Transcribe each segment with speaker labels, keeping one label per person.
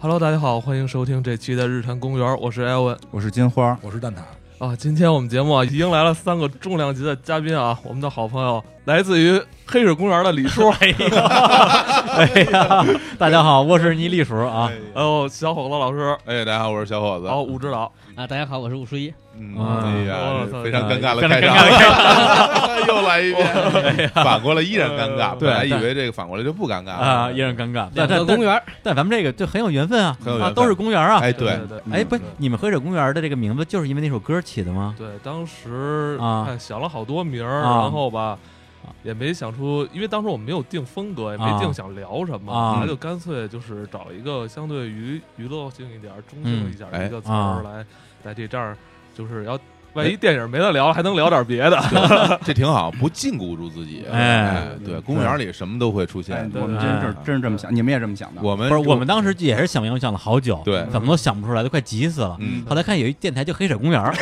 Speaker 1: Hello，大家好，欢迎收听这期的日坛公园，我是艾文
Speaker 2: 我是金花，
Speaker 3: 我是蛋挞，
Speaker 1: 啊。今天我们节目啊，迎来了三个重量级的嘉宾啊，我们的好朋友来自于黑水公园的李 叔，
Speaker 4: 哎呀，大家好，我是倪立叔啊。
Speaker 1: 还有哎小伙子老师，
Speaker 5: 哎，大家好，我是小伙子。
Speaker 1: 然后武指导，
Speaker 6: 啊，大家好，我是武书一。
Speaker 5: 嗯，
Speaker 4: 啊
Speaker 5: 哎呀
Speaker 1: 我操，
Speaker 5: 非常尴尬的
Speaker 4: 非常
Speaker 5: 开
Speaker 4: 尴尬的
Speaker 5: 场， 又来一遍，反过来依然尴尬。
Speaker 1: 对
Speaker 5: 本来以为这个反过来就不尴尬
Speaker 4: 啊，
Speaker 5: 了
Speaker 4: 也很尴尬。
Speaker 6: 两
Speaker 4: 但
Speaker 6: 个
Speaker 4: 但
Speaker 6: 公
Speaker 4: 但
Speaker 6: 园儿，
Speaker 4: 但咱们这个就很有缘分啊，
Speaker 5: 很有缘
Speaker 4: 啊，
Speaker 5: 分
Speaker 4: 都是公园啊。
Speaker 5: 哎，对
Speaker 1: 对，对
Speaker 4: 哎，不，你们黑水公园的这个名字就是因为那首歌起的吗？
Speaker 1: 对，当时
Speaker 4: 啊
Speaker 1: 哎想了好多名儿，
Speaker 4: 啊
Speaker 1: 然后吧
Speaker 4: 啊。
Speaker 1: 也没想出，因为当时我们没有定风格，也没
Speaker 4: 啊
Speaker 1: 定想聊什么，
Speaker 4: 啊
Speaker 1: 后来就干脆就是找一个相对于娱乐性一点儿、中性一点儿的
Speaker 5: 嗯
Speaker 1: 一个词
Speaker 4: 哎
Speaker 1: 儿来，在这这儿就是要万一电影没得聊，还能聊点别的。，
Speaker 5: 这挺好，不禁锢住自己。啊
Speaker 4: 哎
Speaker 5: 对，公园里什么都会出
Speaker 2: 哎
Speaker 5: 现，。
Speaker 2: 我们
Speaker 4: 对
Speaker 2: 真
Speaker 4: 对
Speaker 2: 是真是这么想，你们也这么想的。
Speaker 5: 我们
Speaker 4: 不是，我 们当时也是想名想了好久，
Speaker 5: 嗯对
Speaker 4: 怎么都想不出来，都快急死了。
Speaker 5: 嗯，
Speaker 4: 后来看有一电台叫黑水公园儿，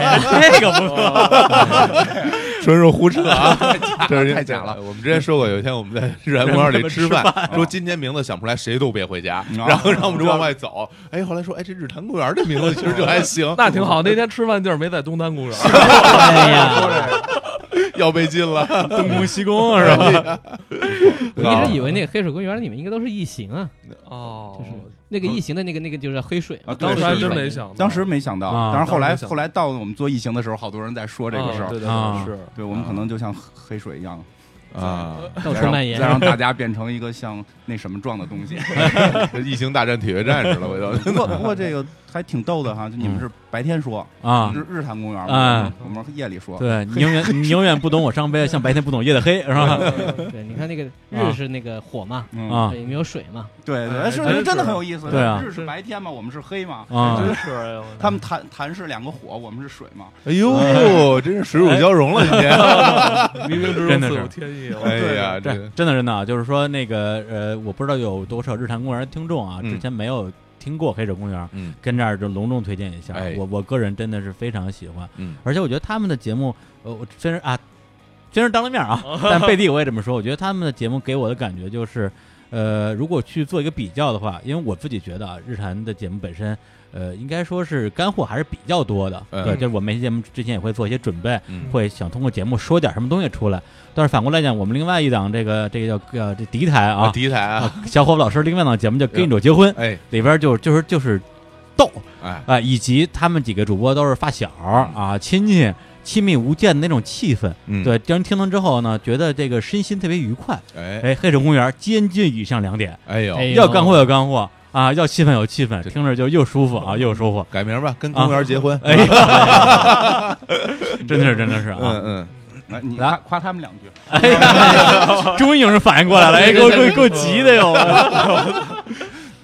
Speaker 4: 哎这个不错，
Speaker 5: 纯属胡扯啊， 这是
Speaker 2: 太假了。
Speaker 5: 我们之前说过，有一天我们在日坛公园里吃饭，说今天名字想不出来，谁都别回家，
Speaker 2: 嗯
Speaker 5: 然后让我们就往外走。哎，后来说，哎，这日坛公园这名字其实就还行
Speaker 1: 那挺好。那天吃饭地儿没在东单公园，
Speaker 4: 哎呀，
Speaker 5: 要被禁了。
Speaker 4: 东宫西宫是吧？
Speaker 6: 我
Speaker 5: 啊
Speaker 6: 一直以为那个黑水公园里面应该都是异形啊，
Speaker 1: 哦，
Speaker 6: 就是那个异形的那个那个就是黑水
Speaker 2: 啊对
Speaker 1: 当时还
Speaker 2: 是
Speaker 1: 真没想到，
Speaker 2: 当时没想到，
Speaker 4: 啊
Speaker 2: 当然后
Speaker 1: 当
Speaker 2: 来
Speaker 1: 时没想到
Speaker 2: 后来到我们做异形的时候，好多人在 说这个事
Speaker 1: 啊
Speaker 2: 儿。
Speaker 1: 对对
Speaker 4: 啊
Speaker 1: 对，是
Speaker 2: 对我们可能就像黑水一样，
Speaker 5: 啊，
Speaker 6: 到
Speaker 2: 再
Speaker 6: 处
Speaker 2: 让
Speaker 6: 蔓延
Speaker 2: 再。让大家变成一个像那什么状的东西。
Speaker 5: 这异形大战铁血战士了，回 头。
Speaker 2: 不过不过这个还挺逗的哈，就你们是白天说
Speaker 4: 啊，
Speaker 2: 日日坛公园
Speaker 4: 哎
Speaker 2: 嘛，我们夜里说。
Speaker 4: 对你永远你永远不懂我伤悲，像白天不懂夜的黑是吧？
Speaker 1: 嗯
Speaker 6: 对，你看那个
Speaker 1: 啊
Speaker 6: 日是那个火嘛，
Speaker 2: 嗯
Speaker 4: 啊
Speaker 6: 对，没有水嘛，
Speaker 2: 对
Speaker 1: 哎
Speaker 2: 对，是
Speaker 1: 真是
Speaker 2: 真的很有意思。
Speaker 4: 对啊
Speaker 2: 日是白天嘛，我们是黑嘛。
Speaker 4: 啊，
Speaker 1: 真是哎呦我
Speaker 2: 他们谈谈是两个火，我们是水嘛。
Speaker 5: 哎呦，真是水乳交融了，今天。
Speaker 1: 冥冥之
Speaker 4: 真
Speaker 1: 中
Speaker 4: 的
Speaker 1: 自
Speaker 4: 是
Speaker 1: 有天意。
Speaker 5: 哎呀，这
Speaker 4: 真真的真的啊，就是说那个呃，我不知道有多少日坛公园的听众啊，
Speaker 5: 嗯
Speaker 4: 之前没有听过黑水公园，
Speaker 5: 嗯
Speaker 4: 跟这儿就隆重推荐一下。
Speaker 5: 哎
Speaker 4: 我我个人真的是非常喜欢，
Speaker 5: 嗯
Speaker 4: 而且我觉得他们的节目，呃，我虽然啊，虽然当了面 啊，但背地我也这么说，我觉得他们的节目给我的感觉就是。呃，如果去做一个比较的话，因为我自己觉得啊，日坛的节目本身，呃，应该说是干货还是比较多的。
Speaker 5: 嗯
Speaker 4: 对，就是我们每期节目之前也会做一些准备，
Speaker 5: 嗯
Speaker 4: 会想通过节目说点什么东西出来。但是反过来讲，我们另外一档这个这个叫呃这敌台啊，
Speaker 5: 第一台啊，
Speaker 4: 小伙子老师另外一档节目叫《跟你走结婚》，
Speaker 5: 哎
Speaker 4: 里边就就是就是逗
Speaker 5: 哎，
Speaker 4: 啊、以及他们几个主播都是发小啊，亲戚亲密无间的那种气氛，
Speaker 5: 嗯，
Speaker 4: 对，让人听了之后呢，觉得这个身心特别愉快。
Speaker 5: 哎
Speaker 4: 哎，黑水公园接近以上两点，
Speaker 5: 哎呦，
Speaker 6: 哎呦
Speaker 4: 要干货有干货啊，要气氛有气氛，
Speaker 5: 这
Speaker 4: 听着就又舒服啊，又舒服。
Speaker 5: 改名吧，跟公园结婚。
Speaker 4: 哎呀，真的是真的是啊！
Speaker 5: 嗯嗯，
Speaker 2: 来，哎你
Speaker 4: 来
Speaker 2: 夸夸他们两句。
Speaker 4: 哎呀， 终于有人反应过来了，哎，给我给我给我急的哟！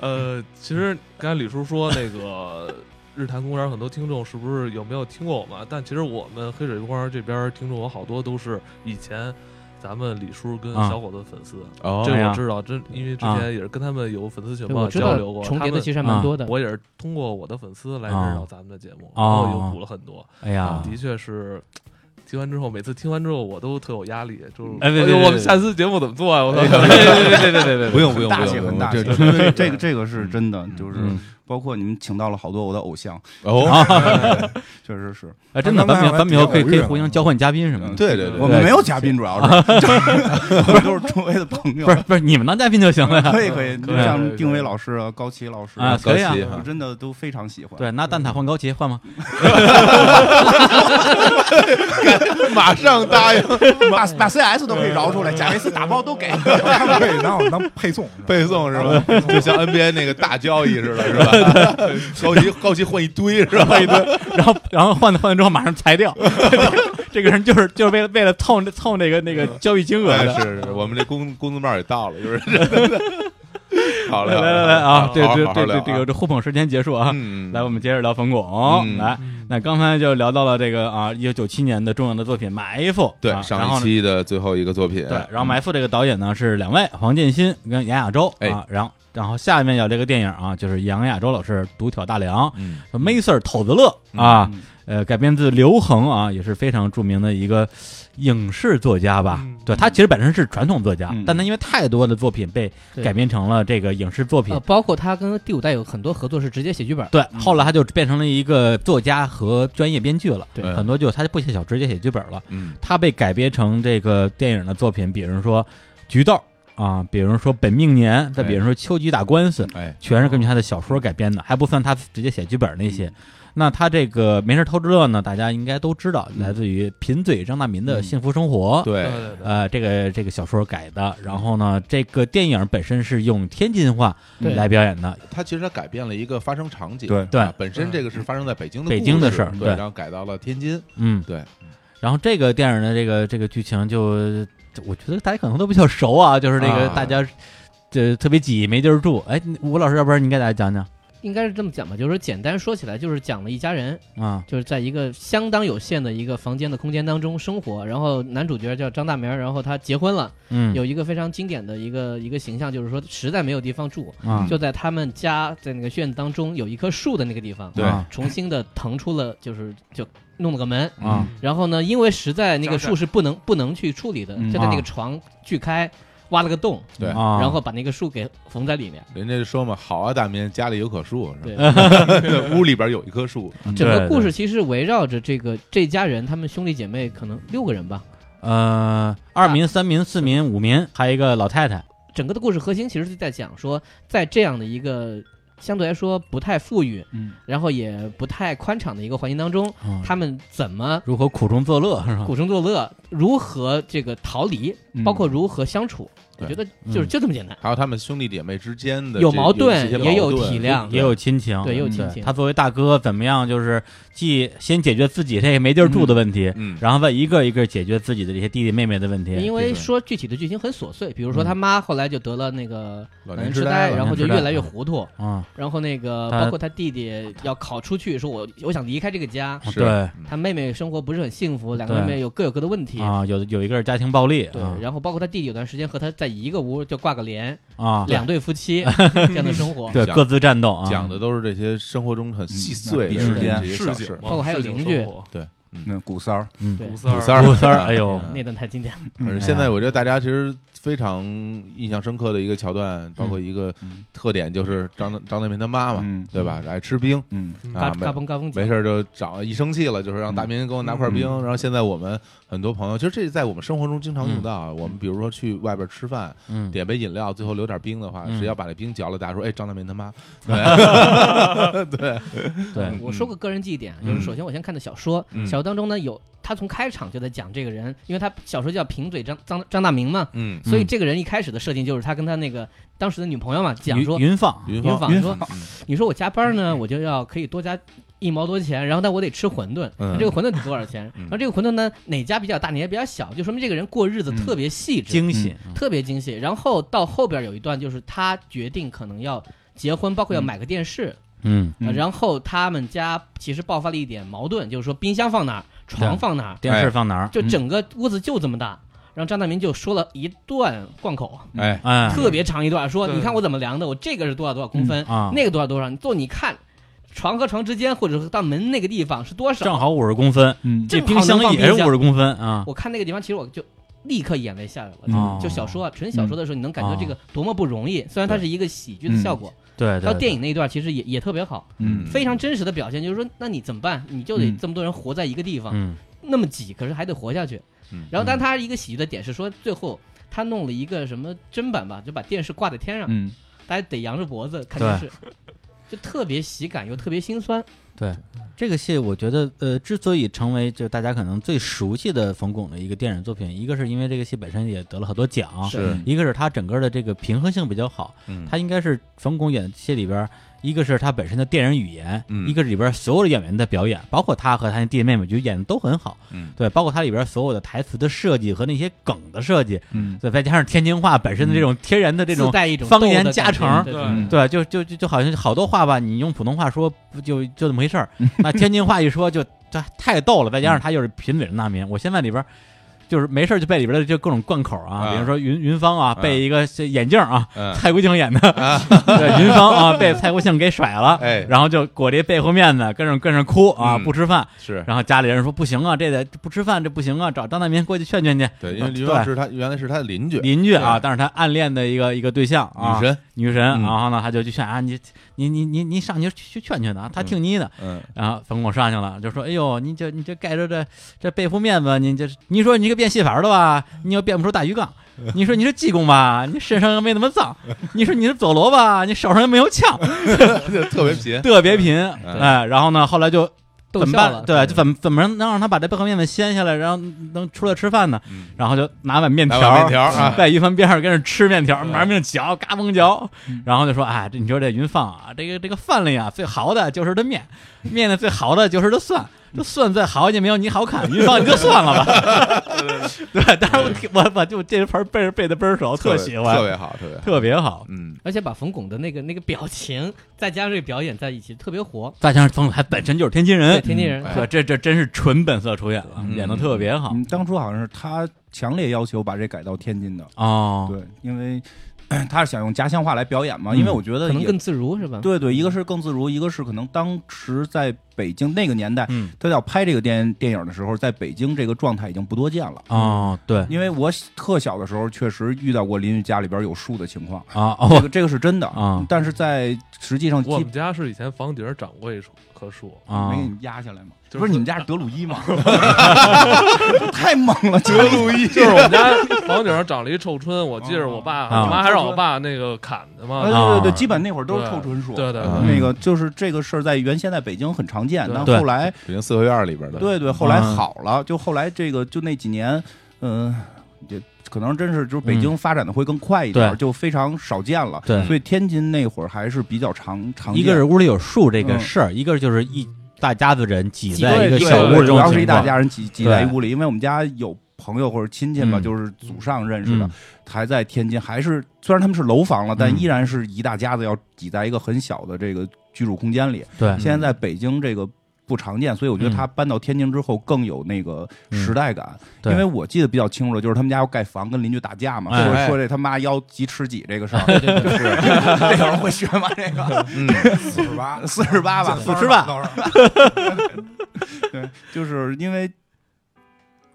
Speaker 1: 呃，其实刚才李叔说那个 日坛公园，很多听众是不是有没有听过我们啊？但其实我们黑水公园这边听众有好多都是以前咱们李叔跟
Speaker 4: 啊
Speaker 1: 小伙子的粉丝，
Speaker 5: 哦
Speaker 1: 这
Speaker 4: 哎
Speaker 1: 个
Speaker 4: 呀
Speaker 1: 我知道，真因为之
Speaker 4: 啊
Speaker 1: 前也是跟他们有粉丝群
Speaker 6: 对，
Speaker 1: 嘛
Speaker 6: 哎我知
Speaker 1: 交
Speaker 6: 道
Speaker 1: 流过，
Speaker 6: 重
Speaker 1: 他
Speaker 6: 叠的
Speaker 1: 们啊
Speaker 6: 其实还蛮多的。
Speaker 1: 我也是通过我的粉丝来
Speaker 4: 啊
Speaker 1: 认识到咱们的节目，然
Speaker 4: 哦
Speaker 1: 后又补了很多。
Speaker 4: 哎呀，
Speaker 1: 的确是。听完之后，每次听完之后，我都特有压力，就是
Speaker 4: 哎别
Speaker 1: 呦
Speaker 4: 别别哎
Speaker 1: 我们下次节目怎么做啊？我操！
Speaker 5: 对对对对，不用不用，
Speaker 2: 大气很大气，
Speaker 5: 这
Speaker 2: 对这个这个是
Speaker 5: 嗯
Speaker 2: 真的，就是
Speaker 4: 嗯
Speaker 2: 包括你们请到了好多我的偶像，
Speaker 5: 哦，
Speaker 2: 确实是
Speaker 4: 哎，真的，
Speaker 3: 刚
Speaker 4: 咱
Speaker 3: 才
Speaker 4: 们
Speaker 3: 还
Speaker 4: 咱们以后可以
Speaker 3: 挺
Speaker 4: 可以
Speaker 3: 偶遇
Speaker 4: 互相
Speaker 3: 的
Speaker 4: 交换嘉宾什么的。
Speaker 5: 对对对，
Speaker 2: 我们没有嘉宾，主要是就是我们都是周围的朋友
Speaker 4: 不，是不是，你们当嘉宾就行了呀。
Speaker 2: 可以可以，
Speaker 1: 可以
Speaker 2: 就
Speaker 1: 可以可
Speaker 2: 像
Speaker 1: 以
Speaker 2: 丁薇老师啊、高奇老师
Speaker 4: 啊，可以啊。
Speaker 2: 我真的都非常喜欢。
Speaker 4: 对，拿蛋挞换高旗换吗？
Speaker 5: 马上答应
Speaker 2: 把把 CS 都可以饶出来，贾维斯打包都给。
Speaker 3: 他 们可以拿我当配送，
Speaker 5: 背诵是 吧？就像 NBA 那个大交易似的，是吧？ 高级高级 换一堆是吧？
Speaker 4: 换一顿，然后然后换了换了之后马上裁 掉。这个人就是就是为了为了凑凑那个那个交易金额
Speaker 5: 哎，
Speaker 4: 的。
Speaker 5: 是是，我们这工工资帽也到了， 就是。 好嘞，
Speaker 4: 来
Speaker 5: 好嘞
Speaker 4: 来来啊，这这这这，
Speaker 5: 好好好好好
Speaker 4: 这
Speaker 5: 好
Speaker 4: 个这互捧时间结束啊。
Speaker 5: 嗯，
Speaker 4: 来，我们接着聊冯
Speaker 5: 嗯
Speaker 4: 巩。来，那刚才就聊到了这个啊，一九九七年的重要的作品《埋伏》。
Speaker 5: 对
Speaker 4: 啊然
Speaker 5: 上
Speaker 4: 后
Speaker 5: 一
Speaker 4: 呢
Speaker 5: 期的最后一个作品，
Speaker 4: 对，然后《埋伏》这个导演呢是两位，黄建新跟杨亚洲
Speaker 5: 哎
Speaker 4: 啊，然后然后下面有这个电影啊，就是杨亚洲老师独挑大梁，
Speaker 5: 嗯，
Speaker 4: 梅 Sir 头子乐啊
Speaker 2: 嗯，
Speaker 4: 呃，改编自刘恒啊，也是非常著名的一个影视作家吧，
Speaker 1: 嗯
Speaker 4: 对他其实本身是传统作家，
Speaker 2: 嗯
Speaker 4: 但他因为太多的作品被
Speaker 6: 对
Speaker 4: 改编成了这个影视作品
Speaker 6: 呃，，包括他跟第五代有很多合作是直接写剧本，
Speaker 4: 对，后来他就变成了一个作家和专业编剧了，
Speaker 6: 对
Speaker 4: 很多就他就不写小说，直接写剧本了。
Speaker 5: 嗯
Speaker 4: 他被改编成这个电影的作品，比如说《菊豆》啊，比如说《本命年》，再比如说《秋菊打官司》，
Speaker 5: 哎，
Speaker 4: 全是根据他的小说改编的，还不算他直接写剧本那些。那他这个《没事偷着乐》呢，大家应该都知道，来自于贫嘴张大民的《幸福生活》
Speaker 5: 对，
Speaker 1: 对对
Speaker 4: 呃，这个这个小说改的，然后呢，这个电影本身是用天津话
Speaker 1: 嗯
Speaker 6: 对
Speaker 4: 来表演的，
Speaker 5: 他其实他改变了一个发生场景，
Speaker 3: 对
Speaker 4: 对嗯
Speaker 5: 啊本身这个是发生在北京的
Speaker 4: 北京的
Speaker 5: 故
Speaker 4: 事儿
Speaker 5: 对，
Speaker 4: 对
Speaker 5: 然后改到了天津，
Speaker 4: 嗯，
Speaker 5: 对。
Speaker 4: 然后这个电影的这个这个剧情就，我觉得大家可能都比较熟啊，就是这个
Speaker 5: 啊
Speaker 4: 大家这、特别挤，没地儿住。哎，吴老师，要不然你给大家讲讲
Speaker 6: 应该是这么讲吧，就是说简单说起来，就是讲了一家人，
Speaker 4: 啊？
Speaker 6: 就是在一个相当有限的一个房间的空间当中生活，然后男主角叫张大明儿，然后他结婚了，
Speaker 4: 嗯，
Speaker 6: 有一个非常经典的一个一个形象，就是说实在没有地方住，
Speaker 5: 嗯
Speaker 4: 啊，
Speaker 6: 就在他们家在那个院子当中有一棵树的那个地方，
Speaker 5: 对
Speaker 4: 啊
Speaker 6: 重新的腾出了，就是就弄了个门。
Speaker 4: 啊
Speaker 6: 然后呢，因为实在那个
Speaker 1: 张
Speaker 6: 树是不能不能去处理的，
Speaker 2: 嗯
Speaker 6: 就在那
Speaker 4: 啊
Speaker 6: 个床锯开，挖了个洞，
Speaker 5: 对
Speaker 4: 啊，
Speaker 6: 然后把那个树给缝在里面。
Speaker 5: 人家就说嘛，好啊，大民家里有棵树，是
Speaker 6: 对，
Speaker 5: 吧屋里边有一棵树，
Speaker 6: 整个
Speaker 4: 嗯对
Speaker 6: 故
Speaker 4: 对
Speaker 6: 事其实围绕着这个这家人，他们兄弟姐妹可能六个人吧。
Speaker 4: 呃，二民、三民、四民、五民，还有一个老太太，
Speaker 6: 整个的故事核心其实是在讲说，在这样的一个相对来说不太富裕，
Speaker 2: 嗯，
Speaker 6: 然后也不太宽敞的一个环境当中，
Speaker 4: 嗯
Speaker 6: 他们怎么
Speaker 4: 如何苦中作乐是吧？
Speaker 6: 苦中作乐，如何这个逃离，
Speaker 2: 嗯
Speaker 6: 包括如何相处。我
Speaker 5: 对
Speaker 6: 觉得就是
Speaker 4: 嗯
Speaker 6: 就这么简单。
Speaker 5: 还有他们兄弟姐妹之间的
Speaker 6: 有
Speaker 5: 这
Speaker 6: 矛
Speaker 5: 有一
Speaker 6: 盾
Speaker 5: 些
Speaker 6: 也有
Speaker 5: 矛盾
Speaker 6: 体谅
Speaker 4: 也有亲情，
Speaker 6: 对也有亲
Speaker 4: 嗯
Speaker 6: 情
Speaker 4: 他作为大哥，怎么样？就是既先解决自己这个没地儿住的问题，
Speaker 5: 嗯，
Speaker 4: 然后再一个一个解决自己的这些弟弟妹妹的问题。
Speaker 6: 因为说具体的剧情很琐碎，比如说
Speaker 4: 嗯
Speaker 6: 他妈后来就得了那个
Speaker 5: 老
Speaker 6: 老
Speaker 5: 年
Speaker 6: 年
Speaker 5: 痴
Speaker 6: 痴
Speaker 5: 呆
Speaker 6: 呆，
Speaker 5: 了
Speaker 6: 然后就
Speaker 4: 老年痴呆
Speaker 6: 越来越糊涂，
Speaker 4: 啊，
Speaker 6: 然后那个
Speaker 4: 他
Speaker 6: 包括他弟弟要考出去，说我我想离开这个家，
Speaker 5: 是
Speaker 4: 对
Speaker 5: 嗯
Speaker 6: 他妹妹生活不是很幸福，两个
Speaker 4: 对
Speaker 6: 妹妹有各有各的问题。
Speaker 4: 啊，有有一个是家庭暴力，
Speaker 6: 对
Speaker 4: 啊，
Speaker 6: 然后包括他弟弟有段时间和他在一个屋就挂个帘，
Speaker 4: 啊，
Speaker 6: 两对夫妻这样的生活，
Speaker 4: 对
Speaker 5: 讲
Speaker 4: 各自战斗啊，
Speaker 5: 讲的都是这些生活中很细碎
Speaker 2: 嗯那
Speaker 5: 的
Speaker 2: 比
Speaker 5: 这
Speaker 2: 时间
Speaker 5: 些
Speaker 1: 市
Speaker 5: 小
Speaker 1: 井
Speaker 5: 事
Speaker 1: 嘛，
Speaker 6: 包括还有
Speaker 1: 市井
Speaker 6: 邻
Speaker 1: 生
Speaker 6: 居
Speaker 1: 活
Speaker 2: 那古三儿，
Speaker 4: 嗯，
Speaker 6: 对
Speaker 1: 五三
Speaker 5: 三
Speaker 1: 儿
Speaker 5: 儿
Speaker 4: 五三
Speaker 6: 啊
Speaker 4: 儿，哎呦，
Speaker 6: 嗯
Speaker 2: 嗯
Speaker 6: 那嗯段太经典了。
Speaker 5: 而现在我觉得大家其实非常印象深刻的一个桥段，包括一个
Speaker 2: 嗯
Speaker 5: 特点就是张张大民他妈妈，
Speaker 2: 嗯
Speaker 5: 对吧？爱吃冰
Speaker 2: 嗯
Speaker 6: 嘎
Speaker 5: 啊，
Speaker 6: 嘎
Speaker 5: 没
Speaker 6: 嘣嘎嘣讲，
Speaker 5: 没事儿就找一生气了，就是让大民给我拿块冰。
Speaker 2: 嗯嗯
Speaker 5: 然后现在我们很多朋友，其实这在我们生活中经常用到啊。我们比如说去外边吃饭，
Speaker 4: 嗯，
Speaker 5: 点杯饮料，最后留点冰的话，
Speaker 4: 嗯
Speaker 5: 谁要把这冰嚼了，大家说哎张大民他 妈，
Speaker 2: 嗯
Speaker 4: 对，
Speaker 6: 我说个个人记忆点，就是首先我先看的小说，
Speaker 5: 嗯
Speaker 6: 小说当中呢有他从开场就在讲这个人，因为他小说叫贫嘴张张张大明嘛，
Speaker 5: 嗯，
Speaker 6: 所以这个人一开始的设定就是他跟他那个当时的女朋友嘛讲
Speaker 4: 云
Speaker 6: 说，
Speaker 4: 云放，
Speaker 5: 云
Speaker 6: 云
Speaker 5: 芳，
Speaker 6: 坊说
Speaker 5: 嗯
Speaker 6: 你说我加班呢，我就要可以多加一毛多钱，然后但我得吃馄饨，
Speaker 5: 嗯
Speaker 6: 那这个馄饨得多少钱？
Speaker 5: 嗯
Speaker 6: 然后这个馄饨呢哪家比较大，哪家比较小，就说明这个人过日子特别细致，
Speaker 4: 惊喜，
Speaker 6: 特别精细。然后到后边有一段就是他决定可能要结婚，包括要买个电视，
Speaker 4: 嗯，
Speaker 2: 嗯
Speaker 6: 呃然后他们家其实爆发了一点矛盾，就是说冰箱放哪儿，床放哪儿，
Speaker 4: 电视放哪儿？
Speaker 6: 哎就
Speaker 4: 嗯，
Speaker 6: 整个屋子就这么大。然后张大民就说了一段贯口，
Speaker 5: 哎，
Speaker 4: 哎，
Speaker 6: 特别长一段，说
Speaker 1: 对
Speaker 6: 你看我怎么量的，我这个是多少多少公分，
Speaker 4: 啊，
Speaker 6: 那个多少多少，你做你看，床和床之间或者是到门那个地方是多少？
Speaker 4: 正好五十公分，
Speaker 2: 嗯
Speaker 4: 这
Speaker 6: 正好
Speaker 4: 冰箱
Speaker 6: 能放
Speaker 4: 也是
Speaker 6: 冰箱
Speaker 4: 五十公分啊，
Speaker 6: 我看那个地方，其实我就立刻眼泪下来了。
Speaker 4: 哦
Speaker 6: 就小说啊，纯小说的时候，你能感觉这个多么不容易。虽然它是一个喜剧的效果，
Speaker 4: 对，嗯
Speaker 6: 然
Speaker 4: 对
Speaker 6: 后电影那一段其实也也特别好，
Speaker 2: 嗯
Speaker 6: 非常真实的表现，就是说，那你怎么办？你就得
Speaker 2: 嗯
Speaker 6: 这么多人活在一个地
Speaker 4: 对
Speaker 6: 方，
Speaker 4: 嗯，
Speaker 6: 那么挤，可是还得活下去
Speaker 5: 嗯。
Speaker 6: 然后，但他一个喜剧的点是说，最后他弄了一个什么砧板吧，就把电视挂在天上，
Speaker 2: 嗯
Speaker 6: 大家得扬着脖子看电视，就特别喜感又特别心酸。
Speaker 4: 这个戏我觉得，呃，之所以成为就大家可能最熟悉的冯巩的一个电影作品，一个是因为这个戏本身也得了很多奖，
Speaker 5: 是，
Speaker 4: 一个是它整个的这个平衡性比较好，
Speaker 5: 嗯，
Speaker 4: 它应该是冯巩演的戏里边儿，一个是他本身的电影语言，
Speaker 5: 嗯
Speaker 4: 一个是里边儿所有的演员的表演，包括他和他的弟弟妹妹，就演的都很好，
Speaker 5: 嗯
Speaker 4: 对，包括它里边儿所有的台词的设计和那些梗的设计，
Speaker 2: 嗯
Speaker 4: 对，再加上天津话本身的这种天然的这种
Speaker 6: 自带一种
Speaker 4: 方言嗯
Speaker 6: 逗的
Speaker 4: 加
Speaker 6: 感觉
Speaker 4: 成
Speaker 6: 对
Speaker 1: 对
Speaker 4: 对，就就就就好像好多话吧，你用普通话说不就就这么回哎事儿，那天津话一说就这太逗了，再加上他又是贫嘴张大民，我现在里边儿就是没事儿就背里边的就各种贯口啊，
Speaker 5: 啊
Speaker 4: 比如说云云芳啊，
Speaker 5: 啊
Speaker 4: 背一个这眼镜啊，
Speaker 5: 嗯
Speaker 4: 蔡国庆演的，
Speaker 5: 啊，
Speaker 4: 对，云芳啊被蔡国庆给甩了，
Speaker 5: 哎
Speaker 4: 然后就裹着一背后面子跟上跟上哭啊，
Speaker 5: 嗯
Speaker 4: 不吃饭，
Speaker 5: 是
Speaker 4: 然后家里人说不行啊，这得不吃饭这不行啊，找张大民过去劝劝去，
Speaker 5: 对，因为林
Speaker 4: 对
Speaker 5: 老是他原来是他的邻居，
Speaker 4: 邻居啊，
Speaker 5: 对
Speaker 4: 但是他暗恋的一个一个对象啊，
Speaker 5: 女神，
Speaker 4: 女神，
Speaker 5: 嗯
Speaker 4: 然后呢，他就去劝啊，你你你你你上去去去劝劝他，他听你的。
Speaker 5: 嗯，
Speaker 4: 然后冯巩上去了，就说：“哎呦，你这你这盖着这这背负面子，你这你说你这个变戏法的吧，你又变不出大鱼缸；你说你是济公吧，你身上又没那么脏；你说你是佐罗吧，你手上又没有枪，
Speaker 5: 特别贫，
Speaker 4: 特别贫。”哎，然后呢，后来就
Speaker 6: 逗
Speaker 4: 怎么
Speaker 6: 笑
Speaker 4: 办？
Speaker 6: 了，嗯
Speaker 4: 对，就怎么怎么能让他把这背后面子掀下来，然后能出来吃饭呢？
Speaker 5: 嗯
Speaker 4: 然后就拿碗面
Speaker 5: 拿
Speaker 4: 条，
Speaker 5: 碗面条啊，
Speaker 4: 在一饭边上跟着吃面条，
Speaker 5: 嗯
Speaker 4: 玩命嚼，嘎嘣嚼，
Speaker 6: 嗯
Speaker 4: 然后就说：“哎，这你说这云放啊，这个这个饭里啊，最好的就是这面，面呢最好的就是这蒜，这蒜再好也没有你好看，云放你就算了吧。” 对，当时我挺我我就这盆背背的倍儿熟，
Speaker 5: 特别
Speaker 4: 喜
Speaker 5: 特
Speaker 4: 欢，
Speaker 5: 别好，特别好，
Speaker 4: 特别好。
Speaker 5: 嗯，
Speaker 6: 而且把冯巩的那个那个表情，再加上这个表演在一起，特别活。
Speaker 4: 再加上冯还本身就是天津
Speaker 6: 对，
Speaker 4: 人，
Speaker 6: 天津人
Speaker 5: 哎
Speaker 4: 对，这这真是纯本色出演了，
Speaker 5: 嗯
Speaker 4: 演的特别好
Speaker 2: 嗯，当初好像是他强烈要求把这改到天津的，
Speaker 6: 嗯
Speaker 4: 哦。
Speaker 2: 对，因为 咳他是想用家乡话来表演嘛，
Speaker 4: 嗯
Speaker 2: 因为我觉得
Speaker 6: 可能
Speaker 2: 也
Speaker 6: 更自如是吧？
Speaker 2: 对对，一个是更自如，一个是可能当时在北京那个年代，
Speaker 4: 嗯，
Speaker 2: 他要拍这个电电影的时候，在北京这个状态已经不多见了。
Speaker 4: 哦，对，
Speaker 2: 因为我特小的时候确实遇到过邻居家里边有树的情况，
Speaker 4: 啊
Speaker 2: 这
Speaker 4: 哦
Speaker 2: 个这个是真的
Speaker 4: 啊
Speaker 2: 但是在实际上基
Speaker 1: 我们家是以前房顶儿长过一树棵树，
Speaker 4: 啊
Speaker 2: 没给，你们压下来吗？
Speaker 1: 就是
Speaker 2: 不是你们家是德鲁伊吗？ 太猛了，德鲁伊
Speaker 1: 就是我们家房顶上长了一臭椿，我记着我爸、
Speaker 4: 啊
Speaker 1: 我妈还让我爸那个砍的
Speaker 2: 啊， 对
Speaker 1: 嘛。
Speaker 2: 对对，
Speaker 4: 啊
Speaker 2: 基本那会儿都是臭椿树。
Speaker 1: 对对
Speaker 5: 啊
Speaker 1: 对，
Speaker 2: 那个就是这个事儿，在原先在北京很常见，
Speaker 1: 对
Speaker 2: 但
Speaker 4: 对
Speaker 2: 后来
Speaker 5: 北京四合院里边的，
Speaker 2: 对对，后来
Speaker 4: 嗯
Speaker 2: 好了，就后来这个就那几年，嗯，也可能真是就是北京发展的会更快一点儿，
Speaker 4: 嗯对
Speaker 2: 就非常少见了。
Speaker 4: 对
Speaker 2: 所以天津那会儿还是比较常常
Speaker 4: 一
Speaker 2: 见。
Speaker 4: 个是屋里有树这个
Speaker 2: 嗯
Speaker 4: 事儿，一个就是一大家子人挤
Speaker 6: 挤
Speaker 4: 在一
Speaker 2: 对
Speaker 4: 个
Speaker 2: 对
Speaker 4: 小
Speaker 2: 对
Speaker 4: 屋这
Speaker 2: 主
Speaker 4: 种
Speaker 2: 要是一
Speaker 4: 情
Speaker 2: 大
Speaker 4: 况，
Speaker 2: 家人挤挤在一
Speaker 4: 对
Speaker 2: 屋里，因为我们家有朋友或者亲戚嘛，
Speaker 4: 嗯
Speaker 2: 就是祖上认识的
Speaker 4: 嗯，
Speaker 2: 还在天津，还是虽然他们是楼房了，但
Speaker 4: 嗯
Speaker 2: 依然是一大家子要挤在一个很小的这个居住空间里。
Speaker 4: 对，
Speaker 2: 现在在北京这个不常见，所以我觉得
Speaker 4: 嗯
Speaker 2: 他搬到天津之后更有那个时代感。
Speaker 4: 对
Speaker 2: 因为我记得比较清楚，就是他们家要盖房，跟邻居打架嘛，
Speaker 4: 哎
Speaker 2: 或者
Speaker 5: 哎
Speaker 2: 说这他妈要几尺几这个事儿，
Speaker 4: 对
Speaker 2: 是这会儿会学吗？这个
Speaker 5: 嗯，
Speaker 3: 四十八，
Speaker 2: 四十八吧，
Speaker 4: 四十八
Speaker 3: 都 是
Speaker 2: 对，就是因为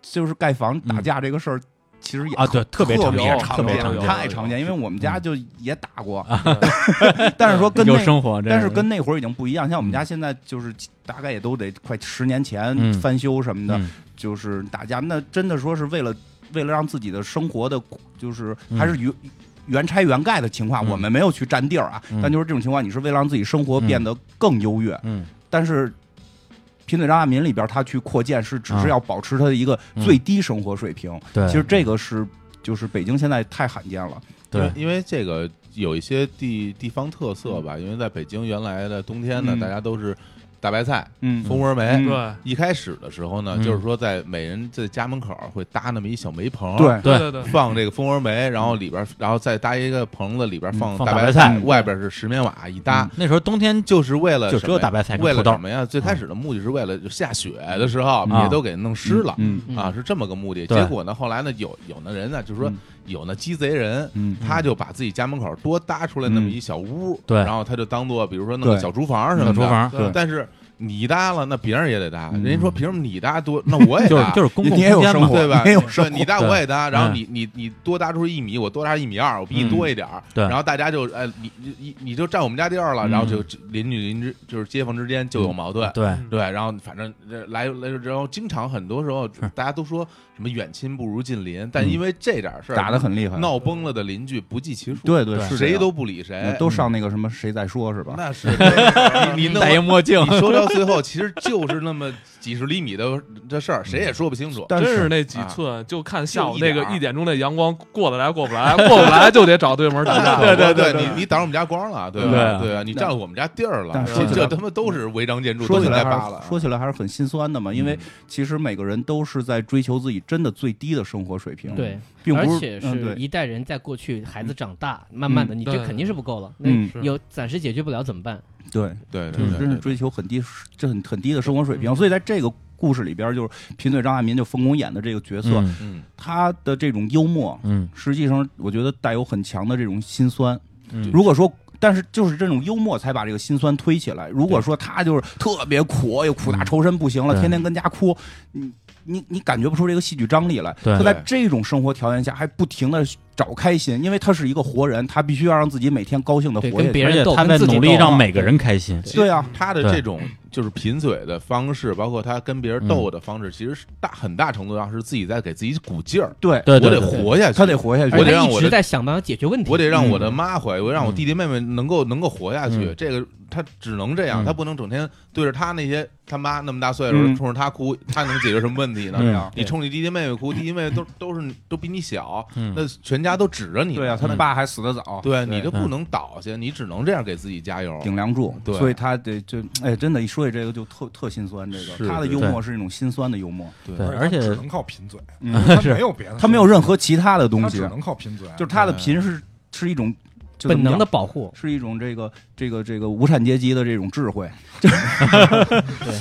Speaker 2: 就是盖房打架这个事儿。其实也
Speaker 4: 啊，对，特别
Speaker 2: 特
Speaker 4: 常
Speaker 2: 别
Speaker 4: 见，
Speaker 1: 常
Speaker 2: 常
Speaker 4: 特别
Speaker 1: 见
Speaker 4: 常
Speaker 1: 有
Speaker 4: 见，
Speaker 2: 太常见，因为我们家就也打过，
Speaker 1: 对
Speaker 2: 但是说跟
Speaker 4: 嗯啊有
Speaker 2: 那
Speaker 4: 生活，这
Speaker 2: 但是跟那会儿已经不一样，像我们家现在就是大概也都得快十年前
Speaker 4: 嗯
Speaker 2: 翻修什么的，
Speaker 4: 嗯
Speaker 2: 就是打架。那真的说是为了为了让自己的生活的，就是
Speaker 4: 嗯
Speaker 2: 还是原、原拆原盖的情况，
Speaker 4: 嗯
Speaker 2: 我们没有去占地儿啊，
Speaker 4: 嗯
Speaker 2: 但就是这种情况，你是为了让自己生活
Speaker 4: 嗯
Speaker 2: 变得更优越，
Speaker 4: 嗯
Speaker 2: 但是。贫嘴张大民里边，他去扩建是只是
Speaker 4: 啊
Speaker 2: 要保持他的一个
Speaker 4: 嗯
Speaker 2: 最低生活水平。
Speaker 4: 对，
Speaker 2: 其实这个是就是北京现在太罕见了。
Speaker 5: 因为
Speaker 4: 对
Speaker 5: 因为这个有一些地地方特色吧，因为在北京原来的冬天呢，
Speaker 2: 嗯
Speaker 5: 大家都是大白菜、
Speaker 2: 嗯
Speaker 5: 蜂窝
Speaker 2: 嗯
Speaker 5: 煤。
Speaker 1: 对
Speaker 5: 一开始的时候呢，
Speaker 4: 嗯
Speaker 5: 就是说在每人在家门口会搭那么一小煤棚，，
Speaker 2: 对，
Speaker 4: 对
Speaker 1: 对对，
Speaker 5: 放这个蜂窝煤，然后里边，然后再搭一个棚子，里边
Speaker 4: 嗯
Speaker 5: 放
Speaker 4: 放
Speaker 5: 大
Speaker 4: 大白
Speaker 5: 菜
Speaker 4: 菜，嗯
Speaker 5: 外边是石棉瓦一搭，
Speaker 4: 那时候冬天
Speaker 5: 就是为了
Speaker 4: 就
Speaker 5: 什
Speaker 4: 只有
Speaker 5: 么呀
Speaker 4: 大白菜跟
Speaker 5: 为了
Speaker 4: 土豆
Speaker 5: 什么呀？最开始的目的是为了就下雪的时候，
Speaker 4: 啊
Speaker 5: 也都给弄湿了。
Speaker 2: 嗯
Speaker 6: 嗯
Speaker 5: 啊，是这么个目的。
Speaker 4: 对
Speaker 5: 结果呢，后来呢，有有的人呢，就是说
Speaker 2: 嗯
Speaker 5: 有那鸡贼人，
Speaker 2: 嗯
Speaker 5: 他就把自己家门口多搭出来那么
Speaker 2: 嗯
Speaker 5: 一小屋，
Speaker 4: 对
Speaker 5: 然后他就当做比如说弄个
Speaker 2: 对
Speaker 5: 小厨房什么
Speaker 4: 小
Speaker 5: 的。
Speaker 4: 厨，房，
Speaker 1: 对
Speaker 5: 但是你搭了，那别人也得搭。
Speaker 2: 嗯
Speaker 5: 人家说凭什么你搭多，那我也
Speaker 4: 就是
Speaker 5: 搭。
Speaker 4: 就是公共
Speaker 2: 啊你也有
Speaker 4: 空间
Speaker 2: 生
Speaker 4: 嘛
Speaker 2: 活，
Speaker 5: 对吧？
Speaker 2: 没有
Speaker 5: 对
Speaker 2: 生活
Speaker 5: 你搭我也搭，然后
Speaker 4: 嗯
Speaker 5: 你你你多搭出一米，我多搭一米二，我比你
Speaker 2: 嗯
Speaker 5: 多一点儿，
Speaker 4: 对
Speaker 5: 然后大家就哎，你你你你就占我们家地儿了，
Speaker 4: 嗯
Speaker 5: 然后就邻居邻居就是街坊之间就有矛盾，
Speaker 4: 对
Speaker 1: 嗯
Speaker 5: 对，然后反正呃来来，然后经常很多时候大家都说什么远亲不如近邻，但
Speaker 4: 嗯
Speaker 5: 因为这点事儿
Speaker 2: 打得很厉害，
Speaker 5: 闹崩了的邻居不计其数，
Speaker 2: 对对
Speaker 4: 对
Speaker 2: 是这
Speaker 5: 谁
Speaker 2: 样嗯
Speaker 5: 都不理谁，
Speaker 2: 都上那个什么谁在说是吧？
Speaker 5: 那是你你弄
Speaker 4: 戴一墨镜，
Speaker 5: 你说到最后，其实就是那么几十厘米的这事儿，谁
Speaker 2: 嗯
Speaker 5: 也说不清楚。
Speaker 2: 但
Speaker 1: 真是
Speaker 2: 是
Speaker 1: 那几寸，就看下午
Speaker 5: 就一
Speaker 1: 那
Speaker 5: 点
Speaker 1: 个
Speaker 5: 儿
Speaker 1: 一点钟那阳光过得来过不来，过不来就得找对门打架。
Speaker 5: 对对对，你你挡着我们家光了，对
Speaker 4: 对
Speaker 5: 吧？
Speaker 4: 啊
Speaker 5: 对啊，你占了我们家地儿了
Speaker 2: 但，
Speaker 1: 说
Speaker 5: 这
Speaker 1: 起
Speaker 5: 这
Speaker 2: 来
Speaker 5: 他妈都是违章建筑，
Speaker 2: 说
Speaker 5: 都
Speaker 2: 起
Speaker 5: 应
Speaker 2: 来
Speaker 5: 该
Speaker 2: 还
Speaker 5: 扒
Speaker 2: 是
Speaker 5: 了。啊嗯
Speaker 2: 说起来还是很心酸的嘛，因为其实每个人都是在追求自己真的最低的生活水平，，
Speaker 6: 对，
Speaker 2: 并
Speaker 6: 而
Speaker 2: 不
Speaker 6: 且
Speaker 2: 嗯
Speaker 6: 是
Speaker 2: 对
Speaker 6: 一代人在过去，孩子长大，慢慢的，你这
Speaker 1: 对
Speaker 6: 肯定是不够了。
Speaker 2: 嗯
Speaker 6: 那有暂时解决不了怎么办？
Speaker 2: 对，
Speaker 5: 对，对
Speaker 2: 就
Speaker 5: 嗯对
Speaker 2: 是
Speaker 5: 对
Speaker 2: 真是
Speaker 5: 对
Speaker 2: 追求很低，这很很低的生活水平，
Speaker 1: 嗯
Speaker 2: 所以在这个故事里边，就是贫嘴张大民就冯巩演的这个角色，
Speaker 4: 嗯
Speaker 5: 嗯，
Speaker 2: 他的这种幽默，
Speaker 4: 嗯
Speaker 2: 实际上我觉得带有很强的这种心酸。
Speaker 4: 嗯
Speaker 2: 如果说，但是就是这种幽默才把这个心酸推起来。如果说他就是特别苦，又苦大仇深，不行了，
Speaker 4: 对
Speaker 2: 天天跟家哭，你你你感觉不出这个戏剧张力来。
Speaker 4: 对
Speaker 2: 他在这种生活条件下还不停的找开心，因为他是一个活人，他必须要让自己每天高兴的
Speaker 6: 对
Speaker 2: 活
Speaker 6: 跟
Speaker 2: 下去。
Speaker 6: 别
Speaker 4: 而且
Speaker 6: 人斗，
Speaker 4: 他
Speaker 6: 跟
Speaker 4: 在
Speaker 6: 自己
Speaker 4: 努力
Speaker 2: 啊
Speaker 6: 斗
Speaker 4: 让每个人开心，
Speaker 2: 对啊，
Speaker 5: 嗯他的
Speaker 4: 对
Speaker 5: 这种就是贫嘴的方式，包括他跟别
Speaker 2: 嗯
Speaker 5: 人斗的方式，其实是大很大程度上是自己在给自己鼓劲儿，
Speaker 2: 对，啊
Speaker 4: 对对
Speaker 5: 我得
Speaker 4: 对，
Speaker 5: 活下去，
Speaker 2: 他得活下
Speaker 6: 而
Speaker 2: 去哎
Speaker 6: 且
Speaker 5: 我。得
Speaker 6: 他
Speaker 5: 让
Speaker 6: 一
Speaker 5: 我
Speaker 6: 直
Speaker 5: 的
Speaker 6: 在想办法解决问题。
Speaker 5: 我得让我的
Speaker 2: 嗯
Speaker 5: 妈怀，我让我弟弟妹妹能够能够活下去
Speaker 4: 嗯。
Speaker 5: 这个他只能这样，
Speaker 4: 嗯
Speaker 5: 他不能整天对着他那些他妈那么大岁数
Speaker 2: 嗯
Speaker 5: 冲着他哭，他能解决什么问题呢？
Speaker 4: 嗯
Speaker 5: 这样你冲你弟弟妹妹哭，弟弟妹妹都都是都比你小，
Speaker 4: 嗯
Speaker 5: 那全家都指着你。
Speaker 2: 对啊，他
Speaker 4: 嗯
Speaker 2: 爸还死得早，
Speaker 5: 对你就不
Speaker 4: 嗯
Speaker 5: 能倒下，你只能这样给自己加油。
Speaker 2: 顶梁柱，
Speaker 5: 对
Speaker 2: 所以他得就哎，真的，一说起这个就特特心酸。这
Speaker 5: 是
Speaker 2: 个他的幽默是一种心酸的幽默，
Speaker 4: 对，
Speaker 5: 对，
Speaker 4: 而且
Speaker 3: 他只能靠贫嘴，
Speaker 2: 嗯，
Speaker 3: 他没有别的，
Speaker 2: 他没有任何其他的
Speaker 3: 他
Speaker 2: 东西，
Speaker 3: 只
Speaker 2: 就
Speaker 3: 能靠贫嘴，
Speaker 2: 是他的贫啊是是一种就怎
Speaker 6: 本
Speaker 2: 么
Speaker 6: 能的
Speaker 2: 讲
Speaker 6: 保护，
Speaker 2: 是一种这个这个这个无产阶级的这种智慧，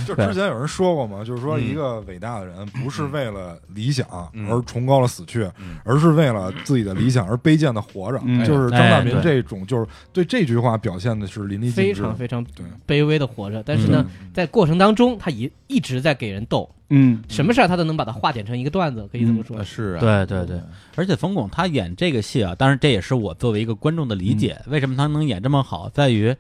Speaker 3: 就
Speaker 4: 对
Speaker 3: 之前有人说过嘛，就是说
Speaker 5: 嗯
Speaker 3: 一个伟大的人不是为了理想
Speaker 5: 嗯
Speaker 3: 而崇高了死去
Speaker 5: 嗯，
Speaker 3: 而是为了自己的理想而卑贱的活着。
Speaker 2: 嗯
Speaker 3: 就是张大民
Speaker 4: 哎对
Speaker 3: 这种，就是对这句话表现的是淋漓
Speaker 6: 非
Speaker 3: 尽致。
Speaker 6: 常非常
Speaker 3: 对
Speaker 6: 卑微的活着。但是呢，在过程当中，他一一直在给人斗，
Speaker 2: 嗯，
Speaker 6: 什么事儿他都能把它化解成一个段子，可以这么说
Speaker 5: 啊。是啊，
Speaker 4: 对对
Speaker 2: 嗯
Speaker 4: 对，而且冯巩他演这个戏啊，当然这也是我作为一个观众的理解，
Speaker 2: 嗯
Speaker 4: 为什么他能演这么好，在于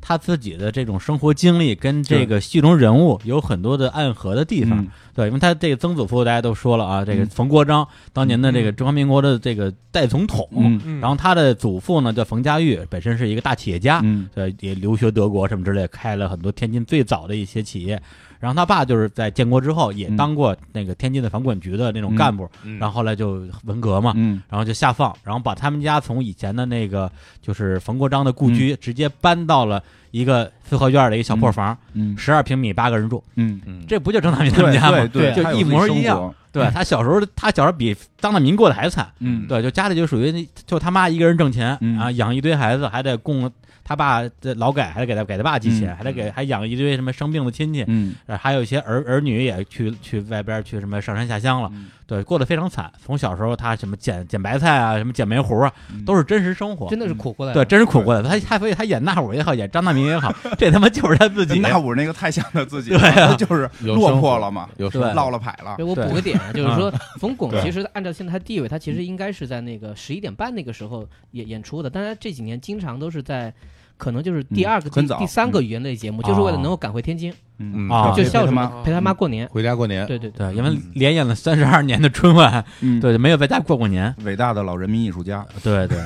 Speaker 4: 他自己的这种生活经历跟这个戏中人物有很多的暗合的地方。
Speaker 2: 嗯
Speaker 4: 对，因为他这个曾祖父大家都说了啊，这个冯国璋当年的这个中华民国的这个代总统，
Speaker 2: 嗯
Speaker 1: 嗯
Speaker 4: 然后他的祖父呢叫冯家玉，本身是一个大企业家，
Speaker 2: 嗯
Speaker 4: 对，也留学德国什么之类，开了很多天津最早的一些企业。然后他爸就是在建国之后也
Speaker 2: 嗯
Speaker 4: 当过那个天津的房管局的那种干部，
Speaker 5: 嗯
Speaker 4: 然后后来就文革嘛，
Speaker 2: 嗯
Speaker 4: 然后就下放，然后把他们家从以前的那个就是冯国璋的故
Speaker 2: 嗯
Speaker 4: 居、直接搬到了一个四合院的一个小破房，
Speaker 2: 嗯
Speaker 4: 十二、平米，八个人住，
Speaker 2: 嗯，
Speaker 5: 嗯
Speaker 4: 这不就张大民他们
Speaker 2: 对
Speaker 4: 家吗？
Speaker 2: 对对，
Speaker 4: 就
Speaker 2: 他有
Speaker 4: 一
Speaker 2: 自己
Speaker 4: 模
Speaker 2: 生
Speaker 4: 一样
Speaker 2: 活，
Speaker 4: 对他小时候，他小时候比张大民过得还惨。
Speaker 2: 嗯
Speaker 4: 对，就家里就属于那就他妈一个人挣钱，
Speaker 2: 嗯
Speaker 4: 啊，养一堆孩子，还得供他爸这劳改，还得给他给他爸寄钱，
Speaker 2: 嗯
Speaker 4: 还得给还养一堆什么生病的亲戚，
Speaker 2: 嗯
Speaker 4: 呃还有一些儿儿女也去去外边去什么上山下乡了，
Speaker 2: 嗯
Speaker 4: 对，过得非常惨。从小时候他什么捡捡白菜啊，什么捡煤糊啊，
Speaker 2: 嗯
Speaker 4: 都是真实生活，
Speaker 6: 真的是苦过来
Speaker 4: 嗯对，
Speaker 6: 了。
Speaker 4: 真是苦过来的。他他所以他演那会儿也好，演张大民也好，这他妈就是他自己。
Speaker 2: 那我那个太像他自己了，就是
Speaker 5: 有
Speaker 2: 落
Speaker 5: 生活
Speaker 2: 魄了嘛，
Speaker 5: 有
Speaker 4: 对
Speaker 2: 落了牌了
Speaker 6: 对，，我
Speaker 4: 对
Speaker 6: 补个点啊，就是说，冯巩
Speaker 5: 对
Speaker 6: 其实按照现在他地位，他其实应该是在那个十一点半那个时候演演出的，但他这几年经常都是在，可能就是第二个、
Speaker 2: 嗯很
Speaker 6: 第
Speaker 2: 早
Speaker 6: 第三个语言类节目，
Speaker 4: 嗯
Speaker 6: 就是为了能够赶回天津，
Speaker 2: 嗯
Speaker 5: 嗯
Speaker 4: 啊
Speaker 6: 就
Speaker 2: 陪
Speaker 6: 孝
Speaker 2: 他
Speaker 6: 顺
Speaker 2: 妈
Speaker 6: 陪他妈过年。
Speaker 5: 回家过年，
Speaker 6: 对对对，
Speaker 4: 对，因为连演了三十二年的春晚，
Speaker 2: 嗯，
Speaker 4: 对，就没有在家过过年。
Speaker 2: 伟大的老人民艺术家，
Speaker 4: 对 对，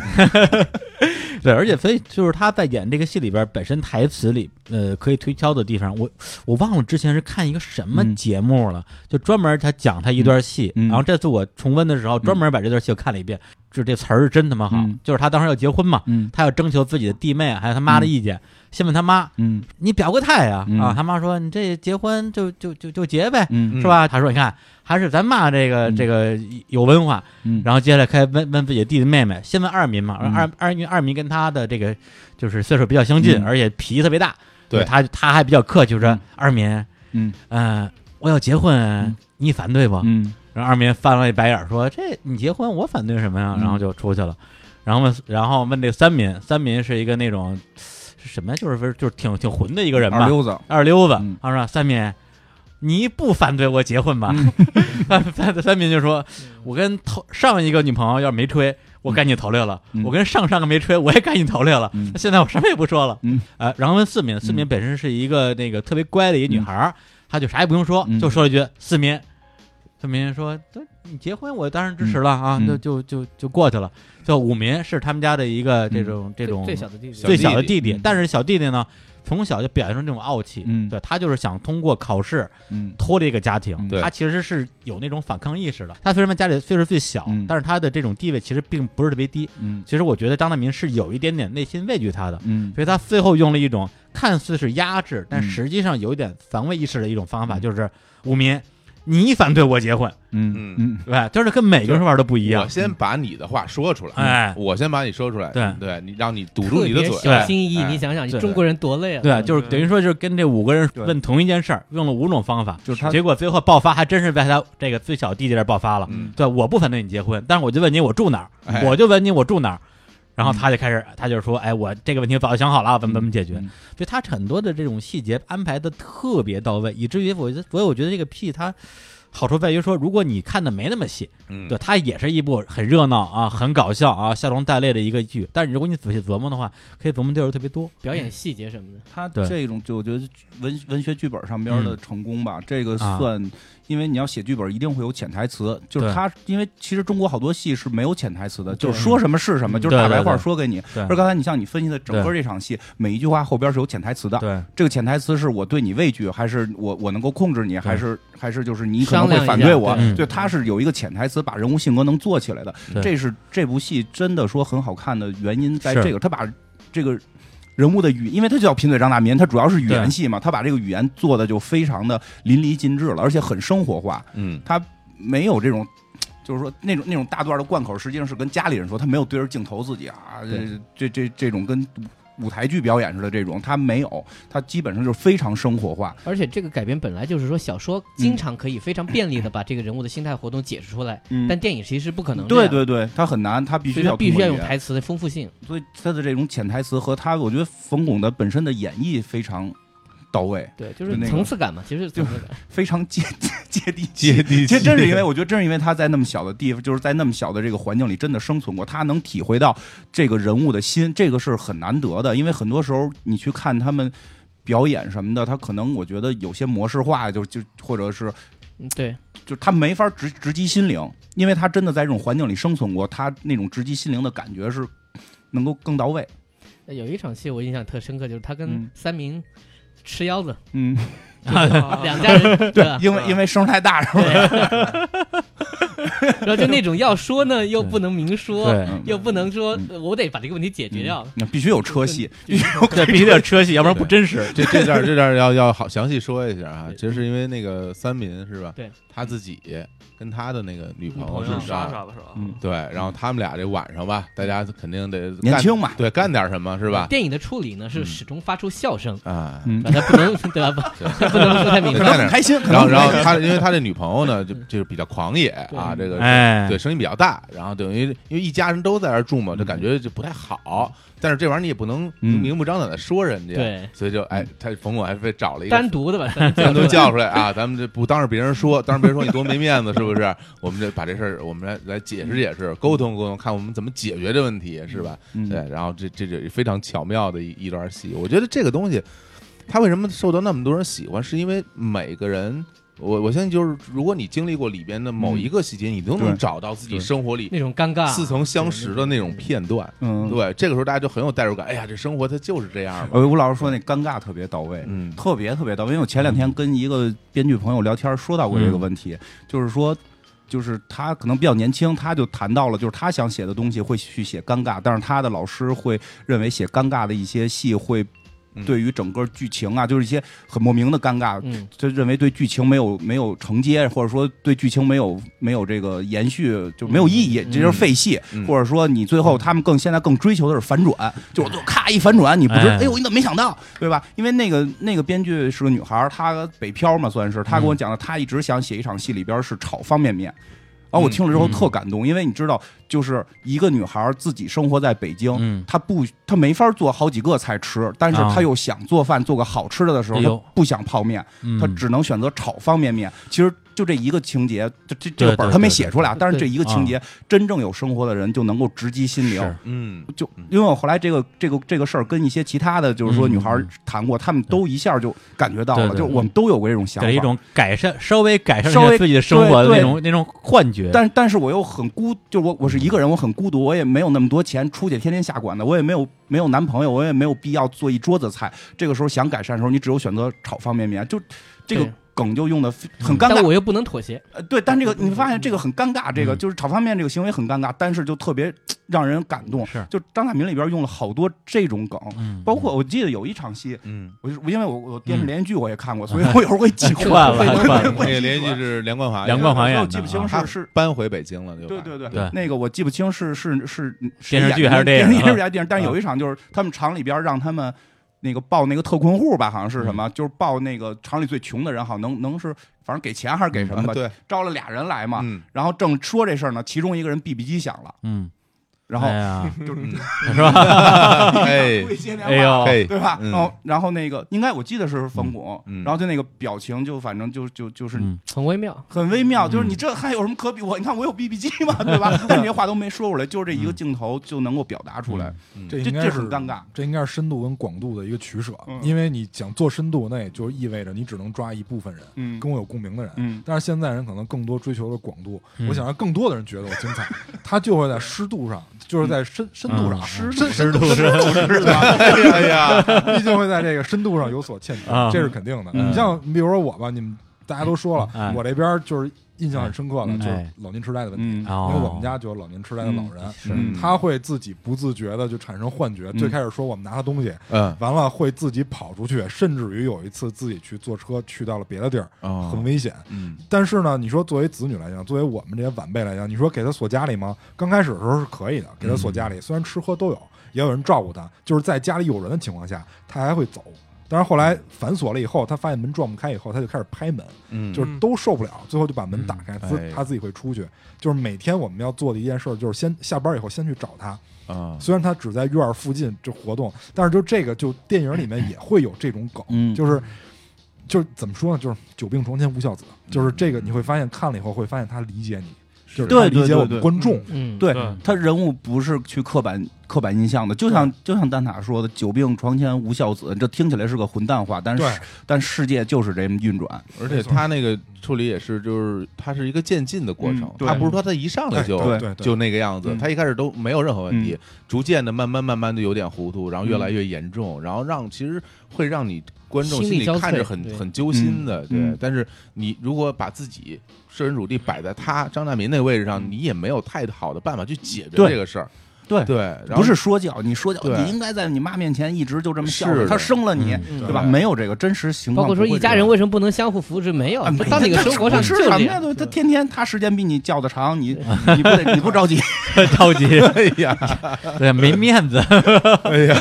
Speaker 4: 对，而且所以就是他在演这个戏里边，本身台词里呃可以推敲的地方，我我忘了之前是看一个什么
Speaker 2: 嗯
Speaker 4: 节目了，就专门他讲他一段戏，
Speaker 2: 嗯嗯
Speaker 4: 然后这次我重温的时候，专门把这段戏又看了一遍，就这词儿是真他妈好，
Speaker 2: 嗯
Speaker 4: 就是他当时要结婚嘛，
Speaker 2: 嗯
Speaker 4: 他要征求自己的弟妹还有他妈的意见，先问他妈，
Speaker 2: 嗯
Speaker 4: 你表个态呀、啊
Speaker 2: 嗯
Speaker 4: 他妈说你这结婚就就就就结呗。
Speaker 2: 嗯
Speaker 5: 嗯
Speaker 4: 是吧？他说：“你看，还是咱妈这个、
Speaker 2: 嗯
Speaker 4: 这个有文化，
Speaker 2: 嗯，
Speaker 4: 然后接下来开问问自己的弟弟妹妹，先问二民嘛，
Speaker 2: 嗯
Speaker 4: 二二因为二民跟他的这个就是岁数比较相近，
Speaker 2: 嗯
Speaker 4: 而且脾气特别大，
Speaker 5: 对
Speaker 4: 他他还比较客气，就说
Speaker 2: 嗯
Speaker 4: 二民，
Speaker 2: 嗯
Speaker 4: 呃，我要结婚，你反对不？
Speaker 2: 嗯
Speaker 4: 然后二民翻了一白眼儿说：“这你结婚，我反对什么呀？”
Speaker 2: 嗯
Speaker 4: 然后就出去了。然后问，然后问这三民，三民是一个那种是什么呀？就是就是挺挺混的一个人
Speaker 2: 二
Speaker 4: 吧，
Speaker 2: 溜子，
Speaker 4: 二溜子
Speaker 2: 嗯。
Speaker 4: 他说：“三民，你不反对我结婚吧？”
Speaker 2: 嗯
Speaker 4: 三三民就说：“
Speaker 6: 嗯
Speaker 4: 我跟头上一个女朋友要是没吹，我赶紧头六了；
Speaker 2: 嗯
Speaker 4: 我跟上上个没吹，我也赶紧头六了。
Speaker 2: 嗯
Speaker 4: 现在我什么也不说了。
Speaker 2: 嗯
Speaker 4: 呃，然后问四民，四民
Speaker 2: 嗯
Speaker 4: 本身是一个那个特别乖的一个女孩儿，她就啥也不用说，
Speaker 2: 嗯
Speaker 4: 就说了一句：“四民。”四民说：“都你结婚，我当然支持了啊，
Speaker 2: 嗯
Speaker 4: 就就就就过去了。”就五民是他们家的一个
Speaker 2: 嗯
Speaker 4: 这种、这
Speaker 6: 最
Speaker 4: 种
Speaker 6: 最小的弟弟，
Speaker 4: 最小的弟
Speaker 2: 弟
Speaker 4: 弟
Speaker 2: 嗯，
Speaker 4: 但是小弟弟呢，从小就表现出这种傲气，
Speaker 2: 嗯
Speaker 4: 对他就是想通过考试
Speaker 2: 嗯
Speaker 4: 脱离一个家庭，
Speaker 2: 嗯
Speaker 5: 对
Speaker 4: 他其实是有那种反抗意识的。他虽然家里岁数最小，
Speaker 2: 嗯
Speaker 4: 但是他的这种地位其实并不是特别低。
Speaker 2: 嗯
Speaker 4: 其实我觉得张大民是有一点点内心畏惧他的，
Speaker 2: 嗯
Speaker 4: 所以他最后用了一种看似是压制，但
Speaker 2: 嗯
Speaker 4: 实际上有一点防卫意识的一种方法，
Speaker 2: 嗯
Speaker 4: 就是武民，你反对我结婚，
Speaker 2: 嗯嗯
Speaker 4: 对吧？就是跟每个人玩的不一样
Speaker 5: 我。先把你的话说出来，
Speaker 4: 哎
Speaker 5: 我先把你说出来，
Speaker 4: 对
Speaker 5: 对，你让你堵住
Speaker 6: 特
Speaker 5: 你的
Speaker 6: 别
Speaker 5: 嘴，
Speaker 6: 小心翼翼。
Speaker 5: 哎
Speaker 6: 你想想，你
Speaker 4: 对
Speaker 6: 中国人多累啊！
Speaker 4: 对，就是等于说，就是跟这五个人问同一件事儿，用了五种方法，
Speaker 2: 就是他
Speaker 4: 结果最后爆发还真是在他这个最小弟弟这儿爆发了。
Speaker 5: 嗯
Speaker 4: 对，我不反对你结婚，但是我就问你我住哪儿，
Speaker 5: 哎嗯
Speaker 4: 我就问你我住哪儿，然后他就开始，他就说，哎，我这个问题早就想好了，怎么怎么解决。
Speaker 2: 嗯
Speaker 4: 所以他很多的这种细节安排的特别到位，以至于我觉得，所以我觉得这个戏它好处在于说，如果你看的没那么细，
Speaker 5: 嗯
Speaker 4: 对，它也是一部很热闹啊、很搞笑啊、笑中带泪的一个剧，但是如果你仔细琢磨的话，可以琢磨地儿特别多。
Speaker 6: 表演细节什么的，
Speaker 2: 他
Speaker 4: 对嗯
Speaker 2: 这种就我觉得文文学剧本上边的成功吧，这个算，因为你要写剧本一定会有潜台词，就是
Speaker 4: 啊对
Speaker 2: 他，因为其实中国好多戏是没有潜台词的，
Speaker 6: 对
Speaker 2: 就是说什么是什么，
Speaker 4: 嗯
Speaker 2: 就是大白
Speaker 4: 对对
Speaker 2: 话
Speaker 4: 对
Speaker 2: 说给你。
Speaker 4: 对
Speaker 2: 而刚才你像你分析的整个
Speaker 4: 对
Speaker 2: 这场戏，每一句话后边是有潜台词
Speaker 5: 嗯
Speaker 2: 的，
Speaker 4: 对，
Speaker 2: 这个潜台词是我对你畏惧，还是我我能够控制你，还是还是就是你可能会反对
Speaker 5: 嗯
Speaker 2: 我
Speaker 4: 商量一
Speaker 6: 嗯
Speaker 4: 下？对
Speaker 2: 对，他是有一个潜台词，把人物性格能做起来的
Speaker 4: 对。
Speaker 2: 这是这部戏真的说很好看的原因在
Speaker 4: 是
Speaker 2: 这个，他把这个。人物的语，因为他叫贫嘴张大民，他主要是语言戏嘛，他把这个语言做的就非常的淋漓尽致了，而且很生活化，
Speaker 5: 嗯
Speaker 2: 没有这种，就是说那种那种大段的贯口，实际上是跟家里人说，他没有对着镜头自己啊，
Speaker 4: 对
Speaker 2: 这这这这种跟舞台剧表演似的这种，他没有，他基本上就是非常生活化，
Speaker 6: 而且这个改编本来就是说小说经常可以非常便利的把这个人物的心态活动解释出来，
Speaker 2: 嗯
Speaker 6: 但电影其实不可能这
Speaker 2: 对
Speaker 6: 样。
Speaker 2: 对对，他很难，他必须
Speaker 6: 所以它
Speaker 2: 要
Speaker 6: 必须
Speaker 2: 通
Speaker 6: 要
Speaker 2: 过
Speaker 6: 用
Speaker 2: 语言
Speaker 6: 台词的丰富性。
Speaker 2: 所以他的这种潜台词和他，我觉得冯巩的本身的演绎非常到位，
Speaker 6: 对，就是
Speaker 2: 就那个
Speaker 6: 层次感嘛，其实是层次 感。
Speaker 2: 非常接接接地气。
Speaker 5: 接地
Speaker 2: 其
Speaker 5: 气，
Speaker 2: 实真是因为，我觉得正是因为他在那么小的地方，就是在那么小的这个环境里，真的生存过，他能体会到这个人物的心，这个是很难得的。因为很多时候你去看他们表演什么的，他可能我觉得有些模式化，就就或者是
Speaker 6: 嗯，对，
Speaker 2: 就是他没法直直击心灵，因为他真的在这种环境里生存过，他那种直击心灵的感觉是能够更到位。
Speaker 6: 哎有一场戏我印象特深刻，就是他跟
Speaker 2: 嗯
Speaker 6: 三明吃腰 子，
Speaker 2: 嗯，
Speaker 6: 两家 人对吧？
Speaker 2: 因为因为声儿太大是吧？
Speaker 6: 然后就那种要说呢，又不能明说，
Speaker 4: 对，
Speaker 2: 嗯
Speaker 6: 又不能说呃我得把这个问题解决掉。
Speaker 2: 那必须有车戏，必须
Speaker 4: 对，必须得车戏，要不然不真实。
Speaker 5: 这这段这段要要好详细说一下啊，其实是因为那个三民是吧？
Speaker 6: 对，
Speaker 5: 他自己跟他的那个女朋
Speaker 1: 好
Speaker 5: 友
Speaker 1: 像
Speaker 5: 是
Speaker 1: 是啊
Speaker 5: 吧
Speaker 1: 莎莎吧，是吧？
Speaker 2: 嗯
Speaker 5: 对，然后他们俩这晚上吧，大家肯定得干
Speaker 2: 年轻嘛
Speaker 5: 对，干点什么是吧？
Speaker 6: 电影的处理呢是始终发出笑声，
Speaker 5: 啊，
Speaker 2: 嗯
Speaker 6: 对吧它不能 对吧？不
Speaker 5: 对
Speaker 6: 它 不能说太明
Speaker 5: 对
Speaker 2: 可
Speaker 6: 白
Speaker 2: 能
Speaker 5: 干。
Speaker 2: 很
Speaker 5: 点
Speaker 2: 开心，可
Speaker 5: 然
Speaker 2: 能
Speaker 5: 后
Speaker 2: 很
Speaker 5: 然
Speaker 2: 开
Speaker 5: 后
Speaker 2: 心
Speaker 5: 他因为他这女朋友呢，就就是比较狂野啊，这个是
Speaker 4: 哎，
Speaker 5: 对，声音比较大，然后等于因为一家人都在这儿住嘛，就感觉就不太好。但是这玩意儿你也不能
Speaker 2: 嗯
Speaker 5: 明目张胆的说人家，
Speaker 6: 对，
Speaker 5: 所以就哎，他冯巩还非找了一
Speaker 6: 单
Speaker 5: 个。
Speaker 6: 独的 把三明
Speaker 5: 单独
Speaker 6: 出来
Speaker 5: 叫出来啊！咱们这不当着别人说，当着别人说你多没面子，是不是？我们这把这事儿，我们来来解释解释，沟通沟通，看我们怎么解决这问题，是吧？
Speaker 2: 嗯
Speaker 5: 对，然后这这这非常巧妙的一一段戏，我觉得这个东西，它为什么受到那么多人喜欢，是因为每个人，我我相信就是，如果你经历过里边的某一个细节，你都能
Speaker 2: 嗯对
Speaker 5: 找到自己
Speaker 2: 对
Speaker 5: 生活里
Speaker 6: 那种尴尬，
Speaker 5: 似曾相识的那种片段。
Speaker 2: 嗯，
Speaker 5: 对，这个时候大家就很有代入感。哎呀，这生活它就是这样嘛。
Speaker 2: 呃，吴老师说那尴尬特别到位，
Speaker 5: 嗯
Speaker 2: 特别特别到位。因为我前两天跟一个编剧朋友聊天，说到过这个问题，就是说，就是他可能比较年轻，他就谈到了，就是他想写的东西会去写尴尬，但是他的老师会认为写尴尬的一些戏会
Speaker 5: 嗯
Speaker 2: 对于整个剧情啊，就是一些很莫名的尴尬，
Speaker 6: 嗯，
Speaker 2: 就认为对剧情没有没有承接，或者说对剧情没有没有这个延续，就没有意义，
Speaker 6: 嗯
Speaker 2: 这就是废戏。
Speaker 5: 嗯
Speaker 2: 或者说你最后他们更现在更追求的是反转，就我就咔一反转，你不知
Speaker 4: 嗯哎
Speaker 2: 哎呦你怎么没想到，对吧？因为那个那个编剧是个女孩儿，她北漂嘛算是，她
Speaker 4: 嗯
Speaker 2: 跟我讲的，她一直想写一场戏里边是炒方便面。啊！我
Speaker 5: 嗯
Speaker 2: 听了之后
Speaker 4: 嗯
Speaker 2: 特感动，因为你知道，就是一个女孩儿自己生活在北京，
Speaker 4: 嗯，
Speaker 2: 他不，他没法做好几个菜吃，但是
Speaker 4: 啊
Speaker 2: 他又想做饭，做个好吃的的时候，
Speaker 4: 哎呦
Speaker 2: 他不想泡面，
Speaker 4: 嗯
Speaker 2: 他只能选择炒方便面。其实就这一个情节，这这这
Speaker 4: 对
Speaker 2: 个本儿
Speaker 4: 对
Speaker 2: 他没
Speaker 4: 对
Speaker 2: 写出来啊，但是这一个
Speaker 4: 啊
Speaker 2: 情节，真正有生活的人就能够直击心灵
Speaker 4: 是。
Speaker 5: 嗯，
Speaker 2: 就因为我后来这个这个这个事儿跟一些其他的就是说
Speaker 4: 嗯
Speaker 2: 女孩儿谈过，她们都一下就感觉到
Speaker 4: 对
Speaker 2: 了，
Speaker 4: 对
Speaker 2: 就是我们都有过这种想
Speaker 4: 给了一
Speaker 2: 法。
Speaker 4: 种改善，稍微改善
Speaker 2: 稍
Speaker 4: 一下
Speaker 2: 微
Speaker 4: 自己的生活的
Speaker 2: 对对
Speaker 4: 那种那种幻觉。
Speaker 2: 但但是我又很孤，就是我我是一个人，我很孤独，我也没有那么多钱，出去天天下馆子，我也没有没有男朋友，我也没有必要做一桌子菜。这个时候想改善的时候，你只有选择炒方便面，就这个
Speaker 6: 对
Speaker 2: 梗就用的
Speaker 4: 嗯
Speaker 2: 很尴
Speaker 6: 但
Speaker 2: 尬。
Speaker 6: 我又不能妥协。
Speaker 2: 呃对，但这个你发现这个很尴尬，这个
Speaker 4: 嗯
Speaker 2: 就是炒方便面这个行为很尴尬，但是就特别让人感动。
Speaker 4: 是
Speaker 2: 就张大民里边用了好多这种梗，
Speaker 4: 嗯，
Speaker 2: 包括我记得有一场戏，
Speaker 5: 嗯，
Speaker 2: 我就因为我我电视连续剧我也看过，所以我有时候会 记混
Speaker 4: 嗯串了
Speaker 2: 会
Speaker 4: 串了
Speaker 2: 会会
Speaker 5: 那
Speaker 2: 记
Speaker 5: 个联系
Speaker 2: 混
Speaker 5: 是梁冠华演的，哎
Speaker 4: 梁冠华演的
Speaker 2: 我记不清
Speaker 4: 啊
Speaker 2: 是是。
Speaker 5: 搬回北京了，就
Speaker 2: 对对对
Speaker 4: 对
Speaker 2: 那个我记不清是是是是
Speaker 4: 电视剧
Speaker 2: 演
Speaker 4: 还是
Speaker 2: 电
Speaker 4: 电
Speaker 2: 视
Speaker 4: 影啊
Speaker 2: 电视剧还是电视，但是有一场就是他们厂里边让他们那个报那个特困户吧，好像是
Speaker 4: 嗯
Speaker 2: 什么，就是报那个厂里最穷的人，好像能能是反正给钱还是
Speaker 4: 嗯
Speaker 2: 给什么
Speaker 5: 啊
Speaker 2: 吧，
Speaker 5: 对，
Speaker 2: 招了俩人来嘛，
Speaker 5: 嗯，
Speaker 2: 然后正说这事儿呢，其中一个人 BB 机响了，
Speaker 4: 嗯，
Speaker 2: 然后
Speaker 4: 哎呀
Speaker 2: 就是
Speaker 5: 嗯
Speaker 4: 是吧？
Speaker 5: 哎
Speaker 2: 会接电话
Speaker 4: 哎呦，
Speaker 5: 哎，
Speaker 2: 对吧？
Speaker 5: 嗯
Speaker 2: 然后然后那个应该我记得是冯巩，
Speaker 5: 嗯嗯
Speaker 2: 然后就那个表情就反正就就就是
Speaker 4: 嗯
Speaker 6: 很微妙。
Speaker 2: 很微妙，就是
Speaker 4: 嗯
Speaker 2: 你这还有什么可比我？你看我有 BB 机嘛， 对吧？但这些话都没说出来，就是这
Speaker 4: 嗯
Speaker 2: 一个镜头就能够表达出来。
Speaker 3: 嗯这
Speaker 2: 这
Speaker 3: 应
Speaker 2: 这
Speaker 3: 该是
Speaker 2: 很尴尬，
Speaker 3: 这应该是深度跟广度的一个取舍，
Speaker 2: 嗯
Speaker 3: 因为你想做深度，那也就意味着你只能抓一部分人，
Speaker 2: 嗯
Speaker 3: 跟我有共鸣的人。
Speaker 2: 嗯
Speaker 3: 但是现在人可能更多追求的广度，
Speaker 4: 嗯
Speaker 3: 我想让更多的人觉得我精彩，他就会在湿度上，就是在深深度上，
Speaker 4: 嗯
Speaker 3: 湿
Speaker 4: 湿
Speaker 3: 深度
Speaker 4: 度
Speaker 3: 深度是吧？
Speaker 5: 哎呀呀，
Speaker 3: 毕竟会在这个深度上有所欠缺
Speaker 4: 啊，
Speaker 3: 这是肯定的。
Speaker 4: 嗯
Speaker 3: 你像你比如说我吧，你们大家都说
Speaker 4: 哎
Speaker 3: 了，我这边就是印象很深刻的，
Speaker 2: 嗯
Speaker 3: 就是
Speaker 4: 哎
Speaker 3: 老年痴呆的问题，
Speaker 2: 嗯
Speaker 4: 哦
Speaker 3: 因为我 们家就有老年痴呆的老人。
Speaker 2: 嗯
Speaker 3: 他会自己不自觉的就产生幻觉，
Speaker 2: 嗯
Speaker 3: 最开始说我们拿他东西，
Speaker 5: 嗯，
Speaker 3: 完了会自己跑出去，甚至于有一次自己去坐车去到了别的地儿，
Speaker 5: 哦
Speaker 3: 很危险。
Speaker 5: 嗯
Speaker 3: 但是呢，你说作为子女来讲，作为我们这些晚辈来讲，你说给他锁家里吗？刚开始的时候是可以的，给他锁家
Speaker 5: 嗯
Speaker 3: 里，虽然吃喝都有，也有人照顾他，就是在家里有人的情况下，他还会走。但是后来反锁了以后，他发现门撞不开以后，他就开始拍门，
Speaker 5: 嗯，
Speaker 3: 就是都受不了，最后就把门打开，
Speaker 5: 嗯
Speaker 3: 自
Speaker 5: 哎
Speaker 3: 他自己会出去。就是每天我们要做的一件事，就是先下班以后先去找他，
Speaker 5: 啊，
Speaker 3: 虽然他只在院儿附近这活动，但是就这个就电影里面也会有这种梗，
Speaker 2: 嗯
Speaker 3: 就是就是怎么说呢，就是久病床前无孝子，就是这个你会发现看了以后会发现他理解你，就是他
Speaker 2: 对对
Speaker 3: 理解
Speaker 2: 对
Speaker 3: 我们
Speaker 2: 对
Speaker 3: 观众，
Speaker 6: 嗯，
Speaker 2: 对
Speaker 1: 嗯
Speaker 2: 他人物不是去刻板刻板印象的，就像就像蛋塔说的“久病床前无孝子”，这听起来是个混蛋话，但是
Speaker 3: 对
Speaker 2: 但世界就是这么运转。
Speaker 5: 而且他那个处理也是，就是他是一个渐进的过程
Speaker 2: 嗯，对
Speaker 5: 他不是说他一上来就
Speaker 3: 对对对
Speaker 5: 就那个样子
Speaker 2: 嗯，
Speaker 5: 他一开始都没有任何问题，逐渐的慢慢慢慢的有点糊涂，然后
Speaker 2: 嗯
Speaker 5: 越来越严重，然后让其实会让你观众
Speaker 6: 心
Speaker 5: 心
Speaker 6: 力
Speaker 5: 里
Speaker 6: 交瘁
Speaker 5: 看着很
Speaker 6: 对
Speaker 5: 很揪心的，
Speaker 2: 嗯
Speaker 5: 对
Speaker 2: 嗯。
Speaker 5: 但是你如果把自己设身处地摆在他张大民那位置上，你也没有太好的办法去解决
Speaker 2: 嗯对
Speaker 5: 这个事儿，
Speaker 2: 对
Speaker 5: 对，然后
Speaker 2: 不是说教，你说教，
Speaker 5: 对
Speaker 2: 你应该在你妈面前一直就这么孝
Speaker 5: 是
Speaker 2: 顺，
Speaker 5: 的
Speaker 2: 他生了你，
Speaker 6: 嗯
Speaker 2: 对吧？没有这个真实情
Speaker 6: 包
Speaker 2: 况不
Speaker 6: 括
Speaker 2: 会
Speaker 6: 说
Speaker 2: 这样，
Speaker 6: 一家人为什么不能相互扶持？没有
Speaker 2: 啊，没
Speaker 6: 到那个生活上
Speaker 2: 是啊
Speaker 6: 就这
Speaker 2: 什
Speaker 6: 样。
Speaker 2: 么呀？他天天他时间比你叫的长， 你你不得你不着急？
Speaker 4: 着急，
Speaker 5: 哎呀，
Speaker 4: 对，没面子，
Speaker 5: 哎呀，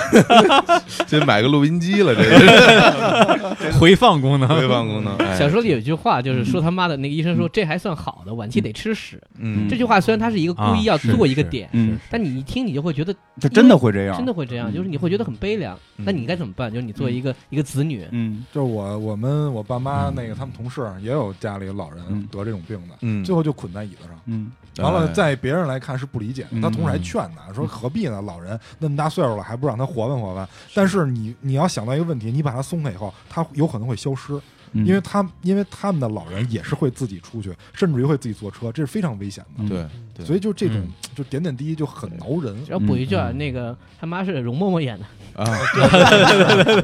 Speaker 5: 这买个录音机了，这个
Speaker 4: 回放功能，
Speaker 5: 回放功能。哎
Speaker 6: 小说里有一句话，就是说他妈的那个医生说这还算好的，晚期得吃屎。
Speaker 5: 嗯，
Speaker 6: 这句话虽然他是一个故意要
Speaker 4: 啊是
Speaker 6: 做一个
Speaker 4: 是
Speaker 6: 点，
Speaker 2: 嗯，
Speaker 6: 但你一听你就会觉得
Speaker 2: 这真的会这样，
Speaker 6: 真的会这样，就是你会觉得很悲凉。那你该怎么办？就是你作为一个一个子女，
Speaker 2: 嗯，
Speaker 3: 就是我我们我爸妈那个他们同事也有家里有老
Speaker 2: 嗯
Speaker 3: 人得这种病的，
Speaker 5: 嗯
Speaker 3: 最后就捆在椅子上。
Speaker 2: 嗯
Speaker 5: 哎
Speaker 3: 完了，在别人来看是不理解的，
Speaker 2: 嗯
Speaker 3: 他同事还劝他说：“何必呢？老人那么大岁数了，还不让他活问活问？”但是你你要想到一个问题，你把他松开以后，他有可能会消失，
Speaker 2: 嗯
Speaker 3: 因为他因为他们的老人也是会自己出去，甚至于会自己坐车，这是非常危险的。
Speaker 2: 嗯
Speaker 5: 对对，
Speaker 3: 所以就这种
Speaker 4: 嗯
Speaker 3: 就点点滴滴就很挠人。
Speaker 6: 要补一句啊，
Speaker 4: 嗯
Speaker 6: 那个他妈是容嬷嬷演的，
Speaker 5: 啊，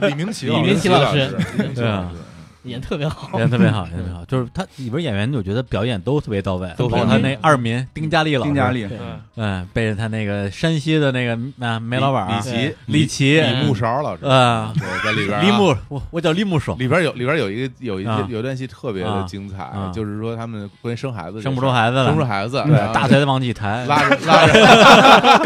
Speaker 3: 李明奇
Speaker 6: 李
Speaker 3: 老
Speaker 6: 明
Speaker 3: 师
Speaker 6: 启老
Speaker 5: 李
Speaker 6: 师
Speaker 5: 明
Speaker 3: 李明奇
Speaker 4: 对啊
Speaker 3: 老师，
Speaker 6: 演得特别好。
Speaker 4: 演得特别好，演得特别好，就是他里边演员，我觉得表演都特别到位，
Speaker 5: 都
Speaker 4: 包括
Speaker 5: 很
Speaker 4: 他
Speaker 5: 到
Speaker 4: 那二民丁嘉丽老师，
Speaker 2: 嗯丁佳，丽，
Speaker 6: 对，
Speaker 1: 嗯
Speaker 4: 嗯，背着他那个山西的那个啊煤老板
Speaker 5: 李
Speaker 4: 儿
Speaker 5: 琦，
Speaker 4: 李琦，
Speaker 5: 李木勺老师，
Speaker 4: 啊，
Speaker 5: 对，在里边啊
Speaker 4: 李木，我我叫李木手，
Speaker 5: 里边有里边有一个有一
Speaker 4: 啊
Speaker 5: 些有一段戏特别的精彩
Speaker 4: 啊，
Speaker 5: 就是说他们关于生孩子，
Speaker 4: 生不出，孩子
Speaker 5: 生不出
Speaker 4: 了，
Speaker 5: 孩子，
Speaker 4: 对
Speaker 5: 然，后
Speaker 4: 大腿往起抬，
Speaker 5: 拉着拉着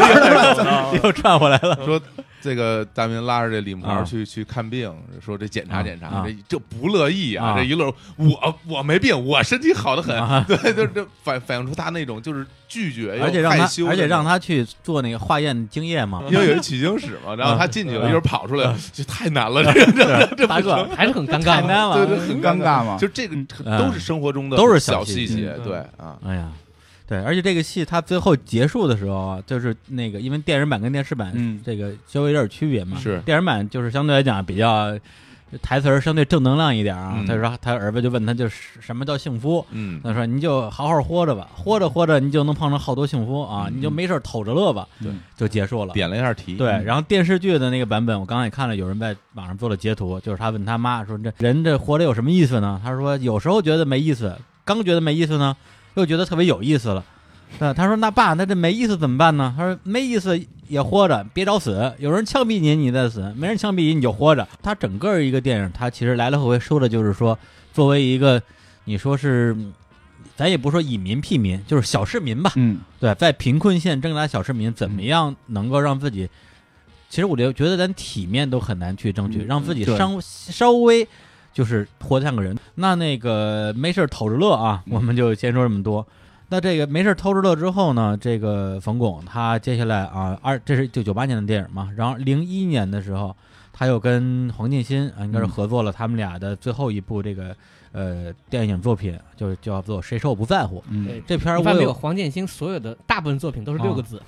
Speaker 1: 嗯
Speaker 4: 又转回来了，
Speaker 5: 说。 这个大明拉着这李木
Speaker 4: 啊
Speaker 5: 勺去去看病，说这检查
Speaker 4: 啊
Speaker 5: 检查，
Speaker 4: 啊
Speaker 5: 这这不乐意啊，
Speaker 4: 啊
Speaker 5: 这一乐我我没病，我身体好的很，
Speaker 4: 啊
Speaker 5: 对，就就反反映出他那种就是拒绝又
Speaker 4: 而且让他
Speaker 5: 哎害羞，的那种，
Speaker 4: 而且让他去做那个化验精液 嘛，
Speaker 5: 因为有一取经史 嘛，然后他进
Speaker 4: 嗯
Speaker 5: 去了，一会儿跑出来，这太难了，嗯这个
Speaker 4: 大个
Speaker 6: 还是很 尴
Speaker 4: 太
Speaker 6: 尬的。
Speaker 4: 难
Speaker 5: 对对
Speaker 4: 了，
Speaker 5: 很
Speaker 2: 尴尬嘛
Speaker 5: 就这个
Speaker 4: 嗯
Speaker 5: 都是生活中的
Speaker 4: 都是小
Speaker 5: 小
Speaker 4: 细
Speaker 5: 节
Speaker 1: 节，
Speaker 5: 对啊，
Speaker 4: 哎呀。对，而且这个戏它最后结束的时候啊，就是那个，因为电影版跟电视版
Speaker 2: 嗯
Speaker 4: 这个稍微有点区别嘛。
Speaker 5: 是
Speaker 4: 电影版就是相对来讲比较台词儿相对正能量一点啊。
Speaker 5: 嗯
Speaker 4: 他说他儿子就问他就是什么叫幸福，
Speaker 5: 嗯
Speaker 4: 他说你就好好活着吧，活着活着你就能碰上好多幸福啊，
Speaker 5: 嗯
Speaker 4: 你就没事儿偷着乐吧，
Speaker 2: 对，
Speaker 4: 就结束了。
Speaker 5: 点了一下题，
Speaker 4: 对，然后电视剧的那个版本，我刚才也看了，有人在网上做了截图，就是他问他妈说：“这人这活着有什么意思呢？”他说：“有时候觉得没意思，刚觉得没意思呢，又觉得特别有意思了。对，他说：“那爸，那这没意思怎么办呢？”他说：“没意思也活着，别找死。有人枪毙你，你再死；没人枪毙你，你就活着。”他整个一个电影，他其实来来回回说的就是说，作为一个你说是，咱也不说以民辟民，就是小市民吧，
Speaker 2: 嗯，
Speaker 4: 对，在贫困县挣扎的小市民，怎么样能够让自己？其实我觉得，觉得咱体面都很难去争取，
Speaker 2: 嗯
Speaker 4: 让自己
Speaker 2: 对
Speaker 4: 稍稍微就是活得像个人。那那个没事儿偷着乐啊，
Speaker 2: 嗯
Speaker 4: 我们就先说这么多。那这个没事儿偷着乐之后呢，这个冯巩他接下来啊，二这是就九八年的电影嘛，然后零一年的时候，他又跟黄建新啊，应该是
Speaker 2: 嗯
Speaker 4: 合作了他们俩的最后一部这个呃电影作品，就叫做《谁说我不在乎》。
Speaker 2: 嗯
Speaker 6: 对
Speaker 4: 这片儿
Speaker 6: 一
Speaker 4: 我
Speaker 6: 般没
Speaker 4: 有
Speaker 6: 有黄建新所有的大部分作品都是六个字，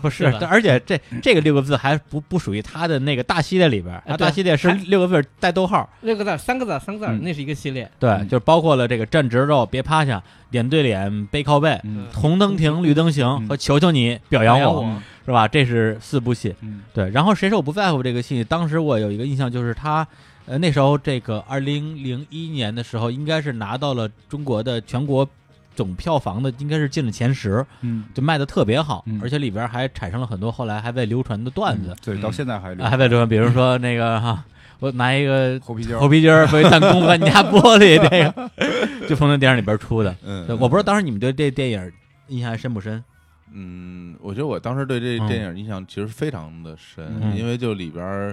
Speaker 4: 不是
Speaker 6: 对，吧嗯
Speaker 4: 但而且这这个六个字还不不属于他的那个大系列里边儿，
Speaker 6: 啊
Speaker 4: 他
Speaker 6: 对
Speaker 4: 大系列是
Speaker 6: 还嗯
Speaker 4: 六个字儿带逗号，
Speaker 6: 六个字儿、三个字儿、三个字儿，
Speaker 2: 嗯
Speaker 6: 那是一个系列。
Speaker 4: 对，
Speaker 2: 嗯
Speaker 4: 就是包括了这个站直着、别趴下、脸对脸、背靠背、
Speaker 2: 嗯
Speaker 4: 红灯停、绿灯行
Speaker 2: 嗯
Speaker 4: 和求求你表扬
Speaker 6: 表扬
Speaker 4: 我，
Speaker 6: 我
Speaker 4: 是吧？这是四部戏。
Speaker 2: 嗯
Speaker 4: 对，然后谁说我不在乎这个戏？当时我有一个印象就是他，呃，那时候这个二零零一年的时候，应该是拿到了中国的全国总票房的，应该是进了前十，
Speaker 2: 嗯，
Speaker 4: 就卖的特别好，
Speaker 2: 嗯
Speaker 4: 而且里边还产生了很多后来还在流传的段
Speaker 6: 嗯
Speaker 4: 子。
Speaker 2: 对，到现在还留
Speaker 4: 啊，还在这，比如说那个哈、我拿一个
Speaker 2: 猴皮筋
Speaker 4: 猴皮筋儿被弹弓把你家玻璃，这个就从那电影里边出的。
Speaker 2: 嗯
Speaker 4: 对我不知道当时你们对这电影印象还深不深？
Speaker 5: 嗯，我觉得我当时对这
Speaker 4: 嗯
Speaker 5: 电影印象其实非常的深，
Speaker 4: 嗯
Speaker 5: 因为就里边儿，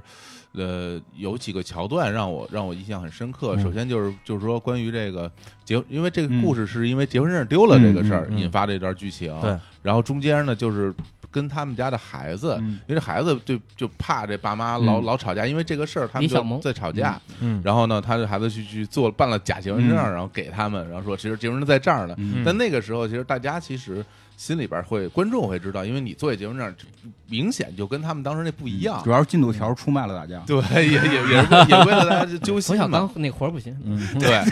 Speaker 5: 呃，有几个桥段让我让我印象很深刻。
Speaker 4: 嗯
Speaker 5: 首先就是就是说关于这个结，因为这个
Speaker 2: 嗯
Speaker 5: 故事是因为结婚证丢了这个事儿、
Speaker 4: 嗯嗯嗯
Speaker 5: 引发这段剧情，
Speaker 4: 对，
Speaker 5: 然后中间呢就是跟他们家的孩子。
Speaker 2: 嗯
Speaker 5: 因为这孩子就就怕这爸妈老、
Speaker 2: 嗯
Speaker 5: 老吵架，因为这个事儿他们
Speaker 6: 李小
Speaker 5: 就
Speaker 6: 萌
Speaker 5: 在吵架。
Speaker 4: 嗯，
Speaker 5: 然后呢，他的孩子去去做办了假结婚证，
Speaker 2: 嗯
Speaker 5: 然后给他们，然后说其实结婚证在这儿呢。
Speaker 2: 嗯
Speaker 5: 但那个时候，其实大家其实心里边会，观众会知道，因为你做一结婚证，明显就跟他们当时那不一样
Speaker 2: 嗯主。要是进度条出卖了大家，
Speaker 5: 对，也也也是为也为了大家揪
Speaker 6: 冯
Speaker 5: 心
Speaker 6: 小
Speaker 5: 嘛
Speaker 6: 刚。那活儿不行，
Speaker 4: 嗯，
Speaker 5: 对，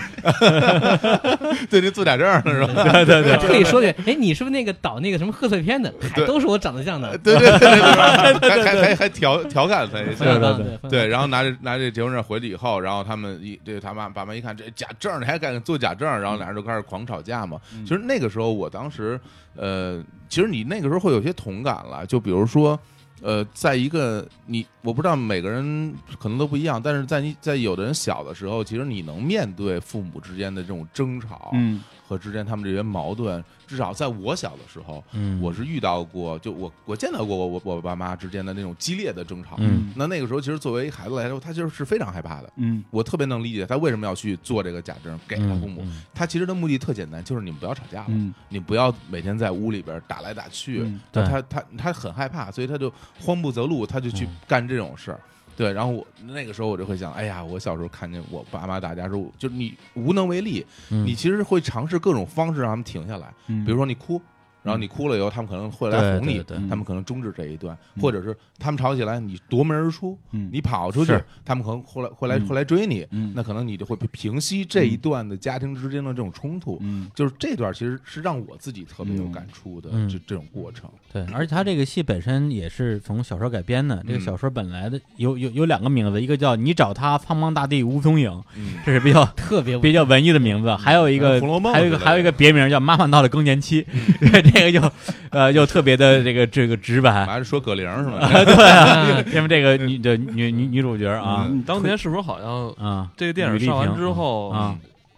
Speaker 5: 对，这做假证呢是吧？
Speaker 4: 对对啊对，
Speaker 6: 特意说句，哎，你是不是那个导那个什么贺岁片的？嗨
Speaker 5: 对，
Speaker 6: 都是我长得像
Speaker 4: 呃
Speaker 6: 的。
Speaker 5: 对对对对对，还还还还调调侃他一
Speaker 6: 冯小
Speaker 5: 下。
Speaker 6: 刚
Speaker 4: 对
Speaker 6: 对冯小
Speaker 5: 对，然后拿着拿这结婚证回去以后，然后他们一这他妈爸妈一看这假证，你还敢做假证，然后俩人就开始狂吵架嘛。
Speaker 2: 嗯
Speaker 5: 其实那个时候，我当时呃，其实你那个时候会有些同感了，就比如说。呃，在一个你我不知道每个人可能都不一样，但是在你在有的人小的时候，其实你能面对父母之间的这种争吵
Speaker 2: 嗯
Speaker 5: 和之间他们这些矛盾，至少在我小的时候，
Speaker 4: 嗯，
Speaker 5: 我是遇到过，就我我见到过我我我爸妈之间的那种激烈的争吵。
Speaker 4: 嗯
Speaker 5: 那那个时候，其实作为孩子来说，他其实是非常害怕的。
Speaker 2: 嗯
Speaker 5: 我特别能理解他为什么要去做这个假证给
Speaker 4: 嗯
Speaker 5: 他父母。他其实的目的特简单，就是你们不要吵架了，
Speaker 2: 嗯，
Speaker 5: 你不要每天在屋里边打来打去。
Speaker 2: 嗯
Speaker 4: 对
Speaker 5: 他他他很害怕，所以他就慌不择路，他就去
Speaker 4: 嗯
Speaker 5: 干这种事儿。对，然后我那个时候我就会想，哎呀，我小时候看见我爸妈打架时候，就是你无能为力，
Speaker 4: 嗯
Speaker 5: 你其实会尝试各种方式让他们停下来。
Speaker 2: 比
Speaker 5: 比如说你哭，然后你哭了以后，他们可能会来
Speaker 4: 对
Speaker 5: 哄
Speaker 4: 嗯对
Speaker 5: 你，
Speaker 4: 对
Speaker 5: 他们可能终止这一段，
Speaker 2: 嗯
Speaker 5: 或者是他们吵起来，你夺门而出，
Speaker 2: 嗯
Speaker 5: 你跑出去
Speaker 4: 是，
Speaker 5: 他们可能会来会来
Speaker 2: 嗯
Speaker 5: 会来追你，
Speaker 2: 嗯
Speaker 5: 那可能你就会平息这
Speaker 4: 嗯
Speaker 5: 一段的家庭之间的这种冲突。
Speaker 2: 嗯
Speaker 5: 就是这段其实是让我自己特别有感触的，
Speaker 4: 嗯
Speaker 5: 这这种过程。
Speaker 4: 对，而且他这个戏本身也是从小说改编的。这个
Speaker 5: 嗯
Speaker 4: 小说本来的有有有两个名字，一个叫你找他苍茫大地无踪影，
Speaker 5: 嗯，
Speaker 4: 这是比 较
Speaker 6: 特别
Speaker 4: 比较文艺的名字，还有一个
Speaker 5: 嗯红楼梦
Speaker 4: 还有一个
Speaker 5: 之类的
Speaker 4: 还有一个别名叫妈妈到了更年期， 这个就呃又特别的这个这个直白。
Speaker 5: 还是说葛玲是吗？
Speaker 4: 啊，他们这个女的女女女主角啊
Speaker 2: 嗯
Speaker 1: 当年是不是好像
Speaker 4: 啊，
Speaker 1: 这个电影
Speaker 4: 吕丽
Speaker 1: 上完
Speaker 4: 萍
Speaker 1: 之后
Speaker 4: 啊，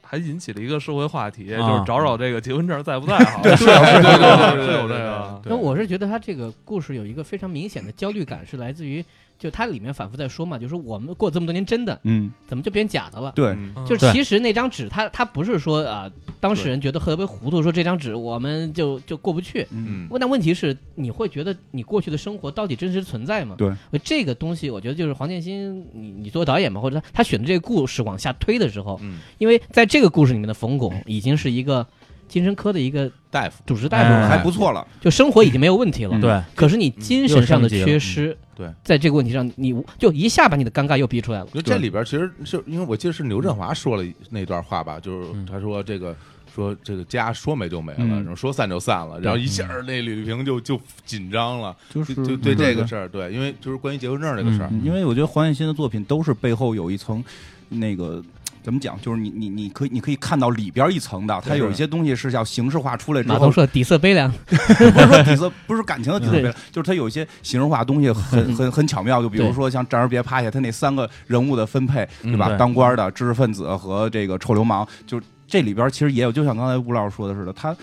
Speaker 1: 还引起了一个社会话题，
Speaker 4: 啊
Speaker 1: 就是找找这个结婚证在不在好？对
Speaker 5: 对啊对
Speaker 1: 对 是有
Speaker 5: 对啊
Speaker 1: 这个。
Speaker 5: 对
Speaker 6: 那我是觉得他这个故事有一个非常明显的焦虑感，是来自于就它里面反复在说嘛，就是我们过这么多年真的，
Speaker 2: 嗯，
Speaker 6: 怎么就变假的了？
Speaker 2: 对，
Speaker 5: 嗯
Speaker 1: 嗯
Speaker 6: 就
Speaker 4: 对
Speaker 6: 其实那张纸，他他不是说啊、当事人觉得特别糊涂，说这张纸我们就就过不去。
Speaker 2: 嗯
Speaker 5: 嗯
Speaker 6: 问但问题是，你会觉得你过去的生活到底真实存在吗？
Speaker 2: 对，
Speaker 6: 这个东西，我觉得就是黄建新，你你作为导演嘛，或者他他选的这个故事往下推的时候，
Speaker 5: 嗯，
Speaker 6: 因为在这个故事里面的冯巩已经是一个精神科的一个
Speaker 5: 大夫
Speaker 6: 主治大夫了，
Speaker 4: 哎
Speaker 2: 还不错了，
Speaker 6: 就生活已经没有问题了。
Speaker 2: 嗯
Speaker 4: 对，
Speaker 6: 可是你精神上的缺失，
Speaker 5: 嗯对，
Speaker 6: 在这个问题上，你就一下把你的尴尬又逼出来了。
Speaker 5: 因为这里边其实是因为我记得是刘振华说了那段话吧，就是
Speaker 4: 嗯
Speaker 5: 他说这个。说这个家说没就没了，
Speaker 2: 嗯
Speaker 5: 然后说散就散了，然后一下儿那吕丽萍就就紧张了，
Speaker 2: 就是
Speaker 5: 就就对这个事儿，对，因为
Speaker 2: 嗯
Speaker 5: 就是关于结婚证这个事儿，
Speaker 2: 因为我觉得黄建新的作品都是背后有一层那个怎么讲，就是你你你可以你可以看到里边一层的，它
Speaker 5: 是
Speaker 2: 有一些东西是要形式化出来之
Speaker 6: 马
Speaker 2: 后
Speaker 6: 东，说底色悲凉，
Speaker 2: 不是说底色，不是感情的底色
Speaker 6: 对嗯
Speaker 2: 悲凉，就是它有一些形式化的东西很很很巧妙，就比如
Speaker 6: 对
Speaker 2: 说像《战而别趴下》，它那三个人物的分配，
Speaker 5: 嗯
Speaker 2: 对吧？
Speaker 4: 对
Speaker 2: 当官的、知识分子和这个臭流氓，就这里边其实也有，就像刚才吴老师说的似的，他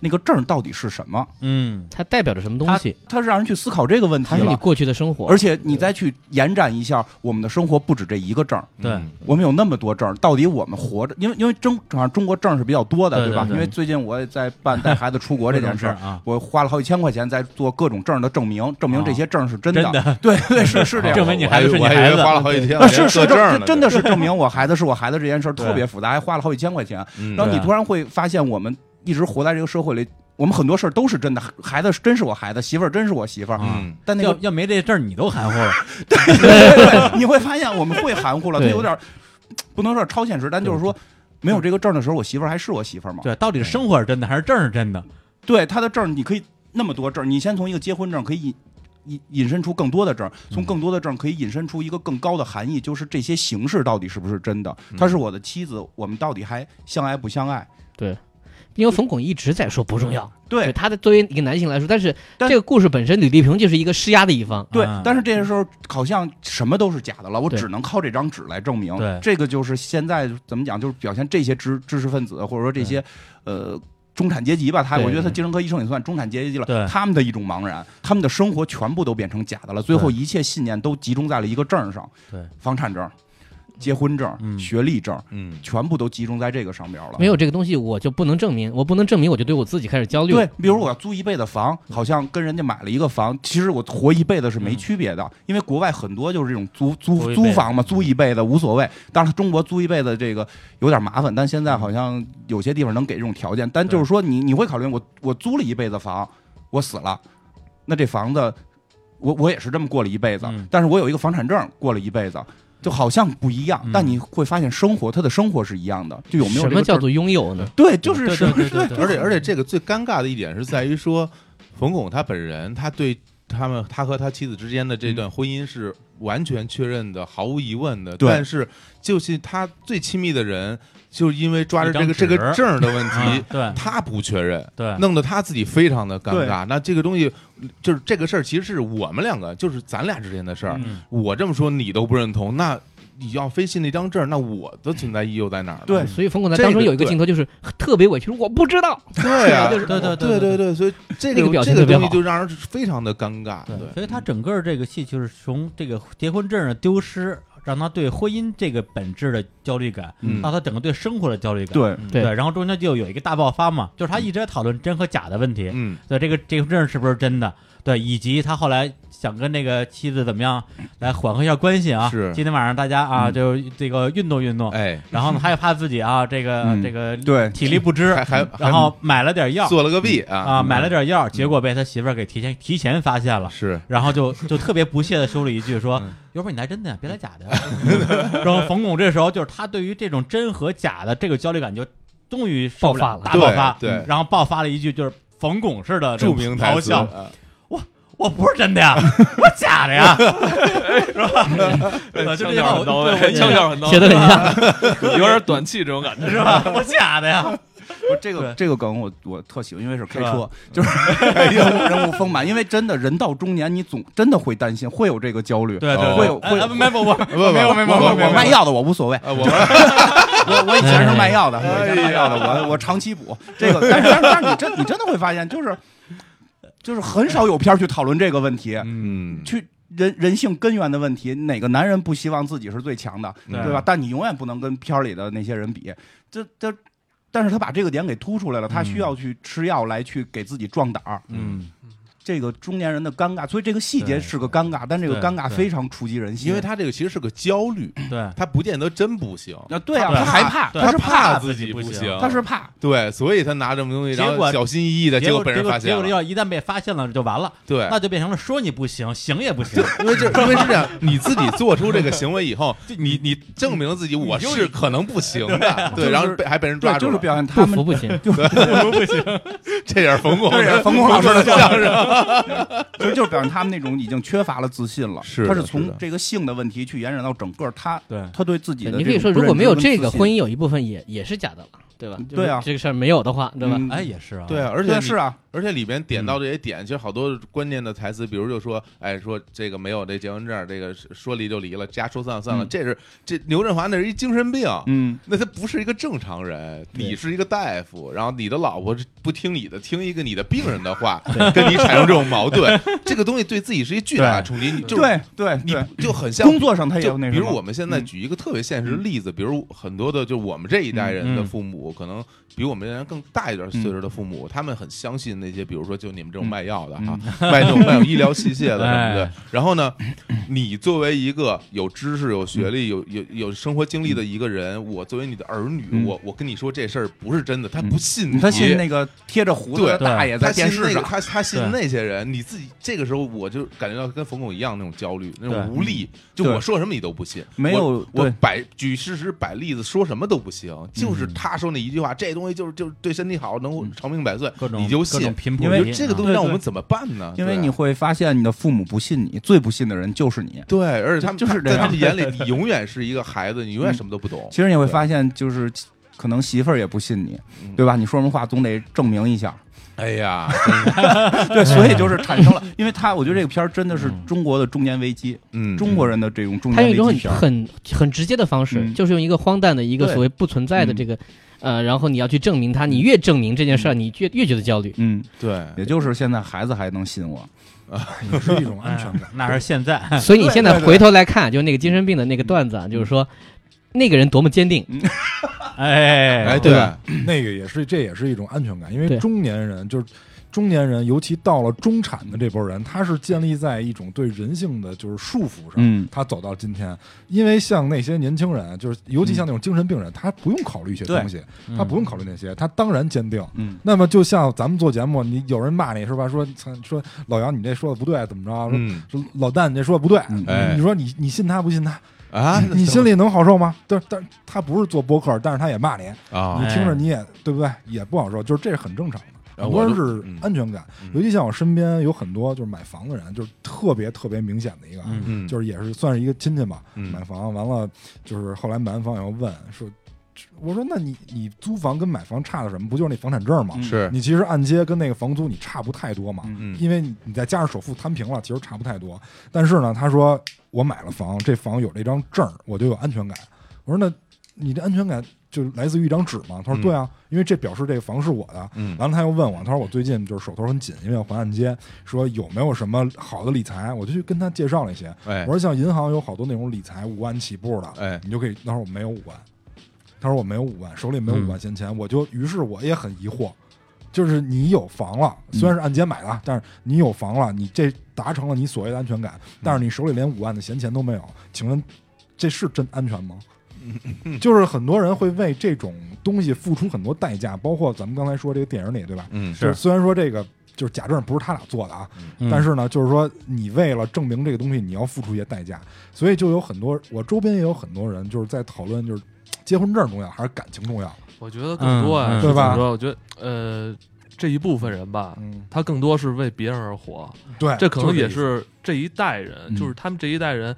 Speaker 2: 那个证到底是什么？
Speaker 4: 嗯，
Speaker 6: 它代表着什么东西？
Speaker 2: 他是让人去思考这个问题
Speaker 6: 它是你
Speaker 2: 了。
Speaker 6: 过去的生活，
Speaker 2: 而且你再去延展一下，我们的生活不止这一个证儿，
Speaker 4: 对
Speaker 5: 嗯
Speaker 2: 我们有那么多证儿，到底我们活着，因为因为中好像中国证儿是比较多的，
Speaker 4: 对
Speaker 2: 吧？
Speaker 4: 对对
Speaker 2: 因为最近我也在办带孩子出国这件事
Speaker 4: 事
Speaker 2: 儿，
Speaker 4: 啊，
Speaker 2: 我花了好几千块钱在做各种证儿的证明，证明这些证儿是真的。
Speaker 4: 真的
Speaker 2: 对对是是这样。
Speaker 4: 证明你
Speaker 5: 我还
Speaker 4: 孩
Speaker 5: 以
Speaker 4: 子是
Speaker 5: 为
Speaker 4: 你
Speaker 5: 我还以为
Speaker 4: 孩子
Speaker 5: 花了好几天，
Speaker 2: 啊
Speaker 5: 我
Speaker 2: 是
Speaker 5: 连
Speaker 2: 是
Speaker 5: 个证儿
Speaker 2: 证，
Speaker 5: 呢
Speaker 2: 真的是证明我孩子是我孩子这件事儿特
Speaker 4: 对
Speaker 2: 别复杂，还花了好几千块钱。
Speaker 5: 嗯
Speaker 2: 然后你
Speaker 4: 对
Speaker 2: 突然会发现，我们一直活在这个社会里，我们很多事儿都是真的，孩子真是我孩子，媳妇儿真是我媳妇儿。
Speaker 5: 嗯，
Speaker 2: 但那
Speaker 4: 要
Speaker 2: 个
Speaker 4: 要没这证儿你都含糊了，
Speaker 2: 对 对 对，你会发现我们会含糊了，它
Speaker 4: 对
Speaker 2: 有点儿不能说超现实，但就是说。没有这个证儿的时候，我媳妇儿还是我媳妇儿吗？
Speaker 4: 对，到底是生活是真的还是证儿是真的？
Speaker 2: 对他的证儿，你可以那么多证儿，你先从一个结婚证儿可以引引引申出更多的证儿，从更多的证儿可以引申出一个更高的含义，就是这些形式到底是不是真的？她是我的妻子，我们到底还相爱不相爱？
Speaker 6: 因为冯巩一直在说不重要，
Speaker 2: 对
Speaker 6: 他的作为一个男性来说，但是
Speaker 2: 但
Speaker 6: 这个故事本身，吕丽萍就是一个施压的一方，
Speaker 2: 对
Speaker 4: 啊，
Speaker 2: 但是这个时候好像什么都是假的了，我
Speaker 6: 对
Speaker 2: 只能靠这张纸来证明。
Speaker 4: 对
Speaker 2: 这个就是现在怎么讲，就是表现这些知知识分子或者说这些呃。中产阶级吧，他
Speaker 6: 对
Speaker 2: 我觉得他精神科医生也算中产阶级了。
Speaker 4: 对
Speaker 2: 他们的一种茫然，他们的生活全部都变成假的了，最后一切信念都集中在了一个证儿上，
Speaker 4: 对，
Speaker 2: 房产证、结婚证、
Speaker 4: 嗯
Speaker 2: 学历证，
Speaker 5: 嗯
Speaker 2: 全部都集中在这个上边了。
Speaker 6: 没有这个东西我就不能证明，我不能证明我就对我自己开始
Speaker 4: 哦
Speaker 6: 焦虑，
Speaker 2: 对，比如我要租一辈子房，好像跟人家买了一个房，其实我活一辈子是没区别的，因为国外很多就是这种租租
Speaker 4: 嗯租一辈子嗯
Speaker 2: 租房嘛，租一辈子无所谓。当然，中国租一辈子这个有点麻烦，但现
Speaker 4: 嗯
Speaker 2: 在好像有些地方能给这种条件。但就是说你，你会考虑我我租了一辈子房，我死了，那这房子我我也是这么过了一辈子，
Speaker 4: 嗯
Speaker 2: 但是我有一个房产证过了一辈子。就好像不一样，
Speaker 4: 嗯
Speaker 2: 但你会发现生活，他的生活是一样的，就有没有
Speaker 6: 什
Speaker 2: 这
Speaker 6: 么
Speaker 2: 个
Speaker 6: 叫
Speaker 2: 证
Speaker 6: 做拥有呢？
Speaker 2: 对，就是
Speaker 4: 嗯对
Speaker 2: 什
Speaker 4: 对
Speaker 2: 么
Speaker 4: 对对对，
Speaker 5: 而且而且这个最尴尬的一点是在于说，冯巩他本人，他对他们他和他妻子之间的
Speaker 4: 嗯
Speaker 5: 这段婚姻是完全确认的，毫无疑问的。
Speaker 2: 对
Speaker 5: 但是就是他最亲密的人，就是因为抓着这个
Speaker 4: 一张纸
Speaker 5: 这个证儿的问
Speaker 4: 啊
Speaker 5: 题，
Speaker 4: 对
Speaker 5: 他不确认。
Speaker 4: 对，嗯
Speaker 5: 弄得他自己非常的尴
Speaker 2: 对
Speaker 5: 尬。那这个东西，就是这个事儿，其实是我们两个，就是咱俩之间的事儿。
Speaker 4: 嗯
Speaker 5: 我这么说你都不认同，那你要非信那张证儿，那我的存在意义又在哪儿呢？
Speaker 2: 对
Speaker 6: 所以冯巩在
Speaker 5: 这
Speaker 6: 当中
Speaker 5: 个
Speaker 6: 有一个
Speaker 5: 对
Speaker 6: 镜头就是特别委屈，我不知道，
Speaker 5: 对 啊，
Speaker 6: 就是
Speaker 4: 对对
Speaker 5: 对
Speaker 4: 对
Speaker 5: 对，所以这
Speaker 6: 那个表
Speaker 5: 这
Speaker 6: 情
Speaker 5: 个
Speaker 6: 特别
Speaker 5: 东西
Speaker 6: 好
Speaker 5: 就让人非常的尴尬。对
Speaker 4: 对，，所以他整个这个戏就是从这个结婚证的丢失，让他对婚姻这个本质的焦虑感，
Speaker 5: 嗯
Speaker 4: 到他整个对生活的焦虑感。嗯
Speaker 2: 对，
Speaker 4: 对
Speaker 6: 对
Speaker 4: 然后中间就有一个大爆发嘛，就是他一直在讨论真和假的问题，
Speaker 5: 嗯，
Speaker 4: 对这个这个证是不是真的，对，以及他后来想跟那个妻子怎么样来缓和一下关系啊。
Speaker 5: 是
Speaker 4: 今天晚上大家啊，
Speaker 2: 嗯
Speaker 4: 就这个运动运动，
Speaker 5: 哎，
Speaker 4: 然后呢，他也怕自己啊，这个、
Speaker 2: 嗯
Speaker 4: 这个
Speaker 2: 对
Speaker 4: 体力不支，
Speaker 5: 还还还
Speaker 4: 然后买了点药
Speaker 5: 做了个弊啊
Speaker 4: 啊，买了点药，结果被他媳妇儿给提前提前发现了。
Speaker 5: 是
Speaker 4: 然后就就特别不屑的说了一句说
Speaker 5: 嗯：“
Speaker 4: 要不然你来真的呀，别来假的。”呀。 然后冯巩这时候就是他对于这种真和假的这个焦虑感就终于受不
Speaker 6: 爆发了
Speaker 4: 大爆发，嗯
Speaker 5: 对对
Speaker 4: 然后爆发了一句就是冯巩式的这
Speaker 5: 著
Speaker 4: 种
Speaker 5: 名台
Speaker 4: 咆
Speaker 5: 词，
Speaker 4: 哮
Speaker 5: 啊：“
Speaker 4: 我不是真的呀，我假的 呀，是吧？”就嗯
Speaker 1: 腔
Speaker 4: 这
Speaker 1: 调
Speaker 4: 话
Speaker 1: 很
Speaker 4: 我
Speaker 1: 到
Speaker 4: 对
Speaker 1: 位，
Speaker 4: 我
Speaker 1: 腔调很
Speaker 2: 啊
Speaker 1: 到
Speaker 6: 写的
Speaker 1: 位，
Speaker 6: 很像，
Speaker 1: 有点短气这种感觉。
Speaker 4: 是吧？我假的
Speaker 5: 哦
Speaker 4: 呀，
Speaker 2: 不，这个
Speaker 4: 对
Speaker 2: 这个梗我我特喜欢，因为是开
Speaker 4: 是
Speaker 2: 车，就是 人物人物丰满。因为真的人到中年，你总真的会担心，会有这个焦虑。
Speaker 4: 对对，
Speaker 5: 会
Speaker 2: 有
Speaker 4: 哎
Speaker 2: 会
Speaker 4: 哎没不不，
Speaker 5: 不不
Speaker 4: 没有没有没有
Speaker 5: 我
Speaker 4: 没有哎
Speaker 2: 我卖药的我无所谓，
Speaker 5: 啊，我们
Speaker 2: 我我以前是卖药的，我以前是卖药
Speaker 5: 哎
Speaker 2: 的，我我长期补这个。但是但是但是你真你真的会发现，就是就是很少有片儿去讨论这个问题，
Speaker 5: 嗯，
Speaker 2: 去人人性根源的问题。哪个男人不希望自己是最强的？
Speaker 5: 对
Speaker 2: 对吧？？但你永远不能跟片儿里的那些人比，这这。但是他把这个点给突出来了，他需要去吃药来去给自己壮胆儿，
Speaker 4: 嗯，
Speaker 2: 这个中年人的尴尬，所以这个细节
Speaker 4: 对
Speaker 2: 是个尴尬，但这个
Speaker 4: 对
Speaker 2: 尴尬
Speaker 4: 对
Speaker 2: 非常触及人心，
Speaker 5: 因为他这个其实是个焦虑，
Speaker 4: 嗯对
Speaker 5: 他不见得真不行，
Speaker 2: 啊，对啊，
Speaker 4: 对
Speaker 2: 他害怕，
Speaker 4: 对
Speaker 2: 他是
Speaker 5: 怕
Speaker 2: 怕，
Speaker 5: 自己不行，
Speaker 2: 他是怕，
Speaker 5: 对，所以他拿这么东西，然
Speaker 4: 结
Speaker 5: 后
Speaker 4: 果
Speaker 5: 小心翼翼的，结
Speaker 4: 果
Speaker 5: 被人
Speaker 4: 结
Speaker 5: 发
Speaker 4: 果
Speaker 5: 现
Speaker 4: 结果这
Speaker 5: 了，
Speaker 4: 药一旦被发现了就完了，
Speaker 5: 对，
Speaker 4: 那就变成了说你不行，行也不 行。
Speaker 5: 因为这，因为是这样，你自己做出这个行为以后，你你证明了自己我是可能不行的，对，然后被还被人抓
Speaker 2: 对，
Speaker 5: 住
Speaker 2: 就是
Speaker 5: 了，
Speaker 2: 表现他
Speaker 6: 不服
Speaker 2: 们。
Speaker 6: 不行。
Speaker 5: 这也是冯巩
Speaker 2: 这也是冯巩老师的
Speaker 5: 相声，
Speaker 2: 所以就是表现他们那种已经缺乏了自信了。
Speaker 5: 是的
Speaker 2: 他是
Speaker 5: 是
Speaker 2: 从
Speaker 5: 的
Speaker 2: 这个性的问题去延展到整个他
Speaker 4: 对，
Speaker 2: 他对自己的这种
Speaker 6: 你可以说，
Speaker 2: 不
Speaker 6: 如
Speaker 2: 认
Speaker 6: 果没有
Speaker 2: 知跟
Speaker 6: 这个
Speaker 2: 自信
Speaker 6: 婚姻，有一部分也也是假的了，对吧？
Speaker 2: 对啊
Speaker 6: 就是这个事儿没有的话，对吧？
Speaker 2: 嗯
Speaker 4: 哎，也是啊，
Speaker 5: 对啊，而
Speaker 2: 对
Speaker 5: 且
Speaker 2: 啊是
Speaker 5: 你，
Speaker 2: 啊，
Speaker 5: 而且里边点到这些点，其实好多关键的台词，比如就说，哎，说这个没有这结婚证，这个是说离就离了，家说散就散了，
Speaker 2: 嗯
Speaker 5: 这是这刘振华那是一精神病，
Speaker 2: 嗯，
Speaker 5: 那他不是一个正常人，
Speaker 2: 对
Speaker 5: 你是一个大夫，然后你的老婆是不听你的，听一个你的病人的话，跟你产生这种矛盾，这个东西对自己是一巨大的冲击，你就
Speaker 2: 对对
Speaker 5: 你
Speaker 2: 对，
Speaker 5: 就很像
Speaker 2: 工作上他也有
Speaker 5: 就
Speaker 2: 那
Speaker 5: 比
Speaker 2: 什
Speaker 5: 如
Speaker 2: 么
Speaker 5: 我们现在
Speaker 2: 嗯嗯
Speaker 5: 举一个特别现实的例子，比如很多的就我们这一代人的父母，可能比我们这代人更大一点岁数的父母，他们很相信那些，比如说就你们这
Speaker 2: 嗯
Speaker 5: 种卖药的哈，卖这种卖有医疗器械的什么的
Speaker 4: 哎。
Speaker 5: 然后呢，你作为一个有知识、有学历、有有有生活经历的一个人，我作为你的儿女，
Speaker 2: 嗯
Speaker 5: 我我跟你说这事儿不是真的，他不信你，
Speaker 2: 他信那个贴着胡子的
Speaker 4: 对
Speaker 2: 大爷在
Speaker 5: 他信
Speaker 2: 电视
Speaker 5: 那个，
Speaker 2: 上，
Speaker 5: 他他信
Speaker 4: 对
Speaker 5: 那些人，你自己这个时候我就感觉到跟冯巩一样那种焦虑，那
Speaker 4: 对
Speaker 5: 种无力，就
Speaker 2: 对
Speaker 5: 我说什么你都不信，
Speaker 2: 没有
Speaker 5: 我我
Speaker 2: 对
Speaker 5: 摆举事实摆例子说什么都不行，
Speaker 2: 嗯
Speaker 5: 就是他说那一句话，这东西就是就是对身体好，能长命百岁
Speaker 4: 各，种
Speaker 5: 你就
Speaker 4: 各种
Speaker 5: 信。
Speaker 4: 频谱
Speaker 5: 我
Speaker 4: 题啊，
Speaker 5: 觉
Speaker 2: 因
Speaker 5: 得这个东西
Speaker 2: 对
Speaker 5: 让我
Speaker 2: 对
Speaker 5: 们怎么办呢？
Speaker 2: 因为
Speaker 5: 对啊
Speaker 2: 你会发现你的父母不信你，最不信的人就是你。
Speaker 5: 对，而且他们
Speaker 2: 就是
Speaker 5: 他
Speaker 2: 这
Speaker 5: 在他
Speaker 2: 样
Speaker 5: 们眼里，你永远是一个孩子，你永远什么都不懂。
Speaker 2: 其实你会
Speaker 5: 对
Speaker 2: 发现，就是可能媳妇儿也不信你
Speaker 5: 嗯，
Speaker 2: 对吧？你说什么话总得证明一下。
Speaker 5: 哎 呀，
Speaker 2: 对，所以就是产生了，因为他，我觉得这个片儿真的是中国的中年危机，
Speaker 5: 嗯，
Speaker 2: 中国人的这种中
Speaker 6: 他用
Speaker 2: 年
Speaker 6: 一种
Speaker 2: 危
Speaker 6: 很
Speaker 2: 机片儿。
Speaker 6: 很很直接的方式，
Speaker 2: 嗯
Speaker 6: 就是用一个荒诞的一个
Speaker 2: 对嗯
Speaker 6: 所谓不存在的这个，呃，然后你要去证明它，你越证明这件事儿，你越越觉得焦虑。
Speaker 2: 嗯，
Speaker 5: 对，
Speaker 2: 也就是现在孩子还能信我，
Speaker 3: 也是一种安全感。
Speaker 4: 哎那是现在，
Speaker 6: 所以你现在
Speaker 3: 对对
Speaker 6: 回头来看，就是那个精神病的那个段子啊，就是说那个人多么坚定，
Speaker 4: 哎
Speaker 5: 哎，
Speaker 6: 对
Speaker 5: 对，
Speaker 6: 吧
Speaker 3: 那个也是，这也是一种安全感，因为
Speaker 6: 对
Speaker 3: 中年人就是中年人，尤其到了中产的这波人，他是建立在一种对人性的就是束缚上。
Speaker 2: 嗯，
Speaker 3: 他走到今天，因为像那些年轻人，就是尤其像那种精神病人，他不用考虑一些东西，他不用考虑那些，他当然坚定。
Speaker 2: 嗯，
Speaker 3: 那么就像咱们做节目，你有人骂你是吧？说 操说老杨，你这说的不对，怎么着？说
Speaker 5: 嗯
Speaker 3: 说老蛋，你这说的不对。
Speaker 2: 嗯
Speaker 5: 哎
Speaker 3: 你说你你信他不信他？
Speaker 5: 啊，
Speaker 3: 你心里能好受吗？但但他不是做播客，但是他也骂你，
Speaker 5: 啊
Speaker 2: 哎
Speaker 3: 你，听着你也对不对？也不好受，就是这是很正常的。
Speaker 5: 啊
Speaker 3: 很多
Speaker 5: 我
Speaker 3: 人
Speaker 5: 都
Speaker 3: 是
Speaker 5: 嗯
Speaker 3: 安全感，
Speaker 5: 嗯
Speaker 3: 尤其像我身边有很多就是买房的人，就是特别特别明显的一个啊，
Speaker 4: 嗯
Speaker 5: 嗯，
Speaker 3: 就是也是算是一个亲戚吧，
Speaker 5: 嗯
Speaker 3: 买房完了，就是后来买完房以后问说，我说那你你租房跟买房差的什么？不哦就是那房产证吗？
Speaker 2: 嗯
Speaker 5: 是，
Speaker 3: 你其实按揭跟那个房租你差不太多嘛，
Speaker 5: 嗯
Speaker 3: 因为你你再加上首付摊平了，其实差不太多。但是呢，他说我买了房，这房有这张证儿，我就有安全感。我说那你这安全感就来自于一张纸吗？他说
Speaker 5: 嗯
Speaker 3: 对啊，因为这表示这个房是我的。
Speaker 5: 嗯
Speaker 3: 完了，他又问我，他说我最近就是手头很紧，因为要还按揭，说有没有什么好的理财？我就去跟他介绍了一些。
Speaker 5: 哎
Speaker 3: 我说像银行有好多那种理财五万起步的，
Speaker 5: 哎
Speaker 3: 你就可以。他说我没有五万，他说我没有五万，手里没有五万闲钱，我就于是我也很疑惑，就是你有房了，虽然是按揭买的，但是你有房了，你这达成了你所谓的安全感，但是你手里连五万的闲钱都没有，请问这是真安全吗？就是很多人会为这种东西付出很多代价，包括咱们刚才说这个电影里，对吧？
Speaker 5: 嗯
Speaker 3: 就是虽然说这个就是假证不是他俩做的啊，
Speaker 4: 嗯
Speaker 3: 但是呢，就是说你为了证明这个东西，你要付出一些代价，所以就有很多我周边也有很多人就是在讨论，就是结婚证重要还是感情重要？
Speaker 1: 我觉得更多啊，
Speaker 4: 嗯嗯
Speaker 1: 是
Speaker 3: 对
Speaker 1: 怎
Speaker 3: 吧
Speaker 1: 么说我觉得呃，这一部分人吧，
Speaker 3: 嗯，
Speaker 1: 他更多是为别人而活，
Speaker 3: 对，
Speaker 1: 这可能
Speaker 3: 哎就
Speaker 1: 也
Speaker 3: 意思
Speaker 1: 是这一代人，
Speaker 2: 嗯
Speaker 1: 就是他们这一代人。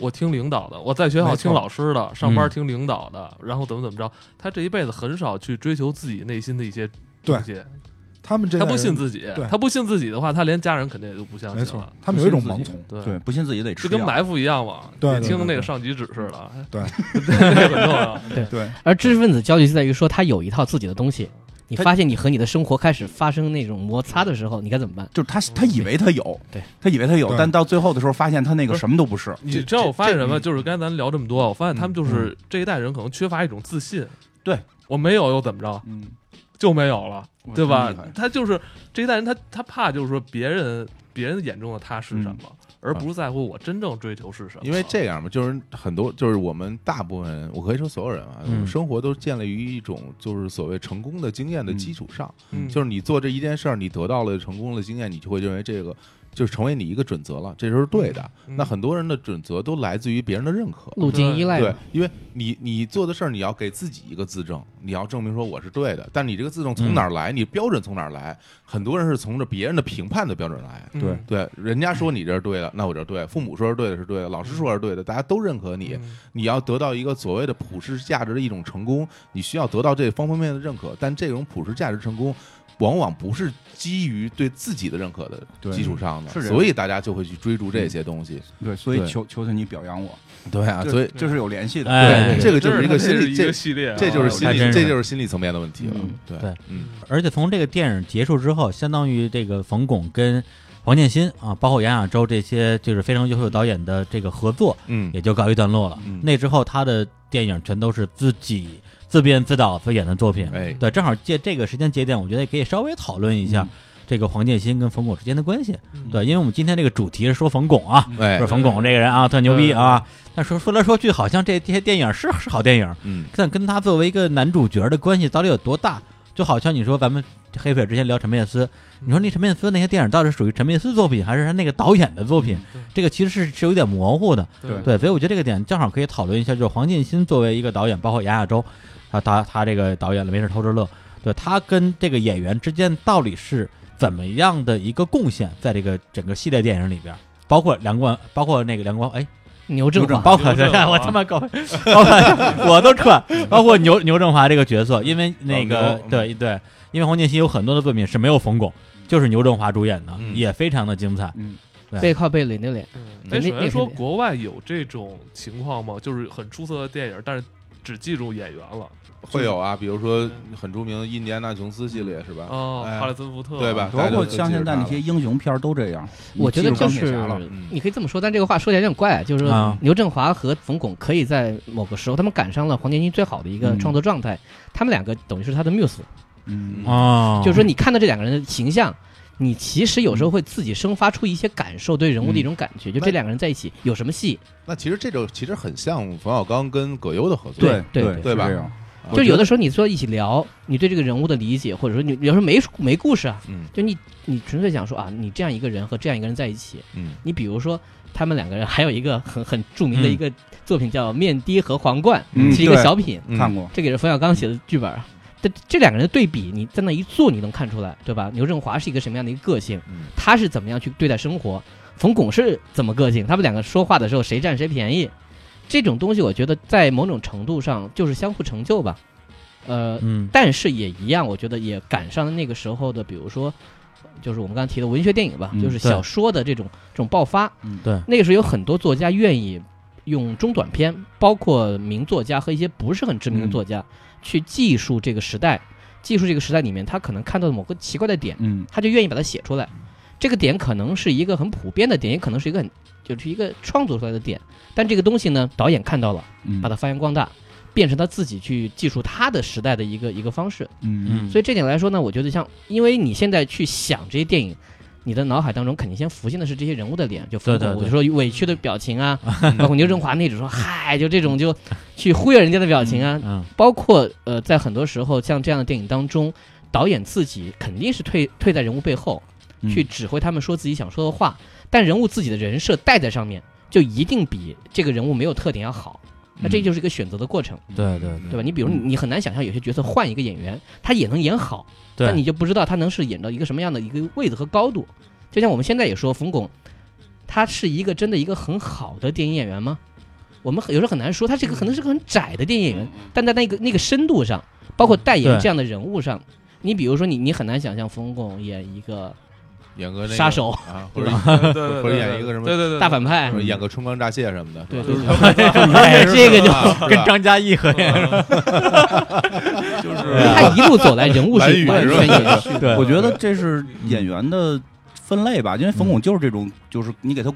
Speaker 1: 我听领导的，我在学校
Speaker 3: 没错嗯
Speaker 1: 听老师的，上班听领导的，然后怎么怎么着，他这一辈子很少去追求自己内心的一些
Speaker 3: 对
Speaker 1: 东西，
Speaker 3: 他们这
Speaker 1: 他
Speaker 3: 代
Speaker 1: 不信
Speaker 3: 人
Speaker 1: 自己
Speaker 3: 对，
Speaker 1: 他不信自己的话，他连家人肯定也就不相
Speaker 3: 没
Speaker 1: 信
Speaker 3: 错
Speaker 1: 了，，
Speaker 3: 他们有一种
Speaker 2: 不信
Speaker 3: 盲
Speaker 2: 自己
Speaker 3: 从，
Speaker 1: 对
Speaker 2: 对，，不信自己得吃
Speaker 1: 就跟
Speaker 2: 药
Speaker 1: 埋伏一样嘛，
Speaker 3: 对对
Speaker 1: 你听
Speaker 3: 对
Speaker 1: 那个
Speaker 3: 对
Speaker 1: 上级指示了，
Speaker 3: 对
Speaker 1: 这个很重要。
Speaker 2: 对，
Speaker 6: 而知识分子焦虑就在于说他有一套自己的东西，你
Speaker 2: 他
Speaker 6: 发现你和你的生活开始发生那种摩擦的时候，你该怎么办？
Speaker 2: 就是他他以为他有，
Speaker 6: 对
Speaker 2: 他以为他有，
Speaker 3: 对
Speaker 2: 但到最后的时候发现他那
Speaker 1: 不
Speaker 2: 个
Speaker 1: 是
Speaker 2: 什么都不是，
Speaker 1: 你
Speaker 5: 这
Speaker 1: 知道我发现什么？
Speaker 5: 这
Speaker 1: 就是刚才咱聊这么多，我发现他
Speaker 3: 嗯
Speaker 1: 们就是这一代人可能缺乏一种自信。
Speaker 2: 对
Speaker 1: 我没有又怎么着，
Speaker 2: 嗯，
Speaker 1: 就没有了，
Speaker 5: 哇
Speaker 1: 对吧
Speaker 5: 真厉害？
Speaker 1: 他就是这一代人，他他怕就是说别人别人眼中的他是什么，而不是在乎我真正追求是什么。
Speaker 5: 嗯因为这样嘛，就是很多，就是我们大部分，我可以说所有人啊，我
Speaker 4: 嗯
Speaker 5: 们生活都建立于一种就是所谓成功的经验的基础上，
Speaker 1: 嗯
Speaker 5: 就是你做这一件事儿，你得到了成功的经验，你就会认为这个就是成为你一个准则了，这就是对的。
Speaker 1: 嗯
Speaker 5: 那很多人的准则都来自于别人的认可，
Speaker 6: 路径依赖
Speaker 5: 对
Speaker 6: 嘛，，
Speaker 5: 因为你你做的事儿，你要给自己一个自证，你要证明说我是对的。但你这个自证
Speaker 1: 嗯
Speaker 5: 从哪儿来？你标准从哪儿来？很多人是从着别人的评判的标准来。
Speaker 1: 嗯
Speaker 2: 对
Speaker 5: 对，人家说你这是对的，那我这是对的；父母说是对的，是对的；老师说是对的，大家都认可你。
Speaker 1: 嗯
Speaker 5: 你要得到一个所谓的普世价值的一种成功，你需要得到这方方面面的认可。但这种普世价值成功，往往不是基于对自己的认可的
Speaker 2: 对
Speaker 5: 基础上的
Speaker 2: 是，这样
Speaker 5: 所以大家就会去追逐这些东西。
Speaker 2: 对，所以
Speaker 5: 对
Speaker 2: 求求求你表扬我，
Speaker 5: 对啊，
Speaker 2: 这
Speaker 5: 所以
Speaker 2: 这是有联系的。
Speaker 4: 哎
Speaker 5: 对这个就是一个
Speaker 1: 这
Speaker 5: 心
Speaker 1: 是
Speaker 5: 理，
Speaker 1: 一
Speaker 5: 这
Speaker 1: 个系列啊，
Speaker 5: 这就是心
Speaker 4: 还
Speaker 5: 理，
Speaker 4: 真是
Speaker 5: 这就是心理层面的问题了
Speaker 2: 嗯。
Speaker 5: 对
Speaker 4: 对，
Speaker 5: 嗯，
Speaker 4: 而且从这个电影结束之后，相当于这个冯巩跟黄建新啊，包括杨亚洲这些就是非常优秀导演的这个合作
Speaker 5: 嗯，
Speaker 4: 也就告一段落了。
Speaker 5: 嗯
Speaker 4: 那之后，他的电影全都是自己自编自导自演的作
Speaker 1: 嗯
Speaker 4: 品。
Speaker 5: 哎，
Speaker 4: 对，正好借这个时间节点，我觉得也可以稍微讨论一下
Speaker 2: 嗯
Speaker 4: 这个黄建新跟冯巩之间的关系。
Speaker 1: 嗯
Speaker 4: 对，因为我们今天这个主题是说冯巩啊，
Speaker 5: 哎
Speaker 4: 说，冯巩这个人啊特牛逼啊，但说说来说去，好像这这些电影是是好电影，
Speaker 5: 嗯，
Speaker 4: 但跟他作为一个男主角的关系到底有多大？就好像你说咱们黑粉之前聊陈佩斯，你说那陈佩斯那些电影到底是属于陈佩斯作品，还是他那个导演的作品？这个其实是是有点模糊的。
Speaker 1: 对
Speaker 4: 对，所以我觉得这个点正好可以讨论一下，就是黄建新作为一个导演，包括杨亚洲，他他他这个导演了，没事偷着乐，对他跟这个演员之间到底是怎么样的一个贡献，在这个整个系列电影里边，包括梁冠，包括那个梁冠，哎，
Speaker 6: 牛振华，
Speaker 4: 包括啊
Speaker 1: 牛振华
Speaker 4: 我他妈搞，包括我都串，包括牛牛振华这个角色，因为那
Speaker 5: 老
Speaker 4: 个
Speaker 5: 牛
Speaker 4: 对对，因为黄建新有很多的作品是没有冯巩，就是牛振华主演的，
Speaker 5: 嗯
Speaker 4: 也非常的精彩。
Speaker 2: 嗯，
Speaker 6: 背靠背垒那垒，
Speaker 1: 嗯
Speaker 6: 对
Speaker 1: 哎，首
Speaker 6: 那
Speaker 1: 先
Speaker 6: 那
Speaker 1: 说
Speaker 6: 肯定
Speaker 1: 国外有这种情况吗？就是很出色的电影，但是只记住演员了。
Speaker 5: 会有啊，比如说很著名的《印第安纳琼斯》系列是吧？
Speaker 1: 哦
Speaker 5: 哎，
Speaker 1: 哈里森福特，
Speaker 5: 对吧
Speaker 2: 包括像现在那些英雄片儿都这样。
Speaker 6: 我觉得
Speaker 2: 你记
Speaker 6: 就
Speaker 2: 住钢铁
Speaker 6: 是
Speaker 2: 侠了
Speaker 5: 嗯
Speaker 6: 你可以这么说，但这个话说起来有点怪，就是
Speaker 4: 啊
Speaker 6: 说牛振华和冯巩可以在某个时候，他们赶上了黄建新最好的一个
Speaker 2: 嗯
Speaker 6: 创作状态，他们两个等于是他的 muse，
Speaker 2: 嗯，
Speaker 4: 哦
Speaker 6: 就是说你看到这两个人的形象。你其实有时候会自己生发出一些感受，对人物的一种感觉。就这两个人在一起有什么戏？
Speaker 5: 那其实这就其实很像冯小刚跟葛优的合作，
Speaker 6: 对
Speaker 2: 对
Speaker 5: 对吧
Speaker 2: 是这样
Speaker 5: 我
Speaker 6: 就
Speaker 5: 觉
Speaker 6: 有
Speaker 5: 得
Speaker 6: 的时候你坐一起聊，你对这个人物的理解，或者说你有时候没没故事啊，
Speaker 5: 嗯
Speaker 6: 就你你纯粹想说啊，你这样一个人和这样一个人在一起，
Speaker 5: 嗯
Speaker 6: 你比如说他们两个人还有一个很很著名的
Speaker 4: 嗯
Speaker 6: 一个作品叫《面的和皇冠》，
Speaker 2: 嗯
Speaker 6: 是一个
Speaker 2: 对
Speaker 6: 小品，
Speaker 5: 嗯
Speaker 2: 看过。
Speaker 6: 这个也是冯小刚写的剧本啊。这这两个人的对比，你在那一坐，你能看出来，对吧？牛振华是一个什么样的一个个性，
Speaker 5: 嗯
Speaker 6: 他是怎么样去对待生活，冯巩是怎么个性，他们两个说话的时候谁占谁便宜，这种东西我觉得在某种程度上就是相互成就吧。呃，
Speaker 4: 嗯
Speaker 6: 但是也一样，我觉得也赶上了那个时候的，比如说，就是我们刚才提的文学电影吧，
Speaker 2: 嗯
Speaker 6: 就是小说的这种这种爆发。
Speaker 2: 嗯
Speaker 4: 对
Speaker 6: 那个时候有很多作家愿意用中短篇，包括名作家和一些不是很知名的作家，
Speaker 2: 嗯
Speaker 6: 去记述这个时代，记述这个时代里面他可能看到的某个奇怪的点，
Speaker 2: 嗯，
Speaker 6: 他就愿意把它写出来。这个点可能是一个很普遍的点，也可能是一个很就是一个创作出来的点，但这个东西呢，导演看到了，
Speaker 2: 嗯
Speaker 6: 把它发扬光大。变成他自己去记述他的时代的一个一个方式，
Speaker 2: 嗯
Speaker 4: 嗯，
Speaker 6: 所以这点来说呢，我觉得像，因为你现在去想这些电影，你的脑海当中肯定先浮现的是这些人物的脸，就
Speaker 4: 对对
Speaker 6: 包括我
Speaker 4: 对
Speaker 6: 就说委屈的表情 啊，
Speaker 5: 嗯
Speaker 6: 包括牛振华那种说嗨，就这种就去忽悠人家的表情啊，
Speaker 4: 嗯
Speaker 6: 包括呃，在很多时候像这样的电影当中，导演自己肯定是退退在人物背后
Speaker 2: 嗯
Speaker 6: 去指挥他们说自己想说的话，但人物自己的人设带在上面，就一定比这个人物没有特点要好。那这就是一个选择的过程，
Speaker 4: 对对
Speaker 6: 对吧？
Speaker 5: 嗯
Speaker 6: 你比如你很难想象有些角色换一个演员，他也能演好。
Speaker 4: 对，
Speaker 6: 但你就不知道他能是演到一个什么样的一个位置和高度。就像我们现在也说，冯巩，他是一个真的一个很好的电影演员吗？我们很有时候很难说，他这
Speaker 4: 嗯
Speaker 6: 个可能是个很窄的电影演员，但在那个那个深度上，包括代言
Speaker 4: 对
Speaker 6: 这样的人物上，你比如说你你很难想象冯巩演一个
Speaker 5: 演个那个
Speaker 6: 杀手
Speaker 5: 啊，或者
Speaker 1: 对对对，
Speaker 5: 或
Speaker 1: 对
Speaker 5: 者演一个什么
Speaker 1: 对对对，嗯
Speaker 6: 大反派
Speaker 5: 或者，演个春光乍泄什么的，
Speaker 6: 对
Speaker 5: 是
Speaker 6: 对
Speaker 5: 吧
Speaker 6: 对，
Speaker 4: 哎 这个就
Speaker 5: 啊是
Speaker 4: 跟
Speaker 5: 吧
Speaker 4: 张嘉译合演，
Speaker 1: 就是
Speaker 4: 啊
Speaker 6: 他一路走来人物
Speaker 5: 蓝宇
Speaker 6: 是完
Speaker 5: 是吧
Speaker 6: 全延续。
Speaker 4: 对，
Speaker 2: 我觉得这是演员的分类吧，因为冯巩就是这种，就是你给他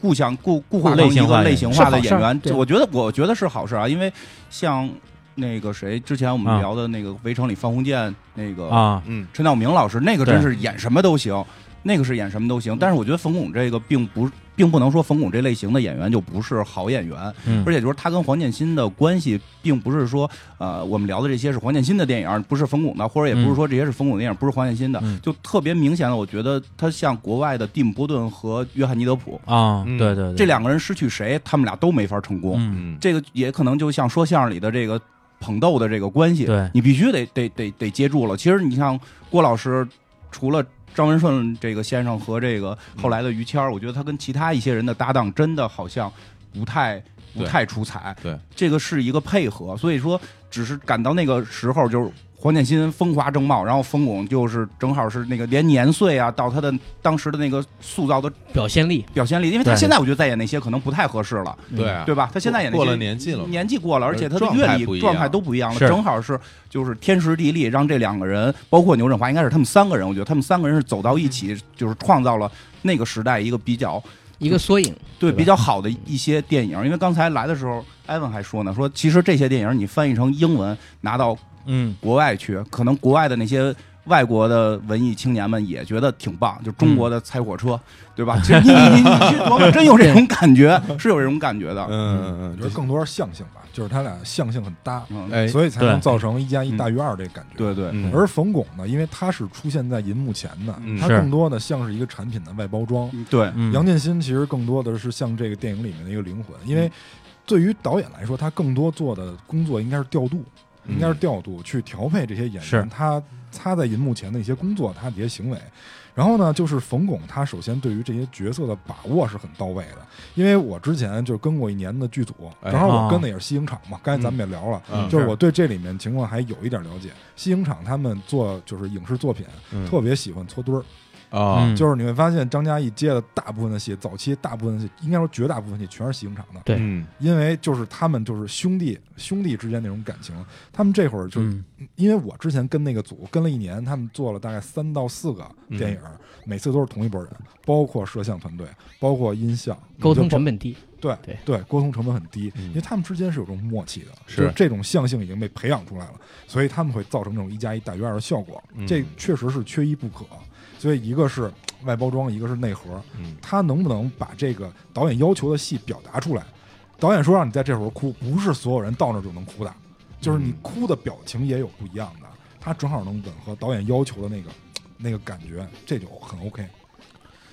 Speaker 2: 故乡固固化成一个类型化的演员，这我觉得我觉得是好事啊，因为像那个谁，之前我们
Speaker 4: 啊
Speaker 2: 聊的那个《围城》里方鸿渐那个
Speaker 4: 啊，
Speaker 5: 嗯
Speaker 2: 陈道明老师，那个真是演什么都行。那个是演什么都行。但是我觉得冯巩这个并不并不能说冯巩这类型的演员就不是好演员，
Speaker 4: 嗯
Speaker 2: 而且就是他跟黄建新的关系，并不是说呃我们聊的这些是黄建新的电影，不是冯巩的，或者也不是说这些是冯巩的电影，不是黄建新的，
Speaker 4: 嗯
Speaker 2: 就特别明显的，我觉得他像国外的蒂姆·波顿和约翰尼·德普
Speaker 4: 啊，
Speaker 5: 嗯
Speaker 4: 对对对，
Speaker 2: 这两个人失去谁，他们俩都没法成功。
Speaker 4: 嗯，
Speaker 5: 嗯，
Speaker 2: 这个也可能就像说相声里的这个捧逗的这个关系，
Speaker 4: 对
Speaker 2: 你必须得得得得接住了。其实你像郭老师，除了张文顺这个先生和这个后来的于谦儿，我觉得他跟其他一些人的搭档真的好像不太不
Speaker 5: 对
Speaker 2: 太出彩。
Speaker 5: 对
Speaker 2: 这个是一个配合，所以说只是赶到那个时候就是。黄建新风华正茂，然后冯巩就是正好是那个连年岁啊，到他的当时的那个塑造的
Speaker 6: 表现力，
Speaker 2: 表现力，因为他
Speaker 4: 对
Speaker 2: 现在我觉得再演那些可能不太合适了，
Speaker 5: 对啊，
Speaker 2: 对吧？他现在演那些
Speaker 5: 过了年纪了嘛，呃
Speaker 2: 年纪过了，而且他的
Speaker 5: 状
Speaker 2: 阅
Speaker 5: 态不
Speaker 2: 历
Speaker 5: 一样
Speaker 2: 状态都不一样了，
Speaker 4: 是
Speaker 2: 正好是就是天时地利，让这两个人，包括牛振华，应该是他们三个人，我觉得他们三个人是走到一起，就是创造了那个时代一个比较
Speaker 6: 一个缩影。
Speaker 2: 对
Speaker 4: 吧
Speaker 2: 比较好的一些电影。因为刚才来的时候，艾文还说呢，说其实这些电影你翻译成英文拿到
Speaker 4: 嗯
Speaker 2: 国外去，可能国外的那些。外国的文艺青年们也觉得挺棒，就中
Speaker 5: 嗯
Speaker 2: 国的拆火车，对吧？其实你你你你去琢磨，真有这种感觉，是有这种感觉的。
Speaker 5: 嗯嗯
Speaker 3: 我觉得
Speaker 5: 嗯
Speaker 3: 更多是象性吧，就是他俩象性很搭，
Speaker 2: 嗯，
Speaker 5: 哎，
Speaker 3: 所以才能
Speaker 4: 对
Speaker 3: 造成一加一大于二这感觉。
Speaker 2: 对对，
Speaker 5: 嗯
Speaker 3: 而冯巩呢，因为他是出现在银幕前的
Speaker 5: 嗯，
Speaker 3: 他
Speaker 4: 是
Speaker 3: 更多的像是一个产品的外包装。
Speaker 2: 嗯对，
Speaker 4: 嗯，
Speaker 3: 杨建新其实更多的是像这个电影里面的一个灵魂，因为对于导演来说，他更多做的工作应该是调度，
Speaker 5: 嗯
Speaker 3: 应该是调度去调配这些演
Speaker 4: 是
Speaker 3: 员，他他在银幕前的一些工作，他的一些行为。然后呢，就是冯巩，他首先对于这些角色的把握是很到位的，因为我之前就跟过一年的剧组，
Speaker 5: 哎
Speaker 3: 正好
Speaker 4: 哦
Speaker 3: 我跟的也是西影厂嘛，刚才咱们也聊了，
Speaker 5: 嗯
Speaker 3: 就是我对这里面情况还有一点了解。西影厂他们做就是影视作品，
Speaker 5: 嗯
Speaker 3: 特别喜欢搓堆儿，
Speaker 5: 啊，
Speaker 4: 嗯
Speaker 3: 就是你会发现张嘉译接的大部分的戏，早期大部分的戏，应该说绝大部分戏全是西影厂的，
Speaker 6: 对
Speaker 5: 嗯
Speaker 3: 因为就是他们就是兄弟兄弟之间那种感情。他们这会儿就是、
Speaker 4: 嗯
Speaker 3: 因为我之前跟那个组跟了一年，他们做了大概三到四个电影，
Speaker 6: 嗯
Speaker 3: 每次都是同一拨人，包括摄像团队，包括音效，
Speaker 6: 沟通
Speaker 3: 就包
Speaker 6: 成本 低，
Speaker 3: 对
Speaker 6: 对
Speaker 3: 对，沟通成本很低，
Speaker 5: 嗯
Speaker 3: 因为他们之间是有这种默契的，
Speaker 5: 是
Speaker 3: 就这种象性已经被培养出来了，所以他们会造成这种一加一大于二的效果，
Speaker 5: 嗯
Speaker 3: 这确实是缺一不可。所以一个是外包装，一个是内核，
Speaker 5: 嗯
Speaker 3: 他能不能把这个导演要求的戏表达出来？导演说让你在这会儿哭，不是所有人到那儿就能哭的，就是你
Speaker 5: 嗯
Speaker 3: 哭的表情也有不一样的，他正好能吻合导演要求的那个那个感觉，这就很 OK。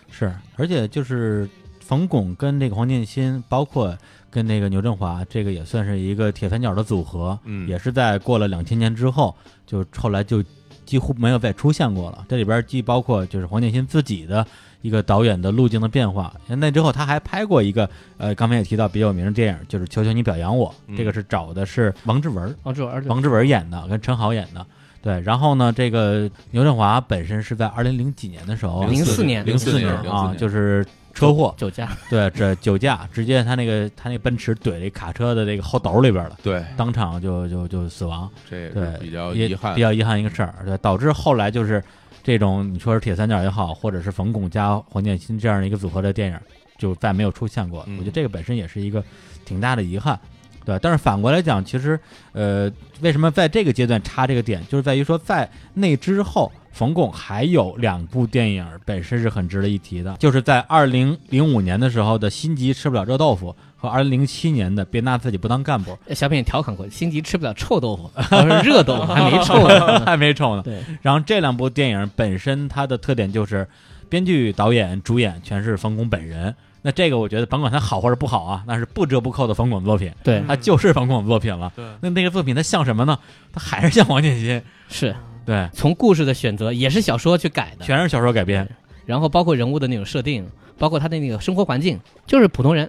Speaker 4: 是，而且就是冯巩跟那个黄建新，包括跟那个牛振华，这个也算是一个铁三角的组合，
Speaker 5: 嗯
Speaker 4: 也是在过了两千年之后，就后来就几乎没有再出现过了。这里边既包括就是黄建新自己的一个导演的路径的变化，哎那之后他还拍过一个呃，刚才也提到比较有名的电影，就是《求求你表扬我》，这个
Speaker 5: 嗯
Speaker 4: 是找的是王志文儿，
Speaker 6: 哦，这我儿子
Speaker 4: 王志文演的，跟陈好演的。对，然后呢，这个牛振华本身是在二零零几年的时候，
Speaker 6: 零四年
Speaker 5: 零四
Speaker 4: 四
Speaker 5: 年
Speaker 4: 啊，就是是车祸，
Speaker 6: 酒驾，
Speaker 4: 对，这酒驾，直接他那个他那奔驰怼这卡车的这个后斗里边了，
Speaker 5: 对，
Speaker 4: 当场就就就死亡，
Speaker 5: 这也
Speaker 4: 对
Speaker 5: 是，比较
Speaker 4: 也
Speaker 5: 遗憾
Speaker 4: 比，较遗憾一个事儿，对，导致后来就是这种你说是铁三角也好，或者是冯巩加黄建新这样的一个组合的电影，就再没有出现过。
Speaker 5: 嗯
Speaker 4: 我觉得这个本身也是一个挺大的遗憾，对。但是反过来讲，其实呃，为什么在这个阶段插这个点，就是在于说在那之后。冯巩还有两部电影本身是很值得一提的，就是在二零零五年的时候的《心急吃不了热豆腐》和二零零七年的《别拿自己不当干部，
Speaker 6: 呃小品也调侃过，辛迪吃不了臭豆腐， 我说热豆腐还没臭》呢。
Speaker 4: 还没瞅呢。
Speaker 6: 对，
Speaker 4: 然后这两部电影本身它的特点就是，编剧、导演、主演全是冯巩本人。那这个我觉得甭管它好或者不好啊，那是不折不扣的冯巩作品，
Speaker 6: 对，
Speaker 4: 它就是冯巩作品
Speaker 6: 嗯
Speaker 4: 了。
Speaker 1: 对，
Speaker 4: 那那个作品它像什么呢？它还是像王建 新，
Speaker 6: 是
Speaker 4: 对，
Speaker 6: 从故事的选择也是小说去改的，
Speaker 4: 全是小说改编。
Speaker 6: 然后包括人物的那种设定，包括他的那个生活环境，就是普通人，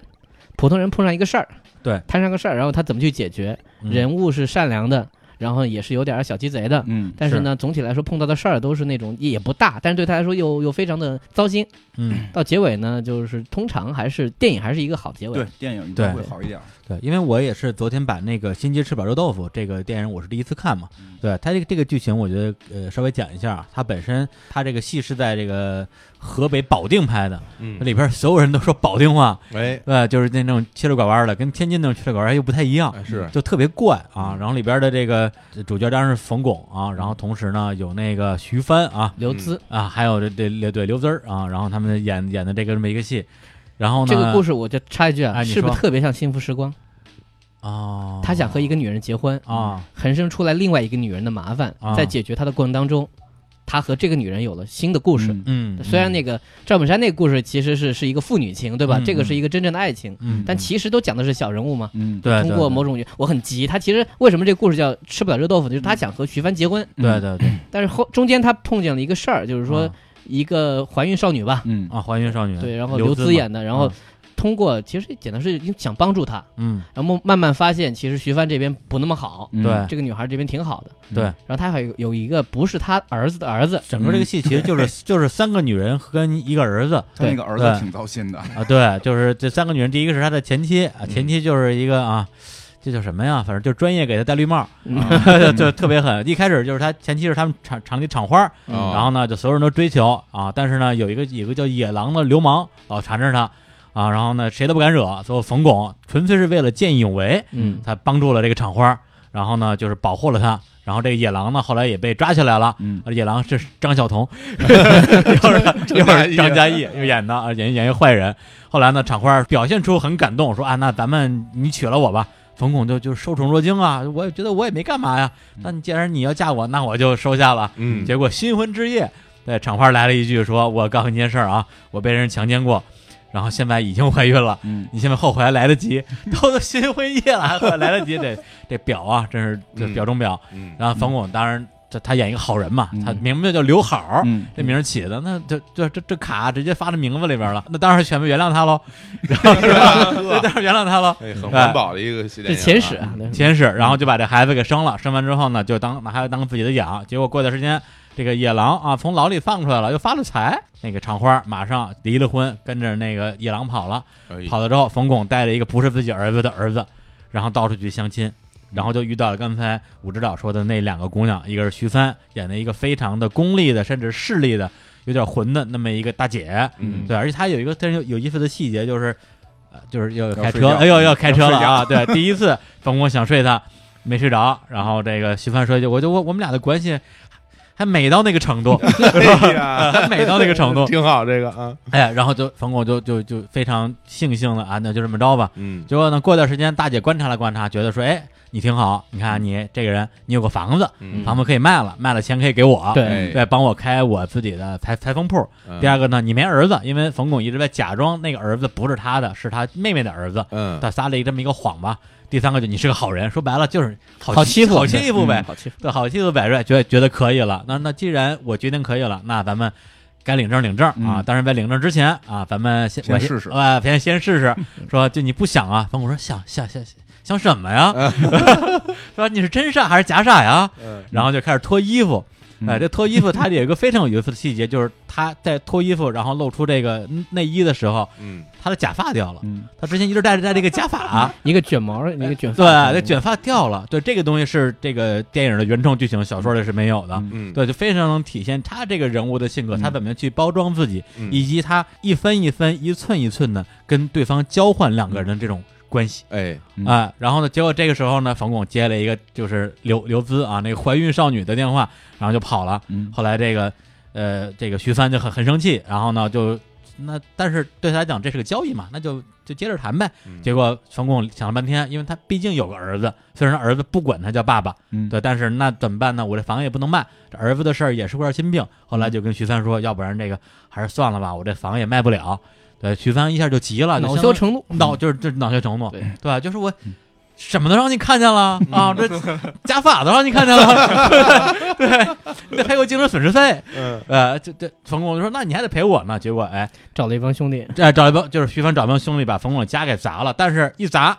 Speaker 6: 普通人碰上一个事儿，
Speaker 4: 对，
Speaker 6: 摊上个事儿，然后他怎么去解决？
Speaker 4: 嗯
Speaker 6: 人物是善良的，然后也是有点儿小鸡贼的，
Speaker 2: 嗯，
Speaker 6: 但是呢，总体来说碰到的事儿都是那种也不大，但是对他来说又又非常的糟心。
Speaker 4: 嗯，
Speaker 6: 到结尾呢，就是通常还是电影还是一个好结尾。
Speaker 2: 对，电影一定会
Speaker 6: 对
Speaker 2: 好一点。
Speaker 4: 对，因为我也是昨天把那个《心急吃饱热豆腐》这个电影，我是第一次看嘛。
Speaker 6: 嗯
Speaker 4: 对它这个这个剧情，我觉得呃稍微讲一下啊，它本身它这个戏是在这个河北保定拍的，
Speaker 5: 嗯
Speaker 4: 里边所有人都说保定话，
Speaker 5: 哎
Speaker 4: 对，就是那种切着拐弯的，跟天津那种切着拐弯又不太一样，
Speaker 5: 哎是
Speaker 4: 就特别怪啊。然后里边的这个个主角当然是冯巩啊，然后同时呢有那个徐帆啊
Speaker 6: 刘孜。
Speaker 4: 啊，还有这这这对刘孜儿啊，然后他们演演的这个这么一个戏，然后呢
Speaker 6: 这个故事我就插一句啊，
Speaker 4: 哦哎你
Speaker 6: 是不是
Speaker 4: 说
Speaker 6: 特别像《幸福时光》？
Speaker 4: 啊，
Speaker 6: 他想和一个女人结婚，
Speaker 4: 啊
Speaker 6: 横生出来另外一个女人的麻烦
Speaker 4: 啊，
Speaker 6: 在解决他的过程当中，他和这个女人有了新的故事。
Speaker 2: 嗯
Speaker 4: 嗯，
Speaker 6: 虽然那个赵本山那个故事其实是是一个父女情，对吧？
Speaker 4: 嗯
Speaker 6: 这个是一个真正的爱情，
Speaker 4: 嗯，
Speaker 6: 但其实都讲的是小人物嘛。
Speaker 2: 嗯，
Speaker 4: 对
Speaker 6: 通过某
Speaker 4: 种
Speaker 6: 种原我很急，他其实为什么这个故事叫吃不了热豆腐，就是
Speaker 4: 嗯
Speaker 6: 他想和徐帆结婚，
Speaker 4: 对对对，
Speaker 6: 但是后中间他碰见了一个事儿，就
Speaker 4: 哦
Speaker 6: 是嗯说一个怀孕少女吧，
Speaker 2: 嗯
Speaker 4: 啊，还原少女
Speaker 6: 对，然后
Speaker 4: 刘
Speaker 6: 刘
Speaker 4: 孜
Speaker 6: 孜
Speaker 4: 嘛
Speaker 6: 演的，然后
Speaker 4: 啊
Speaker 6: 通过其实简单是想帮助她，
Speaker 4: 嗯
Speaker 6: 然后慢慢发现其实徐帆这边不那么好，
Speaker 2: 嗯
Speaker 4: 对
Speaker 6: 这个女孩这边挺好的。
Speaker 4: 哎
Speaker 6: 嗯
Speaker 4: 对，
Speaker 6: 然后他还有有一个不是他儿子的儿子，
Speaker 4: 整个这个戏其实 就是就是三个女人跟一个儿子
Speaker 2: 他那
Speaker 6: 对
Speaker 2: 个儿子
Speaker 4: 对
Speaker 2: 挺糟心的，
Speaker 4: 啊，对，就是这三个女人，第一个是他的前妻啊，前妻就是一个啊。这叫什么呀？反正就是专业给他戴绿帽，
Speaker 2: 嗯
Speaker 6: 嗯
Speaker 4: 就特别狠。一开始就是他前妻是他们厂厂里厂花，
Speaker 5: 哦
Speaker 4: 嗯然后呢，就所有人都追求啊，但是呢，有一个有一个叫野狼的流氓老缠着他啊，然后呢，谁都不敢惹。最后冯巩纯粹是为了见义勇为，
Speaker 6: 嗯，
Speaker 4: 他帮助了这个厂花，然后呢，就是保护了他。然后这个野狼呢，后来也被抓起来了。
Speaker 2: 嗯，
Speaker 4: 啊野狼是张晓 彤，一会儿 一会儿张嘉译又演的，啊演演一个坏人。后来呢，厂花表现出很感动，说啊，那咱们你娶了我吧。冯巩就就受宠若惊啊，我也觉得我也没干嘛呀。那你既然你要嫁我，那我就收下了。
Speaker 5: 嗯，
Speaker 4: 结果新婚之夜，对厂花来了一句说：“我告诉你一件事儿啊，我被人强奸过，然后现在已经怀孕了，
Speaker 2: 嗯
Speaker 4: 你现在后悔还来得 及，都新婚夜了还后悔来得及。这”这表啊，真是这
Speaker 5: 嗯
Speaker 4: 表中表。
Speaker 5: 嗯
Speaker 4: 然后冯巩当然这他演一个好人嘛，
Speaker 2: 嗯
Speaker 4: 他名字叫刘好。
Speaker 2: 嗯，
Speaker 4: 这名儿起的，那这这这这卡直接发到名字里边了，那当然全部原谅他喽， 然后 是 吧？那当然原谅他喽。
Speaker 5: 哎，很环保的一个系列
Speaker 6: 这
Speaker 5: 电影啊，
Speaker 6: 前史啊，那是
Speaker 4: 先是，然后就把这孩子给生了，生完之后呢，就当拿孩子当自己的养。结果过段时间，这个野狼啊从牢里放出来了，又发了财。那个厂花马上离了婚，跟着那个野狼跑了。
Speaker 5: 哎
Speaker 4: 跑了之后，冯巩带着一个不是自己儿子的儿子，然后到处去相亲，然后就遇到了刚才武指导说的那两个姑娘，一个是徐帆演的一个非常的功利的，甚至势利的，有点混的那么一个大姐，
Speaker 5: 嗯
Speaker 4: 对，而且她有一个非常有有意思的细节就是，呃，就是要开
Speaker 2: 睡
Speaker 4: 车，
Speaker 2: 觉
Speaker 4: 哎呦要开车了
Speaker 2: 要
Speaker 4: 啊，对，第一次冯巩想睡她没睡着，然后这个徐帆说一句，我就我我们俩的关系还美到那个程度，
Speaker 5: 哎 呀，
Speaker 4: 还美到那个程度，
Speaker 5: 挺好这个啊，
Speaker 4: 哎，然后就冯巩就就就非常悻悻的啊，那就这么着吧。
Speaker 5: 嗯
Speaker 4: 结果呢，过段时间大姐观察了观察，觉得说，哎，你挺好，你看你这个人，你有个房子，
Speaker 5: 嗯
Speaker 4: 房子可以卖了，卖了钱可以给我，
Speaker 6: 对
Speaker 5: 哎
Speaker 4: 嗯对，帮我开我自己的裁裁缝铺。
Speaker 5: 嗯
Speaker 4: 第二个呢，你没儿子，因为冯巩一直在假装那个儿子不是他的，是他妹妹的儿子，
Speaker 5: 嗯，
Speaker 4: 他撒了一这么一个谎吧。第三个就你是个好人，说白了就是好
Speaker 6: 好
Speaker 4: 欺
Speaker 6: 欺负
Speaker 4: 好欺负呗，
Speaker 6: 好欺负。
Speaker 4: 对，好欺负百瑞，觉得觉得可以了。那那既然我决定可以了，那咱们该领证领证啊
Speaker 2: 嗯！
Speaker 4: 但是在领证之前啊，咱们先
Speaker 2: 先
Speaker 4: 我
Speaker 2: 试试
Speaker 4: 啊，先先试试。说就你不想啊？冯巩说想想想想什么呀？ 说你是真傻还是假傻呀？
Speaker 5: 嗯
Speaker 4: 然后就开始脱衣服。哎，这脱衣服它有一个非常有意思的细节，就是他在脱衣服然后露出这个内衣的时候，
Speaker 5: 嗯
Speaker 4: 他的假发掉了。
Speaker 2: 嗯
Speaker 4: 他之前一直戴着戴这个假发。
Speaker 6: 一个卷毛，一个卷
Speaker 4: 对，啊
Speaker 6: 发，
Speaker 4: 那卷发掉了，对这个东西是这个电影的原创剧情，小说里是没有的。
Speaker 2: 嗯
Speaker 5: 嗯，
Speaker 4: 对，就非常能体现他这个人物的性格，
Speaker 2: 嗯
Speaker 4: 他怎么样去包装自己，
Speaker 5: 嗯
Speaker 4: 以及他一分一分、一寸一寸的跟对方交换两个人的这种关系
Speaker 5: 哎
Speaker 2: 嗯
Speaker 4: 啊、然后呢，结果这个时候呢，冯巩接了一个就是刘刘孜啊那个怀孕少女的电话，然后就跑了。
Speaker 2: 嗯
Speaker 4: 后来这个呃这个徐帆就很很生气，然后呢就那但是对他来讲这是个交易嘛，那就就接着谈呗。
Speaker 5: 嗯
Speaker 4: 结果冯巩想了半天，因为他毕竟有个儿子，虽然儿子不管他叫爸爸，
Speaker 2: 嗯
Speaker 4: 对，但是那怎么办呢？我这房也不能卖，这儿子的事儿也是块心病。后来就跟徐帆说，要不然这个还是算了吧，我这房也卖不了。对，徐帆一下就急了，就
Speaker 6: 恼
Speaker 4: 相当
Speaker 6: 羞成怒。
Speaker 4: 恼就是就是恼羞成怒，
Speaker 6: 对
Speaker 4: 对吧？就是我。什么都让你看见了啊！这加法都让你看见了， 对，你得赔我精神损失费。
Speaker 5: 嗯
Speaker 4: 呃，这这冯巩就说：“那你还得赔我呢。”结果哎，
Speaker 6: 找了一帮兄弟，
Speaker 4: 这呃找一帮就是徐帆找一帮兄弟把冯巩家给砸了，但是一砸，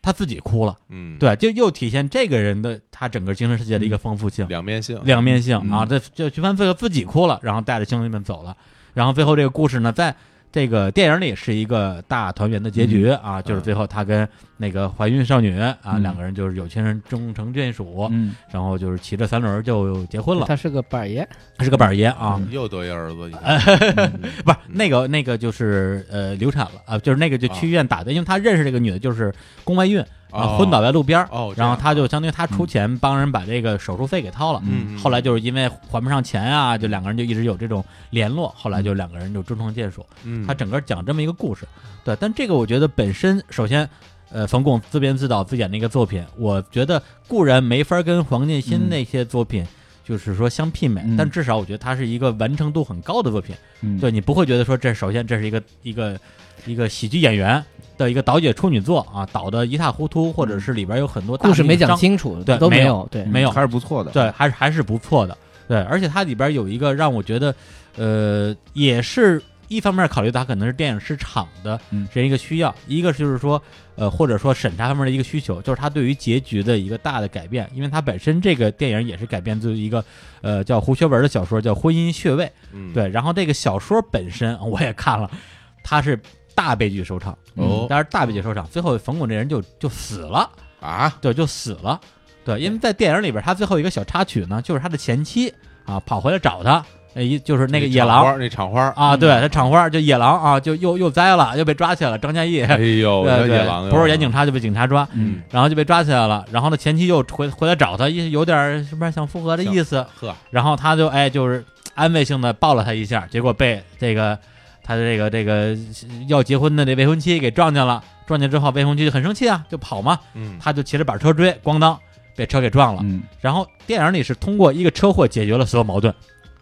Speaker 4: 他自己哭了。
Speaker 5: 嗯，
Speaker 4: 对，就又体现这个人的他整个精神世界的一个丰富性、
Speaker 5: 两面性，
Speaker 4: 两面性啊。
Speaker 2: 嗯
Speaker 4: 这这徐帆最后自己哭了，然后带着兄弟们走了。然后最后这个故事呢，在这个电影里是一个大团圆的结局啊，就是最后他跟那个怀孕少女啊、
Speaker 2: 嗯
Speaker 4: 两个人就是有情人终成眷属，
Speaker 2: 嗯
Speaker 4: 然后就是骑着三轮就结婚了。
Speaker 6: 他是个板儿爷，
Speaker 4: 他是个板儿爷啊。
Speaker 5: 嗯又得一儿子，你 看
Speaker 4: 不是那个那个就是呃流产了啊，就是那个就去医院打的，因为他认识这个女的就是宫外孕，啊，昏倒在路边儿，
Speaker 5: 哦，这
Speaker 4: 然
Speaker 5: 样
Speaker 4: 后他就相当于他出钱帮人把这个手术费给掏了。
Speaker 5: 嗯，嗯
Speaker 4: 后来就是因为还不上钱啊，就两个人就一直有这种联络，后来就两个人就终成眷属。
Speaker 5: 嗯
Speaker 4: 他整个讲这么一个故事，对，但这个我觉得本身首先。呃，冯巩自编自导自演的一个作品，我觉得固然没法跟黄建新
Speaker 2: 嗯
Speaker 4: 那些作品就是说相媲美，
Speaker 2: 嗯
Speaker 4: 但至少我觉得它是一个完成度很高的作品。
Speaker 2: 嗯，
Speaker 4: 对你不会觉得说这首先这是一个一个一个喜剧演员的一个导演处女作啊，导的一塌糊涂，或者是里边有很多大
Speaker 6: 故事没
Speaker 4: 力的
Speaker 6: 讲
Speaker 4: 张，
Speaker 6: 清楚，
Speaker 4: 对
Speaker 6: 都
Speaker 4: 没有
Speaker 6: 有，对，
Speaker 4: 没有
Speaker 2: 嗯还是不错的。
Speaker 4: 对，还是还是不错的，对，而且它里边有一个让我觉得，呃，也是一方面考虑到它可能是电影市场的
Speaker 2: 嗯
Speaker 4: 这样一个需要，一个就是说，呃，或者说审查方面的一个需求，就是它对于结局的一个大的改变，因为它本身这个电影也是改编自于一个呃叫胡学文的小说叫《婚姻穴位》。
Speaker 5: 嗯
Speaker 4: 对，然后这个小说本身 我也看了，它是大悲剧收场，
Speaker 5: 哦
Speaker 4: 但是大悲剧收场，最后冯巩这人就就死了，
Speaker 5: 啊，
Speaker 4: 对，就死了，对，因为在电影里边，他最后一个小插曲呢，就是他的前妻啊跑回来找他，呃一就是那个野
Speaker 5: 场花嗯
Speaker 4: 狼
Speaker 5: 儿那场花儿，
Speaker 4: 啊，对他厂花就野狼啊，就又又栽了，又被抓起来了，张嘉译，
Speaker 5: 哎呦，
Speaker 4: 对
Speaker 5: 那
Speaker 4: 对
Speaker 5: 野狼啊呀
Speaker 4: 不是演警，察就被警察抓，
Speaker 2: 嗯，
Speaker 4: 然后就被抓起来了，然后呢前妻又回回来找他，一有点什么想复合的意思，
Speaker 5: 呵，
Speaker 4: 然后他就哎就是安慰性的抱了他一下，结果被这个他的这个这个要结婚的这未婚妻给撞见了，撞见之后未婚妻就很生气啊，就跑嘛，
Speaker 5: 嗯，
Speaker 4: 他就骑着板车追，咣当被车给撞了。
Speaker 2: 嗯，
Speaker 4: 然后电影里是通过一个车祸解决了所有矛盾，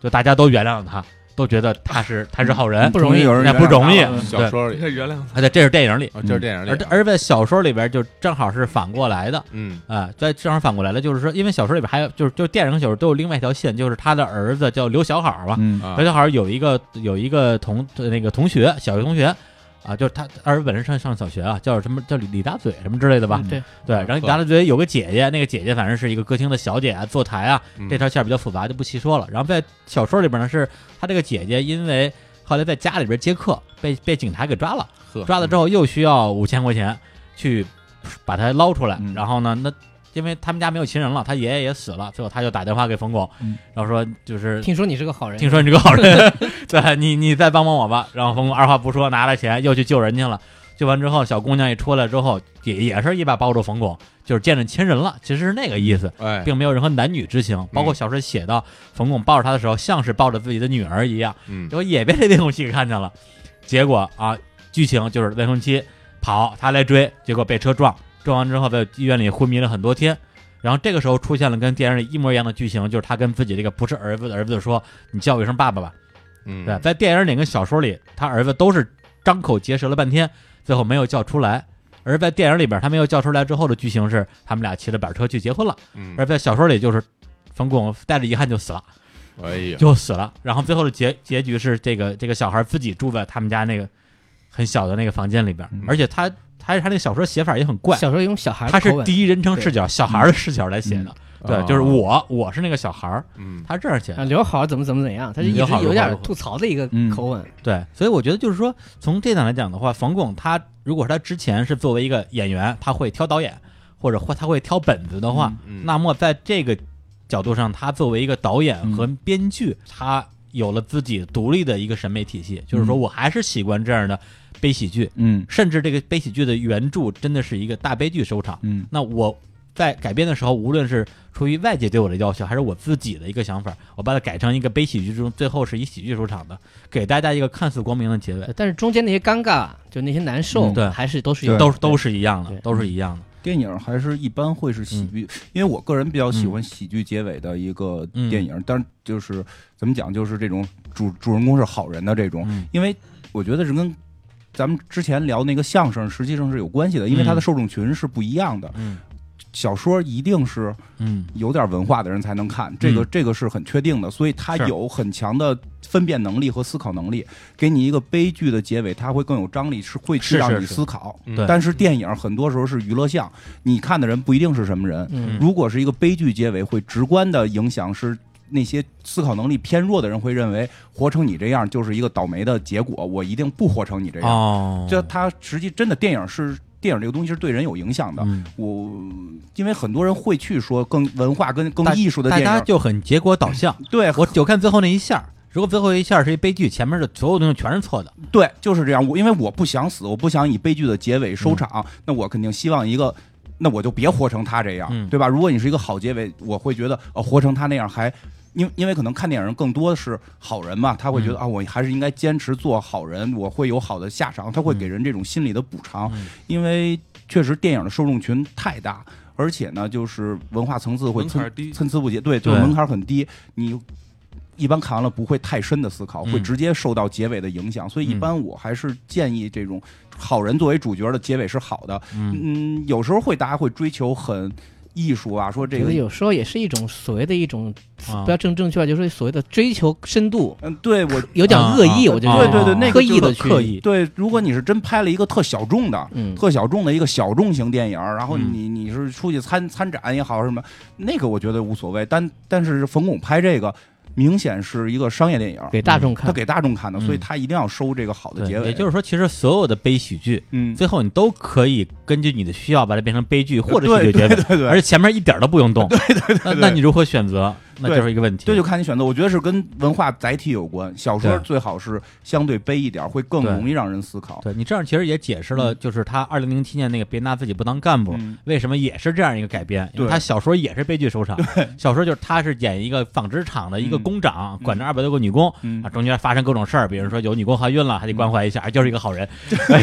Speaker 4: 就大家都原谅了他，都觉得他是他是好人，
Speaker 2: 嗯不容易有人
Speaker 4: 那
Speaker 2: 原谅
Speaker 4: 不容易。
Speaker 2: 他
Speaker 5: 啊小说里，
Speaker 1: 看原谅他，
Speaker 4: 而且这是电影里，
Speaker 5: 啊，这是电影
Speaker 4: 嗯
Speaker 5: 里
Speaker 4: 而
Speaker 5: 啊，
Speaker 4: 而在小说里边就正好是反过来的。
Speaker 5: 嗯
Speaker 4: 啊，在正好反过来了，就是说，因为小说里边还有，就是就是电影和小说都有另外一条线，就是他的儿子叫刘小好嘛，
Speaker 2: 嗯，
Speaker 5: 啊
Speaker 4: 刘小好有一个有一个同那个同学，小学同学啊，就是他儿子本身上上小学啊，叫什么叫李李大嘴什么之类的吧？
Speaker 6: 嗯对，
Speaker 4: 对，然后李大嘴有个姐姐，那个姐姐反正是一个歌厅的小姐啊，坐台啊，
Speaker 5: 嗯
Speaker 4: 这条线比较复杂，就不细说了。然后在小说里边呢，是他这个姐姐因为后来在家里边接客，被被警察给抓了。
Speaker 5: 呵
Speaker 4: 抓了之后又需要五千块钱去把他捞出来，
Speaker 2: 嗯
Speaker 4: 然后呢，那因为他们家没有亲人了，他爷爷也死了，最后他就打电话给冯巩，
Speaker 2: 嗯
Speaker 4: 然后说就是
Speaker 6: 听说你是个好人，
Speaker 4: 听说你是个好人， 对你你再帮帮我吧。然后冯巩二话不说拿了钱又去救人去了，救完之后小姑娘一出来之后也也是一把抱住冯巩，就是见着亲人了，其实是那个意思。
Speaker 5: 哎，
Speaker 4: 并没有任何男女之情，
Speaker 2: 嗯
Speaker 4: 包括小说写到冯巩抱着他的时候，像是抱着自己的女儿一样，
Speaker 5: 嗯
Speaker 4: 结果也被这魏红旗给看见了。结果啊，剧情就是魏红旗跑，他来追，结果被车撞，撞完之后在医院里昏迷了很多天。然后这个时候出现了跟电影里一模一样的剧情，就是他跟自己这个不是儿子的儿子说：“你叫我一声爸爸吧。”
Speaker 5: 嗯，
Speaker 4: 对，在电影里跟小说里，他儿子都是张口结舌了半天，最后没有叫出来。而在电影里边，他没有叫出来之后的剧情是，他们俩骑着板车去结婚了。
Speaker 5: 嗯，
Speaker 4: 而在小说里，就是冯巩带着遗憾就死了。
Speaker 5: 哎呀，
Speaker 4: 就死了。然后最后的结结局是这个这个小孩自己住在他们家那个很小的那个房间里边，
Speaker 2: 嗯
Speaker 4: 而且他他他那个小说写法也很怪，
Speaker 6: 小时候用小孩
Speaker 4: 他是
Speaker 6: 口吻
Speaker 4: 第一人称视角，小孩的视角来写的。对，就是
Speaker 5: 啊，
Speaker 4: 我我是那个小孩儿，
Speaker 5: 嗯，
Speaker 4: 他这样写的
Speaker 6: 啊，。刘好怎么怎么怎样，他是
Speaker 4: 嗯
Speaker 6: 一
Speaker 4: 刘
Speaker 6: 直
Speaker 4: 好
Speaker 6: 有
Speaker 4: 刘
Speaker 6: 点
Speaker 4: 好
Speaker 6: 吐槽的一个
Speaker 2: 嗯
Speaker 6: 口吻，
Speaker 4: 对，所以我觉得就是说，从这点来讲的话，冯巩他如果是他之前是作为一个演员，他会挑导演或者会他会挑本子的话，
Speaker 5: 嗯
Speaker 4: 那么在这个角度上，他作为一个导演和
Speaker 2: 嗯
Speaker 4: 编剧，他有了自己独立的一个审美体系。就是说我还是喜欢这样的悲喜剧，
Speaker 2: 嗯
Speaker 4: 甚至这个悲喜剧的原著真的是一个大悲剧收场。
Speaker 2: 嗯
Speaker 4: 那我在改编的时候，无论是出于外界对我的要求，还是我自己的一个想法，我把它改成一个悲喜剧中，最后是以喜剧收场的，给大家一个看似光明的结尾，
Speaker 6: 但是中间那些尴尬，就那些难受
Speaker 4: 嗯，对
Speaker 6: 还是都是
Speaker 2: 呃对
Speaker 6: 有，
Speaker 4: 都是都是一样的
Speaker 6: 对，
Speaker 4: 都是一样的。
Speaker 2: 电影还是一般会是喜剧，因为我个人比较喜欢喜剧结尾的一个电影，但是就是怎么讲，就是这种主主人公是好人的这种，
Speaker 4: 嗯
Speaker 2: 因为我觉得是跟咱们之前聊那个相声实际上是有关系的，因为它的受众群是不一样的。
Speaker 4: 嗯
Speaker 2: 小说一定是
Speaker 4: 嗯
Speaker 2: 有点文化的人才能看，这个、这个是很确定的，所以他
Speaker 4: 是
Speaker 2: 有很强的分辨能力和思考能力，给你一个悲剧的结尾，他会更有张力，是会去
Speaker 4: 是
Speaker 2: 让
Speaker 4: 是
Speaker 2: 你
Speaker 4: 是
Speaker 2: 思考。
Speaker 5: 嗯
Speaker 4: 对
Speaker 2: 但是电影很多时候是娱乐项，你看的人不一定是什么人。
Speaker 6: 嗯，
Speaker 2: 如果是一个悲剧结尾，会直观的影响是那些思考能力偏弱的人会认为，活成你这样就是一个倒霉的结果，我一定不活成你这样。
Speaker 4: 哦，
Speaker 2: 这他实际真的电影是电影这个东西是对人有影响的。
Speaker 4: 嗯
Speaker 2: 我因为很多人会去说更文化跟更
Speaker 4: 大
Speaker 2: 艺术的
Speaker 4: 大
Speaker 2: 电
Speaker 4: 家
Speaker 2: 影，
Speaker 4: 就很结果导向。
Speaker 2: 对
Speaker 4: 我就看最后那一下儿，如果最后一下儿是一悲剧，前面的所有东西全是错的。嗯
Speaker 2: 对，就是这样。我因为我不想死，我不想以悲剧的结尾收场，那我肯定希望一个那我就别活成他这样，
Speaker 4: 嗯
Speaker 2: 对吧？如果你是一个好结尾，我会觉得哦，活成他那样还。因因为可能看电影人更多的是好人嘛，他会觉得、
Speaker 4: 嗯
Speaker 2: 啊，我还是应该坚持做好人，我会有好的下场，他会给人这种心理的补偿。
Speaker 4: 嗯
Speaker 2: 因为确实电影的受众群太大，而且呢，就是文化层次会
Speaker 1: 门
Speaker 2: 参
Speaker 1: 槛低
Speaker 2: 参差不齐，对，就是
Speaker 4: 对
Speaker 2: 门槛很低，你一般看完了不会太深的思考，
Speaker 4: 嗯
Speaker 2: 会直接受到结尾的影响，所以一
Speaker 4: 嗯
Speaker 2: 般我还是建议这种好人作为主角的结尾是好的。
Speaker 4: 嗯
Speaker 2: 嗯，有时候会大家会追求很艺术啊，说这
Speaker 6: 觉
Speaker 2: 个
Speaker 6: 得。有时候也是一种所谓的一种，
Speaker 4: 啊
Speaker 6: 不要正正确吧，就是所谓的追求深度，
Speaker 2: 嗯，对我，
Speaker 6: 有点恶意，
Speaker 4: 啊
Speaker 6: 我觉得
Speaker 4: 对
Speaker 6: 是
Speaker 4: 对对那个
Speaker 6: 哦刻意
Speaker 2: 就
Speaker 6: 的
Speaker 2: 是
Speaker 6: 去
Speaker 4: 刻意
Speaker 2: 对，如果你是真拍了一个特小众的，
Speaker 6: 嗯，
Speaker 2: 特小众的一个小众型电影儿，然后
Speaker 4: 嗯
Speaker 2: 你你是出去参参展也好什么，那个我觉得无所谓。但但是冯巩拍这个，明显是一个商业电影儿，
Speaker 6: 给大众
Speaker 2: 他
Speaker 6: 看，
Speaker 2: 给大众看的，
Speaker 4: 嗯
Speaker 2: 所以他一定要收这个好的
Speaker 4: 对，
Speaker 2: 结尾。
Speaker 4: 也就是说，其实所有的悲喜剧，
Speaker 2: 嗯，
Speaker 4: 最后你都可以根据你的需要把它变成悲剧或者
Speaker 2: 对
Speaker 4: 喜剧结
Speaker 2: 对
Speaker 4: 尾，
Speaker 2: 对对，
Speaker 4: 而且前面一点都不用动。对对对，那你如何选择？那
Speaker 2: 对
Speaker 4: 就是一个问题。
Speaker 2: 这就看你选择。我觉得是跟文化载体有关，小说
Speaker 4: 对
Speaker 2: 最好是相对悲一点儿，会更
Speaker 4: 对
Speaker 2: 容易让人思考。
Speaker 4: 对你这样其实也解释了，就是他二零零七年那个《别拿自己不当干部》
Speaker 2: 嗯
Speaker 4: 为什么也是这样一个改编，因为
Speaker 2: 对
Speaker 4: 他小说也是悲剧收场。小说就是他是演一个纺织厂的一个
Speaker 2: 嗯
Speaker 4: 工长，
Speaker 2: 嗯
Speaker 4: 管着二百多个女工。
Speaker 2: 嗯
Speaker 4: 啊，，中间发生各种事儿，比如说有女工怀孕了，还得关怀一下，哎就是一个好人， 哎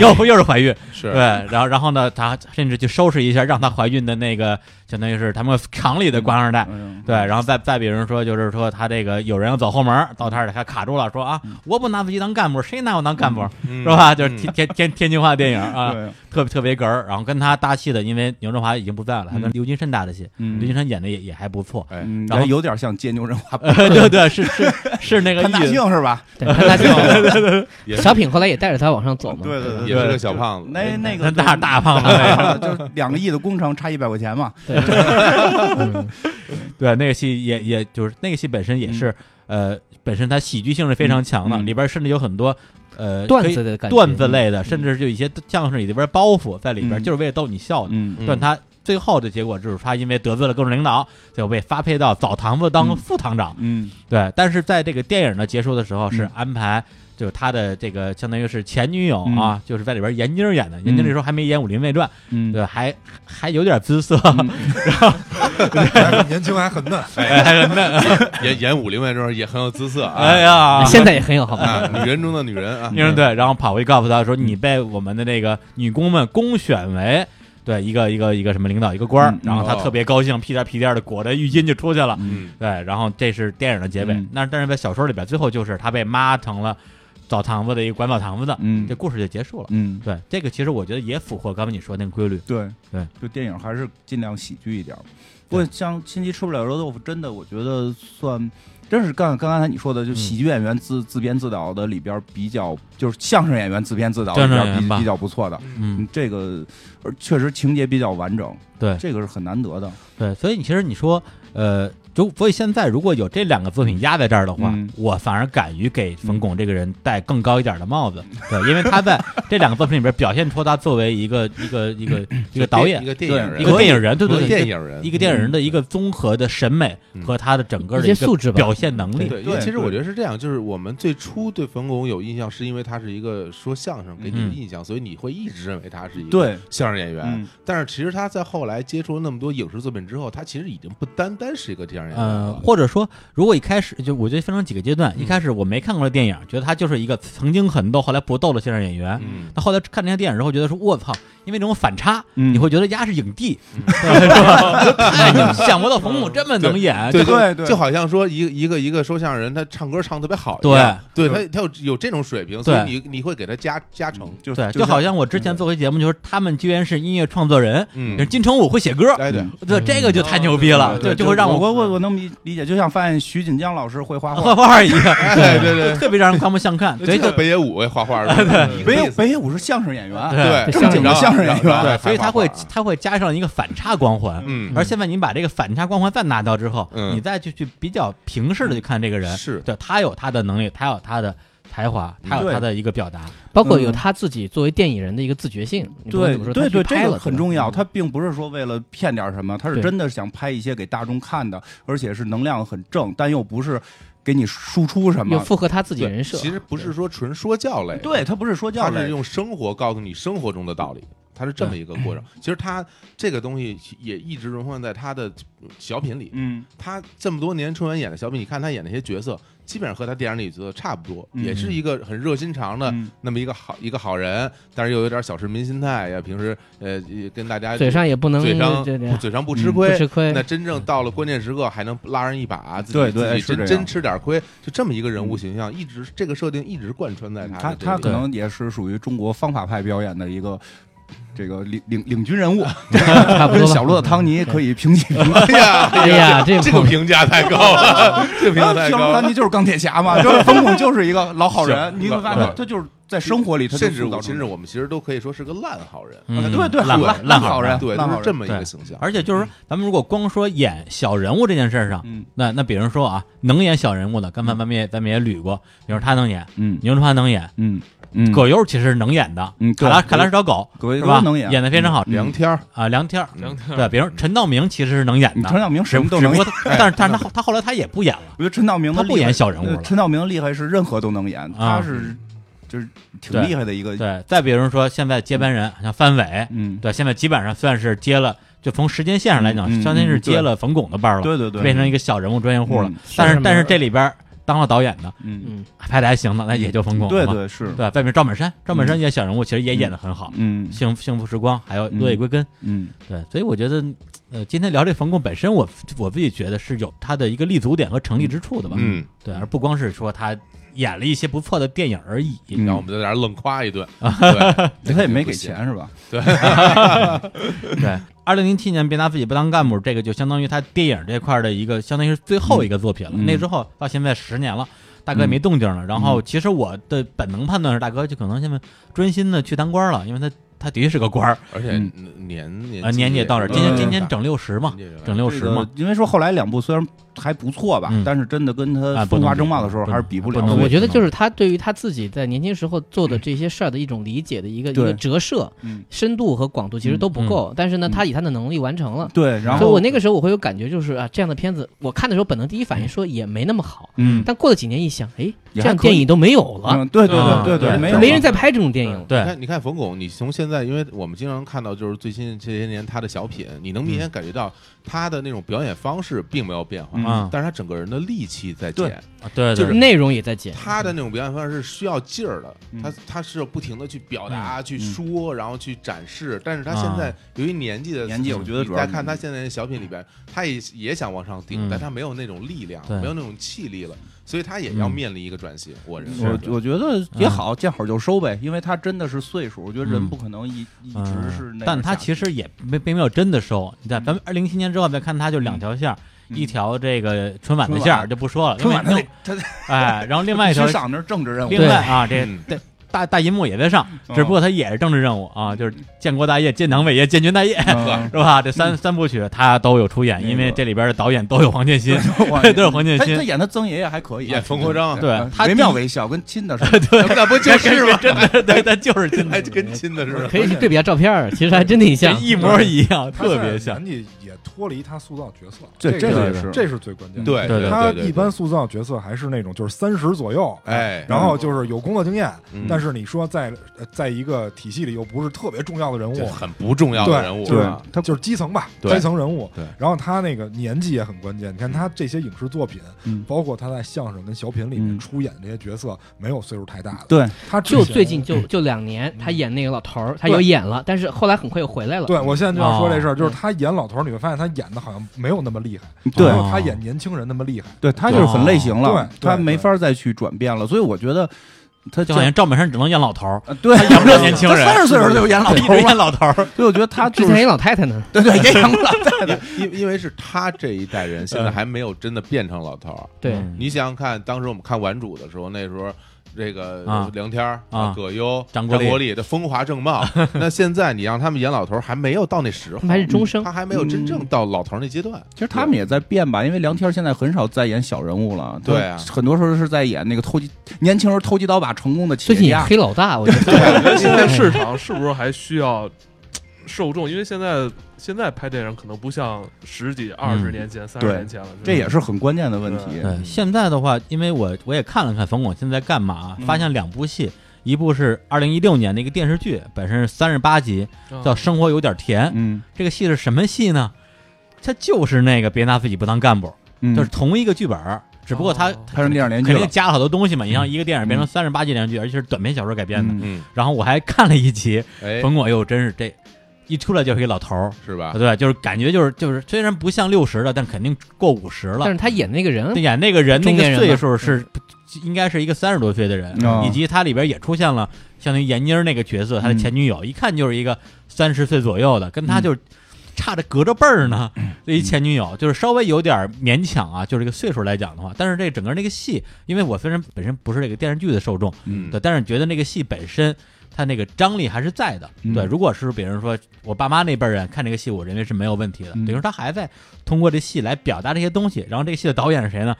Speaker 4: 又又又是怀孕，
Speaker 5: 是
Speaker 4: 对，然后然后呢，他甚至去收拾一下让她怀孕的那个，相当于是他们厂里的官二代，
Speaker 2: 嗯
Speaker 4: 对，然后再再比如说，就是说他这个有人要走后门儿，到他这儿他卡住了，说啊
Speaker 2: 嗯，
Speaker 4: 我不拿自己当干部，谁拿我当干部、
Speaker 5: 是
Speaker 4: 是吧？
Speaker 5: 嗯
Speaker 4: 就是天天天天津话电影啊，
Speaker 2: 对，
Speaker 4: 特别特别哏儿。然后跟他搭戏的，因为牛振华已经不在了，还跟
Speaker 2: 嗯
Speaker 4: 刘金山搭的戏，
Speaker 2: 嗯
Speaker 4: 刘金山演的也也还 不错。
Speaker 5: 哎
Speaker 2: 嗯，
Speaker 4: 然后
Speaker 2: 有点像借牛人话，
Speaker 4: 对对是是是那个
Speaker 2: 看大
Speaker 4: 意思，
Speaker 2: 庆是 吧？
Speaker 6: 对，潘大庆，
Speaker 5: 也是
Speaker 6: 小品后来也带着他往上走嘛，
Speaker 2: 对呃对
Speaker 5: 也是个小胖子，
Speaker 2: 那那个
Speaker 4: 跟大大胖子那 个。
Speaker 2: 对就是两个亿的工程差一百块钱嘛。
Speaker 6: 对，嗯
Speaker 4: 对，那个戏也也就是那个戏本身也是、呃，本身它喜剧性是非常强的，
Speaker 2: 嗯嗯
Speaker 4: 里边甚至有很多呃
Speaker 6: 段
Speaker 4: 可以
Speaker 6: 子的感觉，
Speaker 4: 段子类的，甚至就一些相声里边包袱在里边，
Speaker 2: 嗯
Speaker 4: 就是为了逗你笑的。
Speaker 2: 嗯
Speaker 4: 但他最后的结果就是他因为得罪了各种领导，最后被发配到澡堂子当
Speaker 2: 嗯
Speaker 4: 副堂长。
Speaker 2: 嗯
Speaker 4: 对，但是在这个电影的结束的时候是
Speaker 2: 嗯
Speaker 4: 安排。就是他的这个相当于是前女友啊，就是在里边闫妮儿演的。闫妮儿那时候还没演《武林外传》，
Speaker 2: 嗯，
Speaker 4: 对，还还有点姿色，
Speaker 3: 还年轻还很嫩，
Speaker 5: 哎演演武林外传也很有姿色啊，
Speaker 4: 哎呀，
Speaker 6: 嗯现在也很有好吧，
Speaker 5: 啊，女人中的女 人啊，
Speaker 4: 女人对，然后跑过去告诉他说：“你被我们的那个女工们公选为对一个一个一个什么领导一个官儿
Speaker 2: 嗯。”
Speaker 4: 然后他
Speaker 5: 哦
Speaker 4: 特别高兴，屁颠儿屁颠的裹着浴巾就出去了。
Speaker 5: 嗯，
Speaker 4: 对，然后这是电影的结尾
Speaker 2: 嗯。
Speaker 4: 那但是在小说里边，最后就是他被妈成了澡堂子的一个管澡堂子的，
Speaker 2: 嗯
Speaker 4: 这故事就结束了。
Speaker 2: 嗯
Speaker 4: 对，这个其实我觉得也符合刚才你说那个规律。
Speaker 2: 对
Speaker 4: 对，
Speaker 2: 就电影还是尽量喜剧一点儿。不过像《亲戚吃不了热豆腐》，真的我觉得算。真是刚刚才你说的，就喜剧演员
Speaker 4: 嗯
Speaker 2: 自、自编自导的里边儿比较，就是相声演员自编自导里
Speaker 4: 相声
Speaker 2: 边儿
Speaker 4: 演员
Speaker 2: 比
Speaker 4: 吧
Speaker 2: 比较不错的，
Speaker 4: 嗯，
Speaker 2: 这个而确实情节比较完整，
Speaker 4: 对
Speaker 2: 这个是很难得的。
Speaker 4: 对，所以你其实你说，呃，就所以现在如果有这两个作品压在这儿的话，
Speaker 2: 嗯
Speaker 4: 我反而敢于给
Speaker 5: 嗯
Speaker 4: 冯巩这个人戴更高一点的帽子，对，因为他 在这两个作品里边表现出他作为一个一个一 个一个导演
Speaker 5: 一。个电影人，
Speaker 4: 一个电影人，对对对，
Speaker 5: 电
Speaker 4: 一个
Speaker 5: 影人，
Speaker 4: 一个电影人的一个综合的审美
Speaker 5: 嗯
Speaker 4: 和他的整个的
Speaker 6: 一
Speaker 4: 一
Speaker 6: 些素质
Speaker 4: 个
Speaker 6: 吧
Speaker 4: 表现能力，
Speaker 5: 对，因为
Speaker 2: 对
Speaker 5: 其实我
Speaker 2: 对
Speaker 5: 觉得是这样，就是我们最初对冯巩有印象，是因为他是一个说相声给你的
Speaker 4: 嗯
Speaker 5: 印象，所以你会一直认为他是一个
Speaker 2: 对，
Speaker 5: 相声演员。
Speaker 2: 嗯
Speaker 5: 但是其实他在后来接触了那么多影视作品之后，他其实已经不单单是一个相声演员
Speaker 4: 呃，
Speaker 5: 了。
Speaker 4: 或者说，如果一开始就我觉得分成几个阶段，
Speaker 5: 嗯
Speaker 4: 一开始我没看过的电影，觉得他就是一个曾经很逗，后来不逗的相声演员，
Speaker 5: 嗯，
Speaker 4: 那后来看这些电影之后，觉得说我操，因为这种反差，
Speaker 2: 嗯
Speaker 4: 你会觉得丫是影帝，
Speaker 5: 嗯
Speaker 4: 是吧？就 太牛，想不到冯巩这么能演，
Speaker 5: 对
Speaker 4: 就
Speaker 2: 对对
Speaker 5: 就好像说一个一个一个说相声人，他唱歌唱得特别好一样，对他他有有这种水平，所以
Speaker 4: 对
Speaker 5: 你你会给他加加成。
Speaker 2: 就
Speaker 4: 对，就好像我之前做回节目，就是他们居然是音乐创作人，
Speaker 5: 嗯
Speaker 4: 人，金城武会写歌，
Speaker 5: 哎对，
Speaker 4: 对，
Speaker 6: 嗯
Speaker 4: 这个就太牛逼了，
Speaker 2: 对
Speaker 4: 就会让
Speaker 2: 我
Speaker 4: 我
Speaker 2: 我我我能理理解，就像发现徐锦江老师会画
Speaker 4: 画
Speaker 2: 画，
Speaker 4: 画一样，
Speaker 5: 哎对对
Speaker 4: 就特别让人刮目相 看，所
Speaker 5: 这
Speaker 4: 以就
Speaker 5: 个北野武画画 的，
Speaker 2: 北野北野武是相声演员，
Speaker 5: 对
Speaker 2: 正经的相声演员，
Speaker 5: 对
Speaker 4: 所以他会
Speaker 5: 画画
Speaker 4: 他会加上一个反差光环。
Speaker 5: 嗯
Speaker 4: 而现在你把这个反差光环再拿到之后，
Speaker 5: 嗯
Speaker 4: 你再去去比较平视的去看这个人，
Speaker 5: 是
Speaker 4: 对他有他的能力，他有他的才华，他有
Speaker 2: 对
Speaker 4: 他的一个表达，
Speaker 6: 包括有他自己作为电影人的一个自觉性，你不能
Speaker 2: 对
Speaker 6: 怎么说
Speaker 2: 对
Speaker 6: 他
Speaker 2: 对，
Speaker 6: 去
Speaker 2: 这
Speaker 6: 拍
Speaker 2: 个
Speaker 6: 了
Speaker 2: 很重要。
Speaker 6: 对吧嗯
Speaker 2: 他并不是说为了骗点什么，他是
Speaker 6: 对
Speaker 2: 真的想拍一些给大众看的，而且是能量很正，但又不是给你输出什
Speaker 6: 又
Speaker 2: 么。
Speaker 6: 符合他自己
Speaker 5: 对
Speaker 6: 人设，
Speaker 5: 其实不是说纯说教类，
Speaker 2: 对，他不是说教
Speaker 5: 他是
Speaker 2: 类，
Speaker 5: 用生活告诉你生活中的道理，它是这么一个过程。其实它这个东西也一直融换在他的小品里。
Speaker 2: 嗯，
Speaker 5: 他这么多年春晚演的小品，你看他演那些角色，基本上和他电影里角色差不多，
Speaker 2: 嗯
Speaker 5: 也是一个很热心肠的
Speaker 2: 嗯
Speaker 5: 那么一个好一个好人，但是又有点小市民心态呀。平时呃也跟大家
Speaker 6: 嘴上也不能
Speaker 5: 嘴上
Speaker 6: 对对
Speaker 5: 不嘴上不吃
Speaker 2: 嗯
Speaker 5: 亏
Speaker 6: 不，吃亏
Speaker 5: 那，真正到了关键时刻，还能拉人一把，自己
Speaker 2: 对对
Speaker 5: 自己
Speaker 2: 是这样
Speaker 5: 真真吃点亏，就这么一个人物形象，一直这个设定一直贯穿在
Speaker 2: 他
Speaker 5: 他
Speaker 2: 他
Speaker 5: 的这
Speaker 2: 可
Speaker 5: 里
Speaker 2: 能也是属于中国方法派表演的一个。这个领领领军人物，
Speaker 6: 差不多
Speaker 2: 跟
Speaker 6: 吧
Speaker 2: 小骆驼汤尼可以平起平坐。
Speaker 5: 哎呀，
Speaker 6: 哎呀
Speaker 5: 这
Speaker 6: 这
Speaker 5: 这
Speaker 6: 个
Speaker 5: 个评价太高了，这个评价太
Speaker 2: 小
Speaker 5: 高
Speaker 2: 骆驼
Speaker 5: 了
Speaker 2: 汤。尼就是钢铁侠嘛，就是冯巩就是一个老好人。
Speaker 5: 是
Speaker 2: 你会发现
Speaker 5: 对
Speaker 2: 他就是在生活里，他就
Speaker 5: 甚至
Speaker 2: 塑造
Speaker 5: 我，
Speaker 2: 出
Speaker 5: 甚至我们其实都可以说是个烂好人，
Speaker 4: 嗯
Speaker 2: 对对
Speaker 4: 烂
Speaker 5: 烂
Speaker 2: 烂
Speaker 4: 好
Speaker 2: 好人
Speaker 5: 对，
Speaker 2: 烂
Speaker 5: 就
Speaker 2: 好人
Speaker 5: 是这么一个
Speaker 4: 对
Speaker 5: 形象。
Speaker 4: 而且就是说，咱们如果光说演小人物这件事儿上，
Speaker 2: 嗯
Speaker 4: 那那比如说啊，能演小人物的，刚才咱们也咱们也捋过，比如他能演，
Speaker 2: 嗯
Speaker 4: 牛春华能演，
Speaker 2: 嗯嗯，
Speaker 4: 葛优其实能演的，
Speaker 2: 嗯
Speaker 4: 卡拉
Speaker 2: 对
Speaker 4: 卡拉是条狗，
Speaker 2: 葛
Speaker 4: 是
Speaker 2: 优
Speaker 4: 吧？
Speaker 2: 能演，嗯
Speaker 4: 演的非常好
Speaker 5: 梁天儿，
Speaker 4: 啊，梁天儿，
Speaker 1: 梁天
Speaker 4: 对，
Speaker 1: 儿，
Speaker 4: 比如陈道明其实是能演
Speaker 2: 你
Speaker 4: 的，
Speaker 2: 嗯陈道明什么都
Speaker 4: 只
Speaker 2: 能
Speaker 4: 不过
Speaker 2: 演。
Speaker 4: 他，但是但是他后他后来他也不演了，
Speaker 2: 我觉得陈道明的
Speaker 4: 他不
Speaker 2: 厉害
Speaker 4: 演小人物
Speaker 2: 呃
Speaker 4: 了
Speaker 2: 陈道明的厉害是任何都能演，
Speaker 4: 啊
Speaker 2: 他是就是挺
Speaker 4: 对
Speaker 2: 厉害的一个。
Speaker 4: 对。再比如说现在接班人像范伟，
Speaker 2: 嗯，
Speaker 4: 对，现在基本上算是接了，就从时间线上来讲，
Speaker 2: 嗯嗯
Speaker 4: 相当于是
Speaker 2: 嗯对
Speaker 4: 接了冯巩的班儿了，
Speaker 2: 对对对，
Speaker 4: 变成一个小人物专业户了
Speaker 2: 嗯。
Speaker 4: 但
Speaker 6: 是
Speaker 4: 是
Speaker 6: 吗
Speaker 4: 但是这里边儿当了导演的，
Speaker 2: 嗯，
Speaker 6: 嗯，
Speaker 4: 拍的还行的，那也就冯巩
Speaker 2: 对
Speaker 4: 了嘛。
Speaker 2: 对是，
Speaker 4: 对，再比如赵本山，赵本山演小人物，其实也演的很好，
Speaker 2: 嗯
Speaker 4: 幸福幸福时光》还有《落叶
Speaker 2: 嗯
Speaker 4: 归根》
Speaker 2: 嗯
Speaker 4: 对，所以我觉得，呃，今天聊这冯巩本身我，我自己觉得是有他的一个立足点和成立之处的吧。，
Speaker 5: 嗯，
Speaker 4: 对，而不光是说他演了一些不错的电影而已。
Speaker 2: 嗯
Speaker 5: 然后我们在那儿愣 夸一顿，对这
Speaker 2: 他
Speaker 5: 个
Speaker 2: 也
Speaker 5: 就
Speaker 2: 没
Speaker 5: 不
Speaker 2: 给
Speaker 5: 行
Speaker 2: 钱是吧？
Speaker 4: 对，二零零七年别拿自己不当干部，这个就相当于他电影这块儿的一个，相当于是最后一个作品了。
Speaker 2: 嗯
Speaker 4: 那之后到现在十年了。大哥也没动静了，然后其实我的本能判断是，大哥就可能现在专心的去当官了，因为他他的确是个官儿，
Speaker 5: 而且
Speaker 2: 嗯
Speaker 5: 年
Speaker 4: 呃，
Speaker 5: 年
Speaker 4: 年纪也到这儿，
Speaker 2: 嗯
Speaker 4: 今年
Speaker 5: 年
Speaker 4: 今年整六十嘛，整六
Speaker 2: 这
Speaker 4: 十嘛
Speaker 2: 个，因为说后来两部虽然还不错吧
Speaker 4: 嗯，
Speaker 2: 但是真的跟他
Speaker 4: 啊不
Speaker 2: 风华
Speaker 4: 能比
Speaker 2: 正茂的时候还是比
Speaker 4: 不
Speaker 2: 了
Speaker 4: 能
Speaker 2: 的。
Speaker 4: 比
Speaker 6: 我觉得
Speaker 4: 嗯
Speaker 6: 就是他对于他自己在年轻时候做的这些事儿的一种理解的一个一个
Speaker 2: 对
Speaker 6: 折射，
Speaker 2: 嗯
Speaker 6: 深度和广度其实都不够，但是呢，他以他的能力完成了。
Speaker 2: 对，然
Speaker 6: 所以
Speaker 2: 后
Speaker 6: 我那个时候我会有感觉，就是啊，这样的片子，我看的时候本能第一反应说也没那么好，
Speaker 2: 嗯
Speaker 6: 但过了几年一想，哎，这
Speaker 2: 也
Speaker 6: 样
Speaker 2: 还可
Speaker 6: 电
Speaker 2: 以
Speaker 6: 影都没有了，
Speaker 2: 嗯对对
Speaker 1: 啊
Speaker 2: 对
Speaker 4: 对
Speaker 2: 对，没
Speaker 6: 就
Speaker 2: 有
Speaker 6: 没
Speaker 2: 了
Speaker 6: 人再拍这种电影了。
Speaker 4: 对
Speaker 5: 你，看，你看冯巩，你从现在，因为我们经常看到，就是最新这些年他的小品，你能明显感觉到他的那种表演方式并没有变化，
Speaker 2: 嗯
Speaker 4: 啊
Speaker 5: 但是他整个人的力气在
Speaker 2: 对
Speaker 5: 减，
Speaker 4: 啊对
Speaker 5: 就
Speaker 4: 对
Speaker 5: 是
Speaker 6: 内容也 在减，
Speaker 5: 他的那种表演方式是需要劲儿的，
Speaker 2: 嗯
Speaker 5: 他他是要不停的去表达、去说，然后去展示。但是他现在由于年纪的
Speaker 2: 年纪我觉得主
Speaker 5: 你
Speaker 2: 要
Speaker 5: 再看他现在的小品里边，他也也想往上顶
Speaker 4: 嗯，
Speaker 5: 但他没有那种力量，
Speaker 4: 对
Speaker 5: 没有那种气力了，所以他也要
Speaker 4: 嗯
Speaker 5: 面临一个转型。我认为，
Speaker 2: 我我觉得也好，见好就收呗，因为他真的是岁数，我觉得人不可能一一
Speaker 4: 嗯
Speaker 2: 直是那样下去。
Speaker 4: 但他其实也没并没有真的收。你看，咱们二零七年之后再看，他就两条线儿，
Speaker 2: 嗯
Speaker 4: 一条这个春晚的线
Speaker 2: 春
Speaker 4: 儿
Speaker 2: 晚
Speaker 4: 就不说了，
Speaker 2: 春晚
Speaker 4: 因
Speaker 2: 他
Speaker 4: 为
Speaker 2: 得他得
Speaker 4: 哎，然后另外一条
Speaker 2: 去上那是政治任务，
Speaker 4: 另外啊，这
Speaker 5: 嗯
Speaker 4: 大大大银幕也在上，
Speaker 2: 嗯
Speaker 4: 只不过它也是政治任务啊，就是建国大业、建党伟业、建军大业，
Speaker 2: 嗯
Speaker 4: 是吧？这三三部曲他都有出演，因为这里边的导演都有黄建 新，
Speaker 2: 我
Speaker 4: 都有黄建
Speaker 2: 嗯他他
Speaker 4: 新，
Speaker 2: 演他曾爷爷还可以，
Speaker 5: 演冯国璋
Speaker 4: 对
Speaker 2: 嗯
Speaker 4: 他
Speaker 2: 惟妙惟肖，跟亲的似的。
Speaker 5: 那不就是 吗？
Speaker 4: 真的对，他就是真
Speaker 5: 还
Speaker 4: 的，
Speaker 5: 嗯哎跟亲的似的。
Speaker 6: 可以去对比下照片儿，其实还真挺像。
Speaker 4: 一模一样，
Speaker 3: 他
Speaker 4: 特
Speaker 3: 现在
Speaker 4: 别像。
Speaker 3: 年纪也脱离他塑造角色了，
Speaker 2: 对
Speaker 3: 这
Speaker 2: 这
Speaker 3: 个
Speaker 2: 个也是
Speaker 3: 这是最关键的。
Speaker 5: 对
Speaker 4: 对对
Speaker 3: 他
Speaker 5: 对对
Speaker 3: 一般塑造角色还是那种就是三十左右，
Speaker 5: 哎
Speaker 3: 然后就是有工作经验，
Speaker 5: 嗯
Speaker 3: 但是你说在呃在一个体系里又不是特别重要的人
Speaker 5: 这
Speaker 3: 物，
Speaker 5: 很不重要的
Speaker 3: 对，
Speaker 5: 人物，
Speaker 3: 就是
Speaker 5: 吧
Speaker 3: 他就是基层吧，
Speaker 5: 对
Speaker 3: 基层人物。
Speaker 5: 对
Speaker 3: 然后他那个年纪也很关键，你看他这些影视作品，
Speaker 2: 嗯
Speaker 3: 包括他在相声跟小品里
Speaker 2: 嗯
Speaker 3: 面出演这些角色，没有岁数太大的。
Speaker 2: 对，
Speaker 3: 他之
Speaker 6: 就
Speaker 3: 前
Speaker 6: 最近就
Speaker 2: 嗯
Speaker 6: 就两年，他演那个老头儿，他有演了，但是后来很快又回来了。
Speaker 3: 对，我现在就要说这事儿，就是
Speaker 6: 嗯
Speaker 3: 他演老头儿，你会发现他演的好像没有那么厉害，
Speaker 2: 对
Speaker 3: 没有他
Speaker 5: 哦
Speaker 3: 演年轻人那么厉害。
Speaker 2: 对他就是很类型了
Speaker 3: 对，对
Speaker 2: 他没法再去转变了，所以我觉得他
Speaker 4: 就好像赵本山只能演老头儿，
Speaker 2: 呃对
Speaker 4: 演不了年轻人
Speaker 2: 三十岁的时候就演老
Speaker 4: 一
Speaker 2: 头
Speaker 4: 直演
Speaker 2: 了，
Speaker 4: 老头儿。
Speaker 2: 所以我觉得他
Speaker 6: 之
Speaker 2: 就
Speaker 6: 前
Speaker 2: 是
Speaker 6: 演老太太呢，
Speaker 2: 对对也演过老太太，
Speaker 5: 因因为是他这一代人现在还没有真的变成老头儿。
Speaker 6: 对，
Speaker 4: 嗯
Speaker 5: 嗯你想想看，当时我们看《顽主》的时候，那时候这个
Speaker 4: 啊
Speaker 5: 梁天儿、
Speaker 4: 啊
Speaker 5: 葛优、
Speaker 4: 张
Speaker 5: 张
Speaker 4: 国立
Speaker 5: 立的风华正茂。那现在你让他们演老头儿，还没有到那时
Speaker 6: 他
Speaker 5: 候
Speaker 6: 们，还是终生
Speaker 2: 嗯
Speaker 5: 他。还没有真正到老头儿那阶段。
Speaker 2: 其实他们也在变吧，因为梁天儿现在很少再演小人物了，
Speaker 5: 对啊
Speaker 2: 很多时候是在演那个偷鸡年轻时候偷鸡倒把成功的企
Speaker 6: 最
Speaker 2: 业
Speaker 6: 近
Speaker 2: 家，
Speaker 6: 黑老大，我觉得
Speaker 1: 我感觉现在市场是不是还需要受众？因为现在现在拍电影可能不像十几、二十年前、三十
Speaker 2: 对
Speaker 1: 年前了，
Speaker 2: 这也是很关键的问题。
Speaker 4: 对，现在的话，因为我我也看了看冯巩现在干嘛，
Speaker 2: 嗯
Speaker 4: 发现两部戏，一部是二零一六年的一个电视剧，本身是三十八集，
Speaker 1: 啊
Speaker 4: 叫《生活有点甜》。
Speaker 2: 嗯
Speaker 4: 这个戏是什么戏呢？它就是那个别拿自己不当干部，
Speaker 2: 嗯，
Speaker 4: 就是同一个剧本儿，只不过它
Speaker 1: 哦
Speaker 2: 拍成电影连续
Speaker 4: 肯
Speaker 2: 了
Speaker 4: 定，加了好多东西嘛。你像一个电影变成
Speaker 2: 嗯
Speaker 4: 三十八集连续剧，而且是短篇小说改编的。
Speaker 2: 嗯
Speaker 5: 嗯，
Speaker 4: 然后我还看了一集，
Speaker 5: 哎，
Speaker 4: 冯巩，哎呦，真是这一出来就是一老头儿，
Speaker 5: 是吧？
Speaker 4: 对，就是感觉就是就是虽然不像六十的，但肯定过五十了
Speaker 6: 但。是他演那个人
Speaker 4: 对演那个人
Speaker 6: 中
Speaker 4: 那个
Speaker 6: 年人嘛
Speaker 4: 岁
Speaker 6: 嗯
Speaker 4: 数是应该是一个三十多岁的人，
Speaker 2: 哦
Speaker 4: 以及他里边也出现了相当于闫妮儿那个角色，他的
Speaker 6: 嗯
Speaker 4: 前女友，一看就是一个三十岁左右的，跟他
Speaker 2: 嗯
Speaker 4: 就是差着隔着辈儿呢。
Speaker 6: 嗯
Speaker 4: 这一前女友就是稍微有点勉强啊，就是这个岁数来讲的话，但是这整个那个戏，因为我虽然本身不是这个电视剧的受众，
Speaker 5: 嗯
Speaker 4: 对，但是觉得那个戏本身。它那个张力还是在的，
Speaker 2: 嗯
Speaker 4: 对。如果是比如说我爸妈那辈儿人看这个戏，我认为是没有问题的。
Speaker 2: 嗯
Speaker 4: 等于说他还在通过这戏来表达这些东西。然后这个戏的导演是谁呢？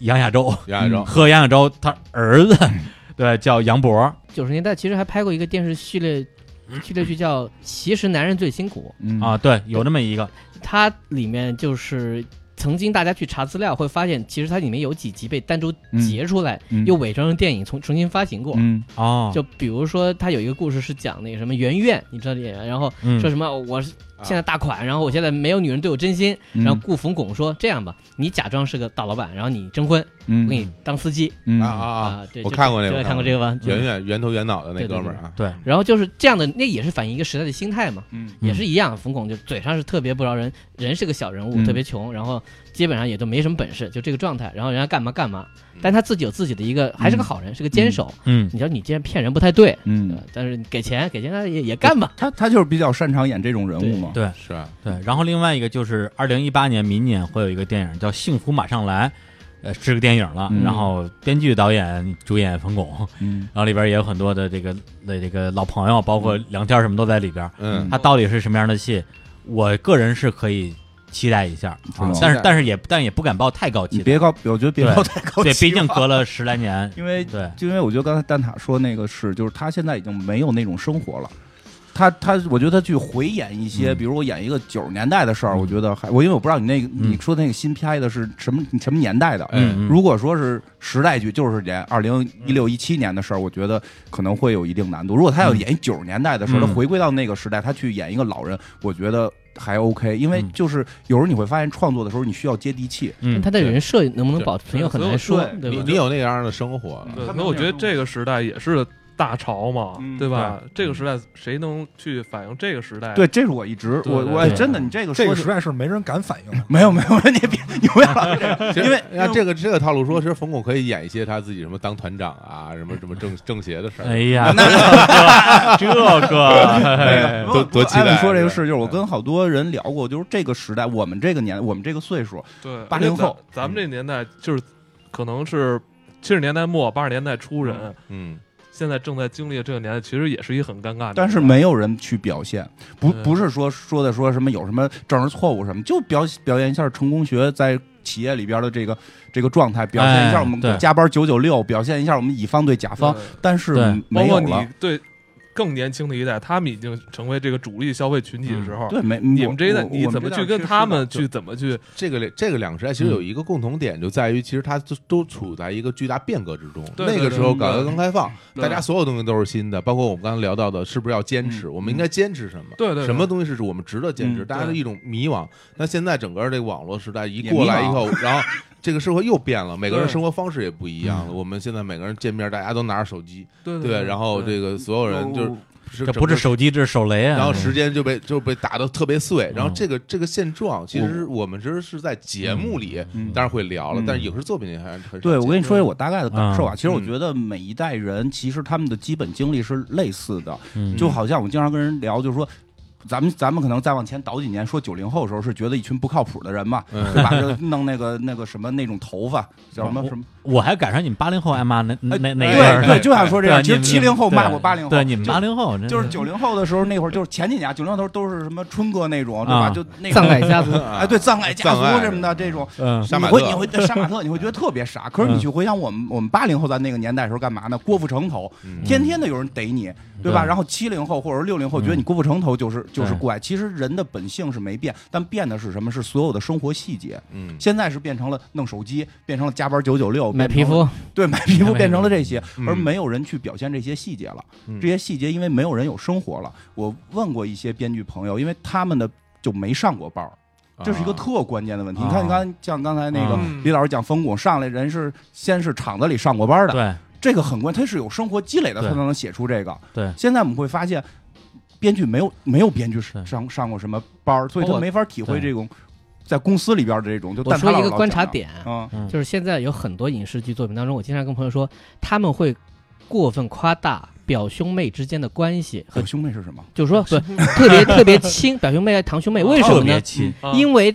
Speaker 4: 杨亚洲，
Speaker 5: 亚
Speaker 2: 哦
Speaker 5: 洲，
Speaker 4: 和杨亚洲他儿子，
Speaker 2: 嗯
Speaker 4: 对，叫杨博。
Speaker 6: 九十年代其实还拍过一个电视系列系列剧叫《其实男人最辛苦》，
Speaker 2: 嗯
Speaker 4: 啊，，对，有那么一个，
Speaker 6: 它里面就是曾经大家去查资料会发现，其实它里面有几集被单独截出来，
Speaker 2: 嗯
Speaker 6: 又伪装成电影重重新发行过。
Speaker 2: 嗯
Speaker 4: 哦，
Speaker 6: 就比如说，它有一个故事是讲那个什么圆圆，你知道这演员，然后
Speaker 4: 嗯
Speaker 6: 说什么、我是现在大款，然后我现在没有女人对我真心，
Speaker 2: 嗯
Speaker 6: 然后顾冯巩说这样吧，你假装是个大老板，然后你征婚，
Speaker 2: 嗯
Speaker 6: 我给你当司机
Speaker 2: 嗯
Speaker 5: 啊啊啊！
Speaker 6: 对，
Speaker 5: 我
Speaker 6: 就
Speaker 5: 看过那
Speaker 6: 就
Speaker 5: 个，
Speaker 6: 看过这个吧？
Speaker 5: 圆圆圆头圆脑的那
Speaker 6: 嗯对对
Speaker 5: 哥们儿啊，
Speaker 4: 对，
Speaker 6: 然后就是这样的，那也是反映一个时代的心态嘛。
Speaker 2: 嗯
Speaker 6: 也是一样，冯巩就嘴上是特别不饶人，人是个小人物，
Speaker 2: 嗯
Speaker 6: 特别穷，然后基本上也都没什么本事，就这个状态。然后人家干嘛干嘛
Speaker 5: 嗯，
Speaker 6: 但他自己有自己的一个，还是个好人，是个坚守。
Speaker 4: 嗯，
Speaker 6: 你说你既然骗人不太对，对吧
Speaker 2: 嗯，
Speaker 6: 但是你给钱给钱那也也干吧。
Speaker 2: 他他就是比较擅长演这种人物嘛，
Speaker 4: 对
Speaker 5: 是吧？
Speaker 4: 对。然后另外一个就是二零一八年明年会有一个电影叫《幸福马上来》，呃，是个电影了。
Speaker 2: 嗯
Speaker 4: 然后编剧、导演、主演冯巩，
Speaker 2: 嗯
Speaker 4: 然后里边也有很多的这个的这个老朋友，包括梁天儿什么都在里边。
Speaker 5: 嗯，
Speaker 4: 它到底是什么样的戏，我个人是可以期待一下，
Speaker 2: 是
Speaker 4: 啊但
Speaker 5: 期待
Speaker 4: 是但是也但也不敢抱太高期
Speaker 2: 你
Speaker 4: 待，
Speaker 2: 别高，我觉得别
Speaker 4: 对
Speaker 2: 高太高期
Speaker 4: 对，
Speaker 2: 望，哎
Speaker 4: 毕竟隔了十来年，
Speaker 2: 因为
Speaker 4: 对，
Speaker 2: 就因为我觉得刚才蛋挞说那个是，就是他现在已经没有那种生活了。他他，我觉得他去回演一些，
Speaker 4: 嗯
Speaker 2: 比如我演一个九十年代的事儿，
Speaker 4: 嗯
Speaker 2: 我觉得还我因为我不知道你那个
Speaker 4: 嗯
Speaker 2: 你说的那个新拍的是什么什么年代的。
Speaker 5: 哎
Speaker 4: 嗯，嗯
Speaker 2: 如果说是时代剧，就是演二零一六一七年的事儿，我觉得可能会有一定难度。如果他要演九十年代的事儿，
Speaker 4: 嗯
Speaker 2: 他回归到那个时代，他去演一个老人，我觉得还 OK。因为
Speaker 4: 嗯
Speaker 2: 就是有时候你会发现，创作的时候你需要接地气。
Speaker 4: 嗯，
Speaker 6: 他的人设能不能
Speaker 5: 对
Speaker 6: 保存又很
Speaker 1: 所以
Speaker 6: 难说，
Speaker 2: 对
Speaker 6: 对
Speaker 5: 你
Speaker 6: 吧
Speaker 5: 你？有那样的生活了，
Speaker 1: 对，
Speaker 2: 他
Speaker 1: 所
Speaker 2: 们
Speaker 1: 以我
Speaker 2: 那
Speaker 1: 觉得
Speaker 2: 种
Speaker 1: 这个时代也是大潮嘛，
Speaker 2: 嗯
Speaker 1: 对吧？这个时代谁能去反映这个时代？
Speaker 2: 对，，这是我一直
Speaker 1: 对
Speaker 2: 我
Speaker 1: 对
Speaker 2: 我哎
Speaker 4: 对
Speaker 2: 真的你这个
Speaker 3: 这
Speaker 2: 说
Speaker 3: 个
Speaker 2: 起
Speaker 3: 实在是没人敢反应。
Speaker 2: 没有没有，你别你不要老
Speaker 5: 其实
Speaker 2: 因为
Speaker 5: 按这个这个套路说，其实冯巩可以演一些他自己什么当团长啊，什么什么政政协的事
Speaker 4: 哎
Speaker 5: 儿。
Speaker 4: 呀， 这个这个，
Speaker 5: 多多期
Speaker 2: 艾文
Speaker 5: 待
Speaker 2: 说这个
Speaker 5: 是
Speaker 2: 事，
Speaker 5: 吧
Speaker 2: 就是我跟好多人聊过，就是这个时代，我们这个年，我们这个岁数，
Speaker 1: 对，
Speaker 2: 80
Speaker 1: 而且咱
Speaker 2: 后
Speaker 1: 咱们这年代就是可能是七十年代末八十年代初人，
Speaker 5: 嗯，
Speaker 1: 现在正在经历的这个年代，其实也是一很尴尬的。
Speaker 2: 但是没有人去表现，不
Speaker 1: 对
Speaker 2: 不是说说的说什么有什么政治错误什么，就表表现一下成功学在企业里边的这个这个状态，表现一下我们
Speaker 4: 对
Speaker 2: 加班九九六，表现一下我们乙方对甲方
Speaker 1: 对，
Speaker 2: 但是
Speaker 4: 对
Speaker 1: 包
Speaker 2: 没有
Speaker 1: 括
Speaker 2: 了
Speaker 1: 你，对更年轻的一代，他们已经成为这个主力消费群体的时候，
Speaker 2: 对没
Speaker 1: 你们这一代
Speaker 2: 我
Speaker 1: 你
Speaker 2: 我
Speaker 1: 怎么
Speaker 2: 们这
Speaker 1: 去
Speaker 2: 代
Speaker 1: 跟
Speaker 2: 缺失
Speaker 1: 他
Speaker 2: 了
Speaker 1: 们
Speaker 2: 对
Speaker 1: 去怎么去？
Speaker 5: 这个这个两个时代其实有一个共同点，就在于其实它都都处在一个巨大变革之中。
Speaker 1: 对对
Speaker 5: 那个时候改革
Speaker 1: 对
Speaker 5: 刚开放，
Speaker 1: 对
Speaker 5: 大家所有东西都是新的，包括我们刚才聊到的，是不是要坚持？
Speaker 2: 嗯
Speaker 5: 我们应该坚持什么？
Speaker 1: 对对对
Speaker 5: 什么东西是我们值得坚持？
Speaker 2: 嗯
Speaker 5: 大家的一种迷惘。那现在整个这个网络时代一
Speaker 2: 也
Speaker 5: 过来
Speaker 2: 迷
Speaker 5: 以
Speaker 2: 茫
Speaker 5: 后，然后这个社会又变了，每个人
Speaker 1: 对
Speaker 5: 生活方式也不一样了。我们现在每个人见面，大家都拿着手机，
Speaker 1: 对
Speaker 5: 对，然后这个所有人就是
Speaker 4: 这不是
Speaker 5: 整个
Speaker 4: 手机，这是手雷啊！
Speaker 5: 然后时间就被就被打得特别碎，然后
Speaker 4: 嗯
Speaker 5: 这个这个现状，其实我们其实是在节目里
Speaker 2: 嗯
Speaker 5: 当然会聊了
Speaker 2: 嗯，
Speaker 5: 但是影视作品里还是很少
Speaker 2: 对，我跟你说一下我大概的感受啊。
Speaker 4: 嗯
Speaker 2: 其实我觉得每一代人，其实他们的基本经历是类似的，
Speaker 4: 嗯
Speaker 2: 就好像我经常跟人聊，就是说。咱们咱们可能再往前倒几年，说九零后的时候是觉得一群不靠谱的人 嘛，
Speaker 5: 嗯
Speaker 2: 对吧？就弄那个那个什么那种头发叫什么什么，
Speaker 4: 我还赶上你们八零后挨骂那那那那一
Speaker 2: 哎对
Speaker 4: 阵儿
Speaker 2: 对，就想说这
Speaker 4: 哦
Speaker 2: 样。
Speaker 4: 对你
Speaker 2: 其实
Speaker 4: 们
Speaker 2: 七零后
Speaker 4: 对
Speaker 2: 骂过八零后，
Speaker 4: 对你们
Speaker 2: 就
Speaker 4: 八零后真的
Speaker 2: 就是九零后的时候，那会儿就是前几年，九零后都都是什么春哥那种，对吧？
Speaker 4: 啊
Speaker 2: 就那
Speaker 6: 葬
Speaker 2: 种
Speaker 6: 爱家 族，
Speaker 5: 啊
Speaker 2: 哎，对葬爱家
Speaker 5: 葬爱
Speaker 2: 族什么的这种，
Speaker 4: 嗯
Speaker 5: 杀马
Speaker 2: 你
Speaker 5: 特
Speaker 2: 会你会对杀马特，你会觉得特别傻。可是你去回想我们我们八零后在那个年代的时候干嘛呢？郭富城头，
Speaker 5: 嗯
Speaker 2: 天天的有人逮你，对吧？
Speaker 4: 对
Speaker 2: 然后七零后或者六零后
Speaker 4: 嗯
Speaker 2: 觉得你郭富城头就是就是
Speaker 4: 对
Speaker 2: 怪。其实人的本性是没变，但变的是什么？是所有的生活细节。
Speaker 5: 嗯，
Speaker 2: 现在是变成了弄手机，变成了加班九九六，
Speaker 6: 买皮
Speaker 2: 变成了，
Speaker 6: 肤，
Speaker 2: 对，买皮肤变成了这些，
Speaker 5: 嗯
Speaker 2: 而没有人去表现这些细节了。
Speaker 5: 嗯
Speaker 2: 这些细节因为没有人有生活了。我问过一些编剧朋友，因为他们的就没上过班儿，这是一个
Speaker 5: 啊
Speaker 2: 特关键的问题。
Speaker 4: 啊
Speaker 2: 你看，你刚像刚才那个
Speaker 1: 嗯
Speaker 2: 李老师讲风骨上来，人是先是厂子里上过班的，
Speaker 4: 对
Speaker 2: 这个很关，他是有生活积累的，他
Speaker 4: 对
Speaker 2: 才能写出这个。
Speaker 4: 对
Speaker 2: 现在我们会发现，编剧没有没有编剧
Speaker 4: 对
Speaker 2: 上上上过什么班儿，所以
Speaker 6: 包
Speaker 2: 他
Speaker 6: 括
Speaker 2: 没法体会
Speaker 4: 对
Speaker 2: 这种在公司里边的这种。就
Speaker 6: 我
Speaker 2: 但
Speaker 6: 说
Speaker 2: 他
Speaker 6: 一个
Speaker 2: 老
Speaker 6: 观察
Speaker 2: 讲的，
Speaker 6: 点，
Speaker 2: 嗯，
Speaker 4: 嗯
Speaker 6: 就是现在有很多影视剧作品当中，我经常跟朋友说，他们会过分夸大表兄妹之间的关系，和
Speaker 2: 表兄妹是什么？
Speaker 6: 就是说不特别特别亲，表兄妹、堂兄妹，为什
Speaker 4: 特
Speaker 6: 么
Speaker 4: 别
Speaker 6: 呢？
Speaker 2: 嗯
Speaker 4: 亲，
Speaker 1: 啊
Speaker 6: 因为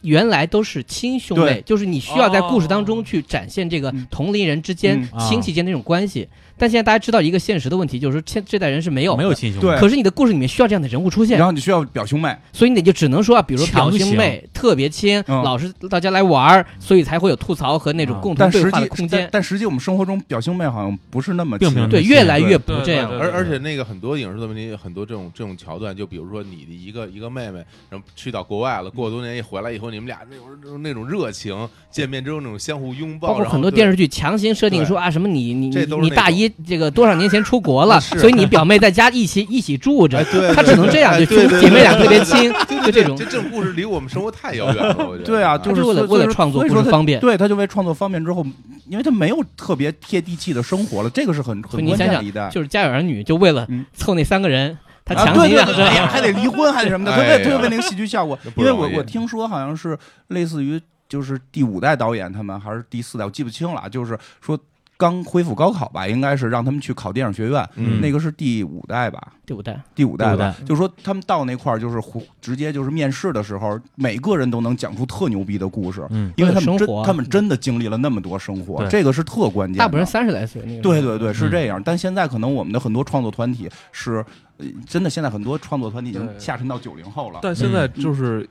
Speaker 6: 原来都是亲兄妹，
Speaker 2: 对
Speaker 6: 就是你需要在故事当中去展现这个
Speaker 2: 嗯
Speaker 6: 同龄人之间、
Speaker 2: 嗯
Speaker 4: 啊
Speaker 6: 亲戚间那种关系。但现在大家知道一个现实的问题，就是说现这代人是没有
Speaker 4: 没有。亲兄弟，
Speaker 2: 对
Speaker 6: 可是你的故事里面需要这样的人物出现
Speaker 2: 然，后你需要表兄妹，
Speaker 6: 所以你就只能说啊，比如说
Speaker 4: 强
Speaker 6: 表兄妹特别亲，
Speaker 2: 嗯
Speaker 6: 老是大家来玩儿，所以才会有吐槽和那种
Speaker 4: 啊
Speaker 6: 共同
Speaker 2: 但
Speaker 6: 对
Speaker 2: 实
Speaker 6: 话的
Speaker 2: 际
Speaker 6: 空
Speaker 2: 但
Speaker 6: 间。
Speaker 2: 但实际我们生活中表兄妹好像不是那么
Speaker 4: 并
Speaker 2: 亲
Speaker 4: 没有那么
Speaker 6: 对，
Speaker 4: 对
Speaker 6: 越来越不
Speaker 1: 对
Speaker 6: 这样
Speaker 1: 对
Speaker 6: 了。
Speaker 5: 而而且那个很多影视作品里很多这种这种桥段，就比如说你的一个一个妹妹，然后去到国外了，过多年一回来以后，你们俩那种那种热情，见面之后那种相互拥抱，
Speaker 6: 包括
Speaker 5: 然后
Speaker 6: 很多
Speaker 5: 对
Speaker 6: 电视剧强行设定
Speaker 5: 对
Speaker 6: 说啊什么你你
Speaker 5: 这
Speaker 6: 你
Speaker 5: 都是
Speaker 6: 你
Speaker 5: 那
Speaker 6: 大
Speaker 5: 种
Speaker 6: 姨这个多少年前出国了，
Speaker 5: 是
Speaker 6: 所以你表妹在家一起一起住 着
Speaker 5: 哎，对，
Speaker 6: 她
Speaker 5: 对
Speaker 6: 只能这样，
Speaker 5: 哎
Speaker 6: 就
Speaker 5: 对
Speaker 6: 兄
Speaker 5: 对
Speaker 6: 姐妹
Speaker 5: 对
Speaker 6: 俩特
Speaker 5: 对
Speaker 6: 别
Speaker 5: 对
Speaker 6: 亲，就这种
Speaker 5: 这。这种故事离我们生活太遥远了，我觉得。
Speaker 2: 对啊，就是
Speaker 6: 是为了
Speaker 2: 所以
Speaker 6: 为了创作
Speaker 2: 所以
Speaker 6: 故事
Speaker 2: 说他
Speaker 6: 方便
Speaker 2: 对他就为创作方便之后，因为他没有特别接地气的生活了，这个是很很
Speaker 6: 你
Speaker 2: 关
Speaker 6: 想
Speaker 2: 键
Speaker 6: 想
Speaker 2: 的一代。
Speaker 6: 就是家有儿女，就为了
Speaker 2: 嗯
Speaker 6: 凑那三个人，他
Speaker 2: 啊
Speaker 6: 强
Speaker 2: 对
Speaker 6: 行
Speaker 2: 对
Speaker 6: 让
Speaker 2: 对 对，哎呀还得离婚，还得什么的，特
Speaker 5: 哎呀
Speaker 2: 别特别为那个戏剧效果
Speaker 5: 这。不
Speaker 2: 因为
Speaker 5: 容易
Speaker 2: 我我听说好像是类似于就是第五代导演他们还是第四代，我记不清了啊，就是说刚恢复高考吧，应该是让他们去考电影学院，
Speaker 5: 嗯
Speaker 2: 那个是第五代吧。
Speaker 6: 对不对？
Speaker 2: 第五代
Speaker 4: 第五
Speaker 2: 吧
Speaker 4: 代，
Speaker 2: 就说他们到那块儿，就是胡直接就是面试的时候，每个人都能讲出特牛逼的故事，
Speaker 4: 嗯，
Speaker 2: 因为他
Speaker 6: 都有
Speaker 2: 们
Speaker 6: 生
Speaker 2: 真
Speaker 6: 活啊
Speaker 2: 他们真的经历了那么多生活，
Speaker 4: 对
Speaker 2: 这个是特关键的。
Speaker 6: 大部分人三十来岁那个。
Speaker 2: 对对对，是
Speaker 4: 嗯
Speaker 2: 这样。但现在可能我们的很多创作团体是，呃真的现在很多创作团体已经
Speaker 1: 对
Speaker 2: 下沉到九零后了，
Speaker 1: 但现在就是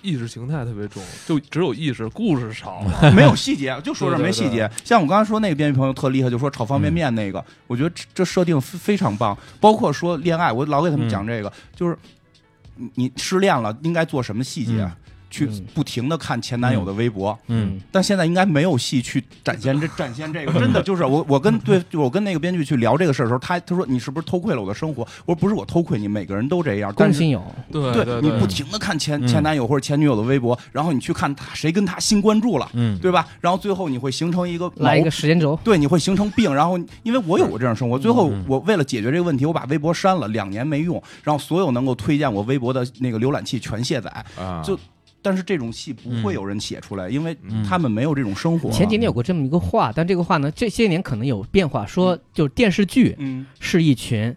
Speaker 1: 意识形态特别重，就只有意识，故事少了。
Speaker 2: 没有细节，就说这
Speaker 1: 对对嗯
Speaker 2: 没细节。像我刚才说那个编剧朋友特厉害，就说炒方便面那个，我觉得这这设定非非常棒。包括说恋爱，我老给他们
Speaker 1: 嗯
Speaker 2: 讲这个，就是你你失恋了应该做什么细节，
Speaker 4: 嗯
Speaker 2: 去
Speaker 6: 嗯
Speaker 2: 不停的看前男友的微博。
Speaker 4: 嗯，
Speaker 2: 但现在应该没有戏去展现这 展现这个，真的就是我我跟对就我跟那个编剧去聊这个事儿的时候，他他说你是不是偷窥了我的生活？我说不是我偷窥你，每个人都这样。但
Speaker 6: 共
Speaker 2: 是
Speaker 6: 性有，
Speaker 1: 对
Speaker 2: 对
Speaker 1: 对
Speaker 2: 你不停的看前
Speaker 4: 嗯
Speaker 2: 前男友或者前女友的微博，然后你去看他谁跟他新关注了，
Speaker 4: 嗯，
Speaker 2: 对吧？然后最后你会形成一个
Speaker 6: 来一
Speaker 2: 毛
Speaker 6: 个时间轴，
Speaker 2: 对，你会形成病。然后，因为我有过这样生活，最后
Speaker 4: 嗯
Speaker 2: 我为了解决这个问题，我把微博删了，两年没用，然后所有能够推荐我微博的那个浏览器全卸载。
Speaker 5: 啊，
Speaker 2: 就但是这种戏不会有人写出来，因为
Speaker 5: 嗯
Speaker 2: 他们没有这种生活。
Speaker 6: 嗯前几年有过这么一个话，但这个话呢，这些年可能有变化，说就是电视剧
Speaker 2: 嗯，
Speaker 6: 是一群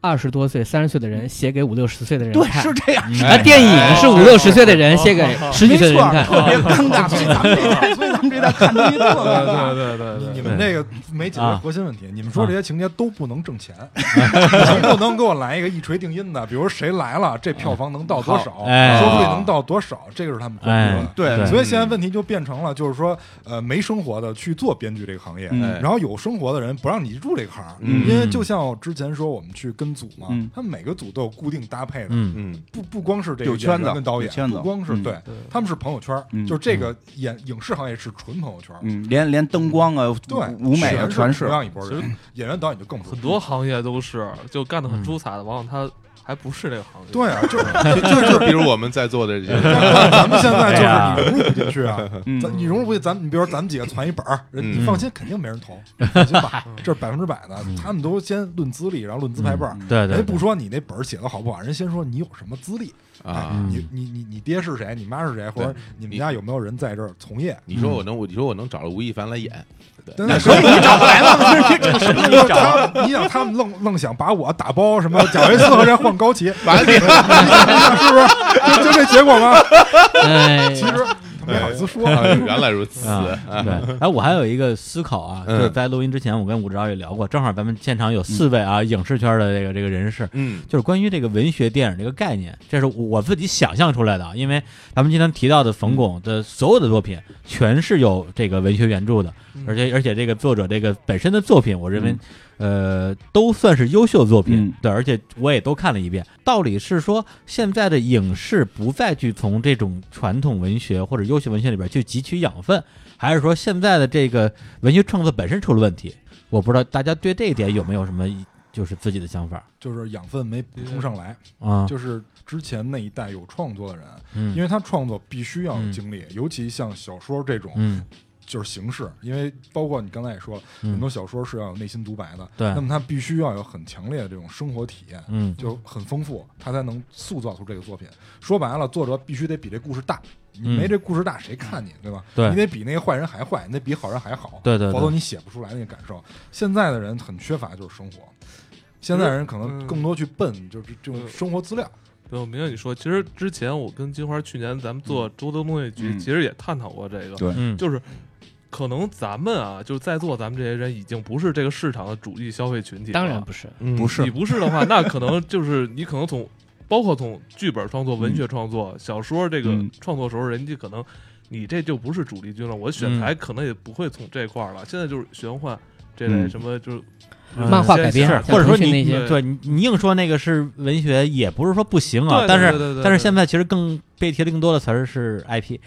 Speaker 6: 二十多岁、三十岁的人写给五六十岁的人
Speaker 2: 对，
Speaker 6: 看
Speaker 2: 是，这样，
Speaker 6: 而电影是五六十岁的人写给十几
Speaker 2: 没
Speaker 6: 岁的
Speaker 2: 错儿，
Speaker 6: 人看。
Speaker 2: 特 别尴尬。所以咱们这代，所以咱们这代看东西特
Speaker 1: 对
Speaker 2: 尴尬。
Speaker 1: 对对对
Speaker 3: 你
Speaker 1: 对
Speaker 3: 你
Speaker 1: 呃对。
Speaker 3: 们这个没解决
Speaker 4: 啊
Speaker 3: 核心问题，你们说这些情节都不能挣钱，你们不能给我来一个一锤定音的，比如谁来了，这票房能到多少，
Speaker 4: 哎
Speaker 3: 收视率能到多少，这个是他们关注
Speaker 4: 哎
Speaker 3: 的，。
Speaker 2: 对
Speaker 4: 对
Speaker 3: 所以现在问题就变成了，就是说，呃，没生活的去做编剧这个行业，
Speaker 2: 嗯
Speaker 5: 哎
Speaker 3: 然后有生活的人不让你入这个行，
Speaker 5: 嗯
Speaker 3: 因为就像我之前说，我们去跟组嘛，
Speaker 2: 嗯
Speaker 3: 他们每个组都有固定搭配的，
Speaker 4: 嗯
Speaker 5: 嗯
Speaker 3: 不不光是这个
Speaker 2: 有圈子
Speaker 3: 演员跟导演，
Speaker 2: 有圈子
Speaker 3: 不光是、
Speaker 2: 嗯
Speaker 3: 对，他们是朋友圈，
Speaker 2: 嗯
Speaker 3: 就是这个演影视行业是纯朋友圈，
Speaker 2: 嗯，连连灯光啊，
Speaker 3: 对，
Speaker 2: 舞美啊，全
Speaker 3: 是
Speaker 2: 是
Speaker 3: 同。样一拨人，演员导演就更不是
Speaker 1: 很多。行业都是就干得很出彩的，往往他还不是这个行业。
Speaker 3: 对啊，就
Speaker 5: 就就就比如我们在座的这些，
Speaker 3: 咱 咱们现在就是你融入不进去啊，
Speaker 2: 嗯
Speaker 3: 咱你融入不进，咱你比如说咱们几个攒一本儿，人
Speaker 5: 嗯
Speaker 3: 你放心，肯定没 人投，放心吧，这是百分之百的。
Speaker 2: 嗯
Speaker 3: 他们都先论资历，然后论资排辈儿。
Speaker 4: 对对
Speaker 3: 人，哎不说你那本儿写的好不好，人先说你有什么资历
Speaker 5: 啊
Speaker 3: 哎你你你你爹是谁？你妈是谁？或者你们家有没有人在这儿从业？
Speaker 5: 你说我能，我你说我能找着吴亦凡来 演，
Speaker 3: 但是你找来 了，这什么你找？你啊想他们愣愣想把我打包什么贾维斯和人换 高旗，
Speaker 5: 完 了，
Speaker 3: 是不是？就就这结果吗？ 哎
Speaker 6: 哎，
Speaker 3: 其实没好意思说，啊
Speaker 5: 原来如此，
Speaker 4: 啊，对，哎，我还有一个思考啊，
Speaker 5: 嗯
Speaker 4: 就是在录音之前，我跟武指导也聊过，正好咱们现场有四位啊，影视圈的这个这个人士，
Speaker 5: 嗯
Speaker 4: 就是关于这个文学电影这个概念，这是我自己想象出来的啊。因为咱们今天提到的冯巩的所有的作品，全是有这个文学原著的，而且而且这个作者这个本身的作品，我认为、呃，都算是优秀作品
Speaker 2: 嗯。
Speaker 4: 对，而且我也都看了一遍。道理是说，现在的影视不再去从这种传统文学或者优秀文学里边去汲取养分，还是说现在的这个文学创作本身出了问题？我不知道大家对这一点有没有什么就是自己的想法
Speaker 3: 就是养分没补充上来，
Speaker 4: 啊？
Speaker 3: 就是之前那一代有创作的人，
Speaker 4: 嗯，
Speaker 3: 因
Speaker 4: 为
Speaker 3: 为他创作必须要有经历，尤其像小说这种
Speaker 4: 嗯
Speaker 3: 就是形式，因为包括你刚才也说了，
Speaker 4: 嗯
Speaker 3: 很多小说是要有内心独白的，
Speaker 4: 对
Speaker 3: 那么他必须要有很强烈的这种生活体验，
Speaker 4: 嗯
Speaker 3: 就很丰富，他才能塑造出这个作品。说白了，作者必须得比这故事大，你
Speaker 4: 嗯
Speaker 3: 没这故事大，谁看你，对吧？
Speaker 4: 对
Speaker 3: 你得比那个坏人还坏，你得比好人还好，
Speaker 4: 对对对
Speaker 3: 否则你写不出来那个感受。现在的人很缺乏就是生活。现在人可能
Speaker 1: 嗯
Speaker 3: 更多去奔就是这种
Speaker 1: 嗯
Speaker 3: 生活资料，
Speaker 1: 对，我明白你说。其实之前我跟金花去年咱们做周德东那局，
Speaker 2: 嗯
Speaker 1: 其实也探讨过这个，
Speaker 2: 对
Speaker 4: 嗯，
Speaker 1: 就是可能咱们啊，就是在座咱们这些人已经不是这个市场的主力消费群体了，
Speaker 6: 当然不是，
Speaker 1: 嗯
Speaker 2: 不是
Speaker 1: 你不是的话，那可能就是你可能从包括从剧本创作、文学创作、小说这个
Speaker 2: 嗯
Speaker 1: 创作时候，人家可能你这就不是主力军了，我
Speaker 2: 嗯
Speaker 1: 选材可能也不会从这块儿了。现在就是玄幻这类
Speaker 2: 嗯
Speaker 1: 什么就是。呃
Speaker 4: 嗯
Speaker 6: 漫画改编啊
Speaker 4: 是
Speaker 6: 像
Speaker 4: 或者说
Speaker 6: 腾讯
Speaker 4: 你
Speaker 6: 那些
Speaker 4: 你对你你硬说那个是文学，也不是说不行
Speaker 1: 对
Speaker 4: 啊，
Speaker 1: 对
Speaker 4: 但
Speaker 1: 对对
Speaker 4: 是
Speaker 1: 对
Speaker 4: 但是
Speaker 1: 对
Speaker 4: 现在其实更被提的更多的词儿是 IP，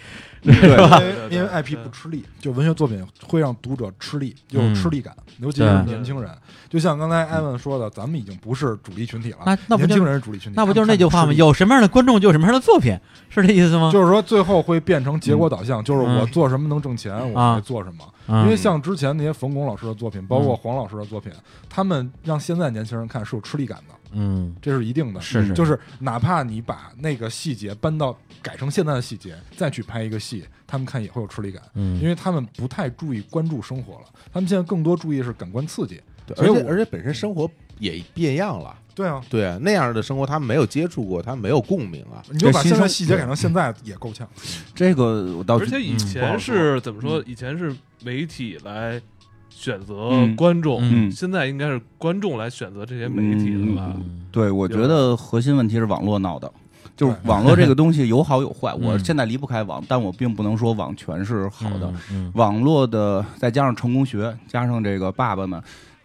Speaker 2: 对
Speaker 3: 因
Speaker 1: 吧
Speaker 3: 为因为 IP 不吃力，就文学作品会让读者吃力，有
Speaker 4: 嗯
Speaker 3: 吃力感，尤其是年轻人。就像刚才艾文说的，咱们已经不是主力群体了，
Speaker 4: 那那不
Speaker 3: 年
Speaker 4: 就
Speaker 3: 轻人是主力群体，
Speaker 4: 那不
Speaker 3: 他
Speaker 4: 就
Speaker 3: 们
Speaker 4: 是那句话
Speaker 3: 看
Speaker 4: 吗？
Speaker 3: 得吃力
Speaker 4: 有什么样的观众，就有什么样的作品，是这意思吗？
Speaker 3: 就是说最后会变成结果导向，就是我做什么能挣钱，我
Speaker 4: 嗯啊
Speaker 3: 会做什么。因为
Speaker 4: 嗯
Speaker 3: 像之前那些冯巩老师的作品，包括黄老师的作品，他们让现在年轻人看是有吃力感的，
Speaker 4: 嗯，
Speaker 3: 这是一定的。
Speaker 4: 是是
Speaker 3: 就是哪怕你把那个细节搬到改成现在的细节，再去拍一个戏，他们看也会有吃力感。
Speaker 4: 嗯
Speaker 3: 因为他们不太注意关注生活了，他们现在更多注意的是感官刺激。
Speaker 5: 对
Speaker 3: 所以
Speaker 5: 而且
Speaker 3: 我
Speaker 5: 而且本身生活也变样了，
Speaker 3: 对啊，
Speaker 5: 对啊那样的生活他们没有接触过，他们没有共鸣啊。
Speaker 3: 你就把
Speaker 2: 新
Speaker 3: 现在
Speaker 2: 生
Speaker 3: 细节改成现在也够呛。
Speaker 2: 这个我倒
Speaker 1: 而且以
Speaker 2: 嗯不好
Speaker 1: 前是怎么说？以前是媒体来选择
Speaker 2: 嗯
Speaker 1: 观众，
Speaker 2: 嗯
Speaker 1: 现在应该是观众来选择这些媒体了吧？
Speaker 4: 嗯
Speaker 2: 对，我觉得核心问题是网络闹的，就是
Speaker 3: 对
Speaker 2: 网络 这个东西有好有坏。我
Speaker 4: 嗯
Speaker 2: 现在离不开网，但我并不能说网全是好的。，
Speaker 4: 嗯
Speaker 2: 网络的再加上成功学，加上这个爸爸们，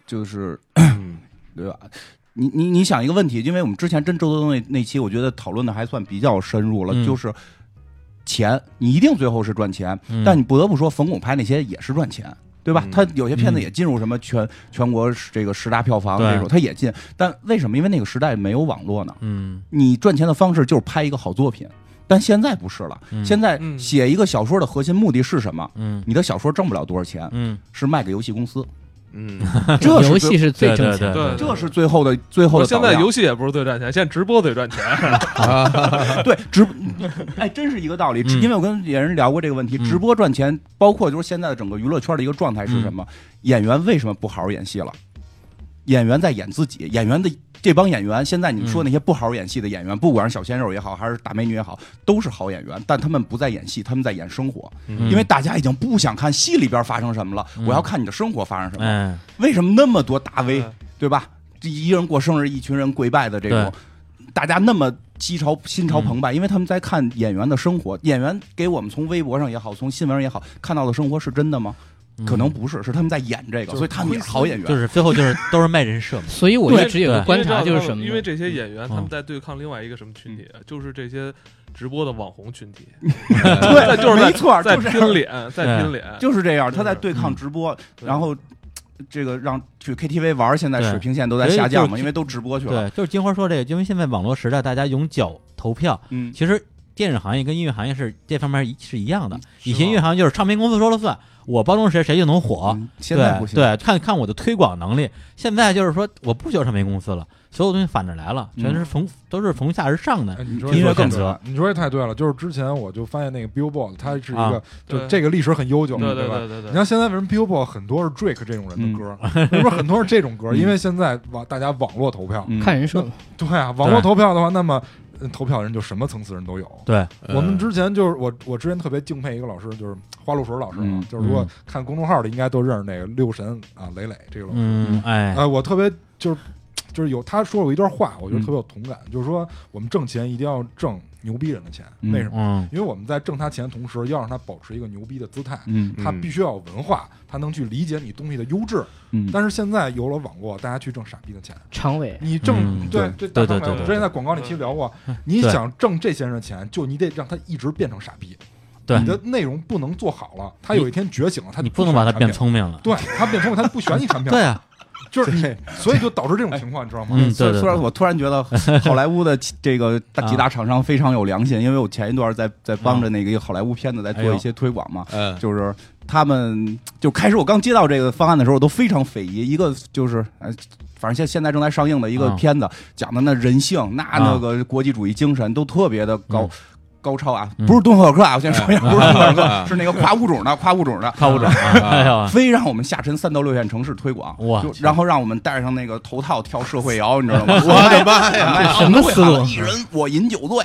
Speaker 2: 就是
Speaker 5: 嗯
Speaker 2: 对吧？你你你想一个问题，因为我们之前真周德东那那期，我觉得讨论的还算比较深入了，
Speaker 4: 嗯
Speaker 2: 就是钱，你一定最后是赚钱，
Speaker 4: 嗯
Speaker 2: 但你不得不说，冯巩拍那些也是赚钱，对吧？
Speaker 5: 嗯
Speaker 2: 他有些片子
Speaker 4: 嗯
Speaker 2: 也进入什么全全国这个十大票房
Speaker 4: 对
Speaker 2: 这种，他也进，但为什么？因为那个时代没有网络呢，
Speaker 4: 嗯
Speaker 2: 你赚钱的方式就是拍一个好作品，但现在不是了，
Speaker 4: 嗯
Speaker 2: 现在
Speaker 1: 嗯
Speaker 2: 写一个小说的核心目的是什么？
Speaker 4: 嗯
Speaker 2: 你的小说挣不了多少钱，
Speaker 4: 嗯，
Speaker 2: 是卖给游戏公司，
Speaker 5: 嗯，
Speaker 2: 这
Speaker 6: 游
Speaker 2: 是最
Speaker 6: 戏是最
Speaker 4: 对
Speaker 6: 挣
Speaker 4: 对
Speaker 6: 钱的。
Speaker 1: 对，
Speaker 2: 这是最后的最后
Speaker 1: 我
Speaker 2: 的
Speaker 1: 现
Speaker 2: 导
Speaker 1: 在
Speaker 2: 量。
Speaker 1: 游戏也不是最赚钱，现在直播最赚钱。
Speaker 2: 对直，哎，真是一个道理。直
Speaker 4: 嗯
Speaker 2: 因为我跟演员聊过这个问题，
Speaker 4: 嗯
Speaker 2: 直播赚钱，包括就是现在的整个娱乐圈的一个状态是什么？演员为什么不好好演戏了？演员在演自己，演员的这帮演员，现在你说那些不好好演戏的演员，不管是小鲜肉也好，还是大美女也好，都是好演员，但他们不在演戏，他们在演生活，
Speaker 4: 嗯
Speaker 2: 因为大家已经不想看戏里边发生什么了，
Speaker 4: 嗯
Speaker 2: 我要看你的生活发生什么。
Speaker 4: 哎，
Speaker 2: 为什么那么多大 V，
Speaker 1: 嗯
Speaker 2: 对吧？这一个人过生日，一群人跪拜的这种，大家那么激潮、心潮澎湃，因为他们在看演员的生活。演员给我们从微博上也好，从新闻上也好看到的生活是真的吗？
Speaker 4: 嗯
Speaker 2: 可能不是，是他们在演这个，
Speaker 3: 就是
Speaker 2: 所以他们也是好演员。
Speaker 4: 就是最后就是都是卖人 设嘛，
Speaker 6: 所以我
Speaker 2: 对
Speaker 6: 一直有个
Speaker 4: 对
Speaker 6: 观察就是什么呢？
Speaker 1: 因为这些演员他
Speaker 4: 嗯
Speaker 1: 们在对抗另外一个什么群体，
Speaker 2: 嗯
Speaker 1: 就是这些直播的网红群体，
Speaker 2: 对，
Speaker 1: 就是在
Speaker 2: 没错，
Speaker 1: 在
Speaker 2: 就是这样
Speaker 1: 拼脸，在拼脸。
Speaker 2: 就是这样，
Speaker 1: 就是
Speaker 2: 他在对抗直播，然后。这个让去 KTV 玩，现在
Speaker 4: 对
Speaker 2: 水平线都在下降
Speaker 4: 所以就
Speaker 2: 嘛，
Speaker 4: 是
Speaker 2: 因为都直播去了。
Speaker 4: 对，就是金花说这个，因为现在网络时代，大家用脚投票，
Speaker 2: 嗯，
Speaker 4: 其实电影行业跟音乐行业是这方面是一样的。以
Speaker 1: 吗
Speaker 4: 前音乐行业就是唱片公司说了算，我包装谁谁就能火，
Speaker 2: 嗯现在不行，
Speaker 4: 对，对，看看我的推广能力。现在就是说，我不需要唱片公司了，所有东西反着来了，全是从、都是从下而上的
Speaker 3: 哎。你说
Speaker 4: 啊音乐
Speaker 3: 这
Speaker 4: 更
Speaker 3: 对了
Speaker 4: 则，
Speaker 3: 你说这太对了。就是之前我就发现那个 Billboard，它是一
Speaker 4: 啊
Speaker 3: 个，就
Speaker 1: 对
Speaker 3: 这个历史很悠久，
Speaker 1: 对
Speaker 2: 嗯
Speaker 1: 对
Speaker 3: 吧
Speaker 1: 对？对对
Speaker 3: 你，看现在为什么 Billboard 很多是 Drake 这种
Speaker 4: 嗯
Speaker 3: 人的歌，为什么很多是这种歌？
Speaker 2: 嗯
Speaker 3: 因为现在网大家网络投票，
Speaker 2: 嗯，
Speaker 6: 看人说，
Speaker 3: 对啊，网络投票的话，那么呃投票人就什么层次人都有。
Speaker 4: 对，
Speaker 5: 呃
Speaker 3: 我们之前就是我，我之前特别敬佩一个老师，就是花露水老师啊，
Speaker 2: 嗯
Speaker 3: 就是如果看公众号的应该都认识那个六神啊，磊磊这种。
Speaker 4: 嗯，哎，
Speaker 3: 呃，我特别就是就是有他说过一段话，我觉
Speaker 4: 嗯
Speaker 3: 得特别有同感，就是说我们挣钱一定要挣牛逼人的钱，
Speaker 2: 嗯
Speaker 3: 为什么？
Speaker 4: 嗯
Speaker 3: 因为我们在挣他钱的同时，要让他保持一个牛逼的姿态，
Speaker 2: 嗯
Speaker 3: 他必须要有文化，他能去理解你东西的优质。
Speaker 2: 嗯，
Speaker 3: 但是现在有了网络，大家去挣傻逼的钱，
Speaker 6: 常委
Speaker 3: 你挣
Speaker 4: 嗯
Speaker 3: 对
Speaker 2: 对
Speaker 4: 对
Speaker 3: 对大
Speaker 4: 对
Speaker 3: 方面
Speaker 4: 对对嗯
Speaker 3: 我们之前在广告那期聊过，你想挣这些人的钱，就你得让他一直变成傻逼，
Speaker 4: 对
Speaker 3: 你的内容不能做好了，他有一天觉醒了，他
Speaker 4: 嗯你
Speaker 3: 就
Speaker 4: 不能把
Speaker 3: 选
Speaker 4: 它
Speaker 3: 产
Speaker 4: 变
Speaker 3: 品
Speaker 4: 聪明了。
Speaker 3: 对他变成他不选你产品，
Speaker 4: 对，啊，
Speaker 3: 就是你，所以就导致这种情况，你知道吗？
Speaker 4: 嗯，对
Speaker 2: 虽
Speaker 4: 对
Speaker 2: 虽然
Speaker 4: 对，
Speaker 2: 我突然觉 得好莱坞的这个大
Speaker 4: 啊
Speaker 2: 几大厂商非常有良心，因为我前一段在在帮着那个一个好莱坞片子在
Speaker 4: 哎
Speaker 2: 做
Speaker 4: 呦
Speaker 2: 一些推广嘛，
Speaker 5: 嗯，
Speaker 2: 就是他们就开始我刚接到这个方案的时候，我都非常匪夷。一个就是呃，反正现现在正在上映的一个
Speaker 4: 啊
Speaker 2: 片子，讲的那人性，那
Speaker 4: 啊
Speaker 2: 那个国际主义精神都特别的高。
Speaker 4: 嗯
Speaker 2: 高超啊，
Speaker 4: 嗯
Speaker 2: 不是敦刻尔克啊！我先说一下，不是敦刻尔克，
Speaker 5: 啊
Speaker 2: 是那个跨物种的，跨物种的，
Speaker 4: 靠不准啊， 哎呦，
Speaker 2: 非让我们下沉三到六线城市推广，
Speaker 4: 哇
Speaker 2: 就然后让我们戴上那个头套跳社会摇，你知道 吗？
Speaker 5: 我的妈呀！
Speaker 2: 哎呀
Speaker 6: 什么思路
Speaker 2: 我会喊一人我饮酒 醉，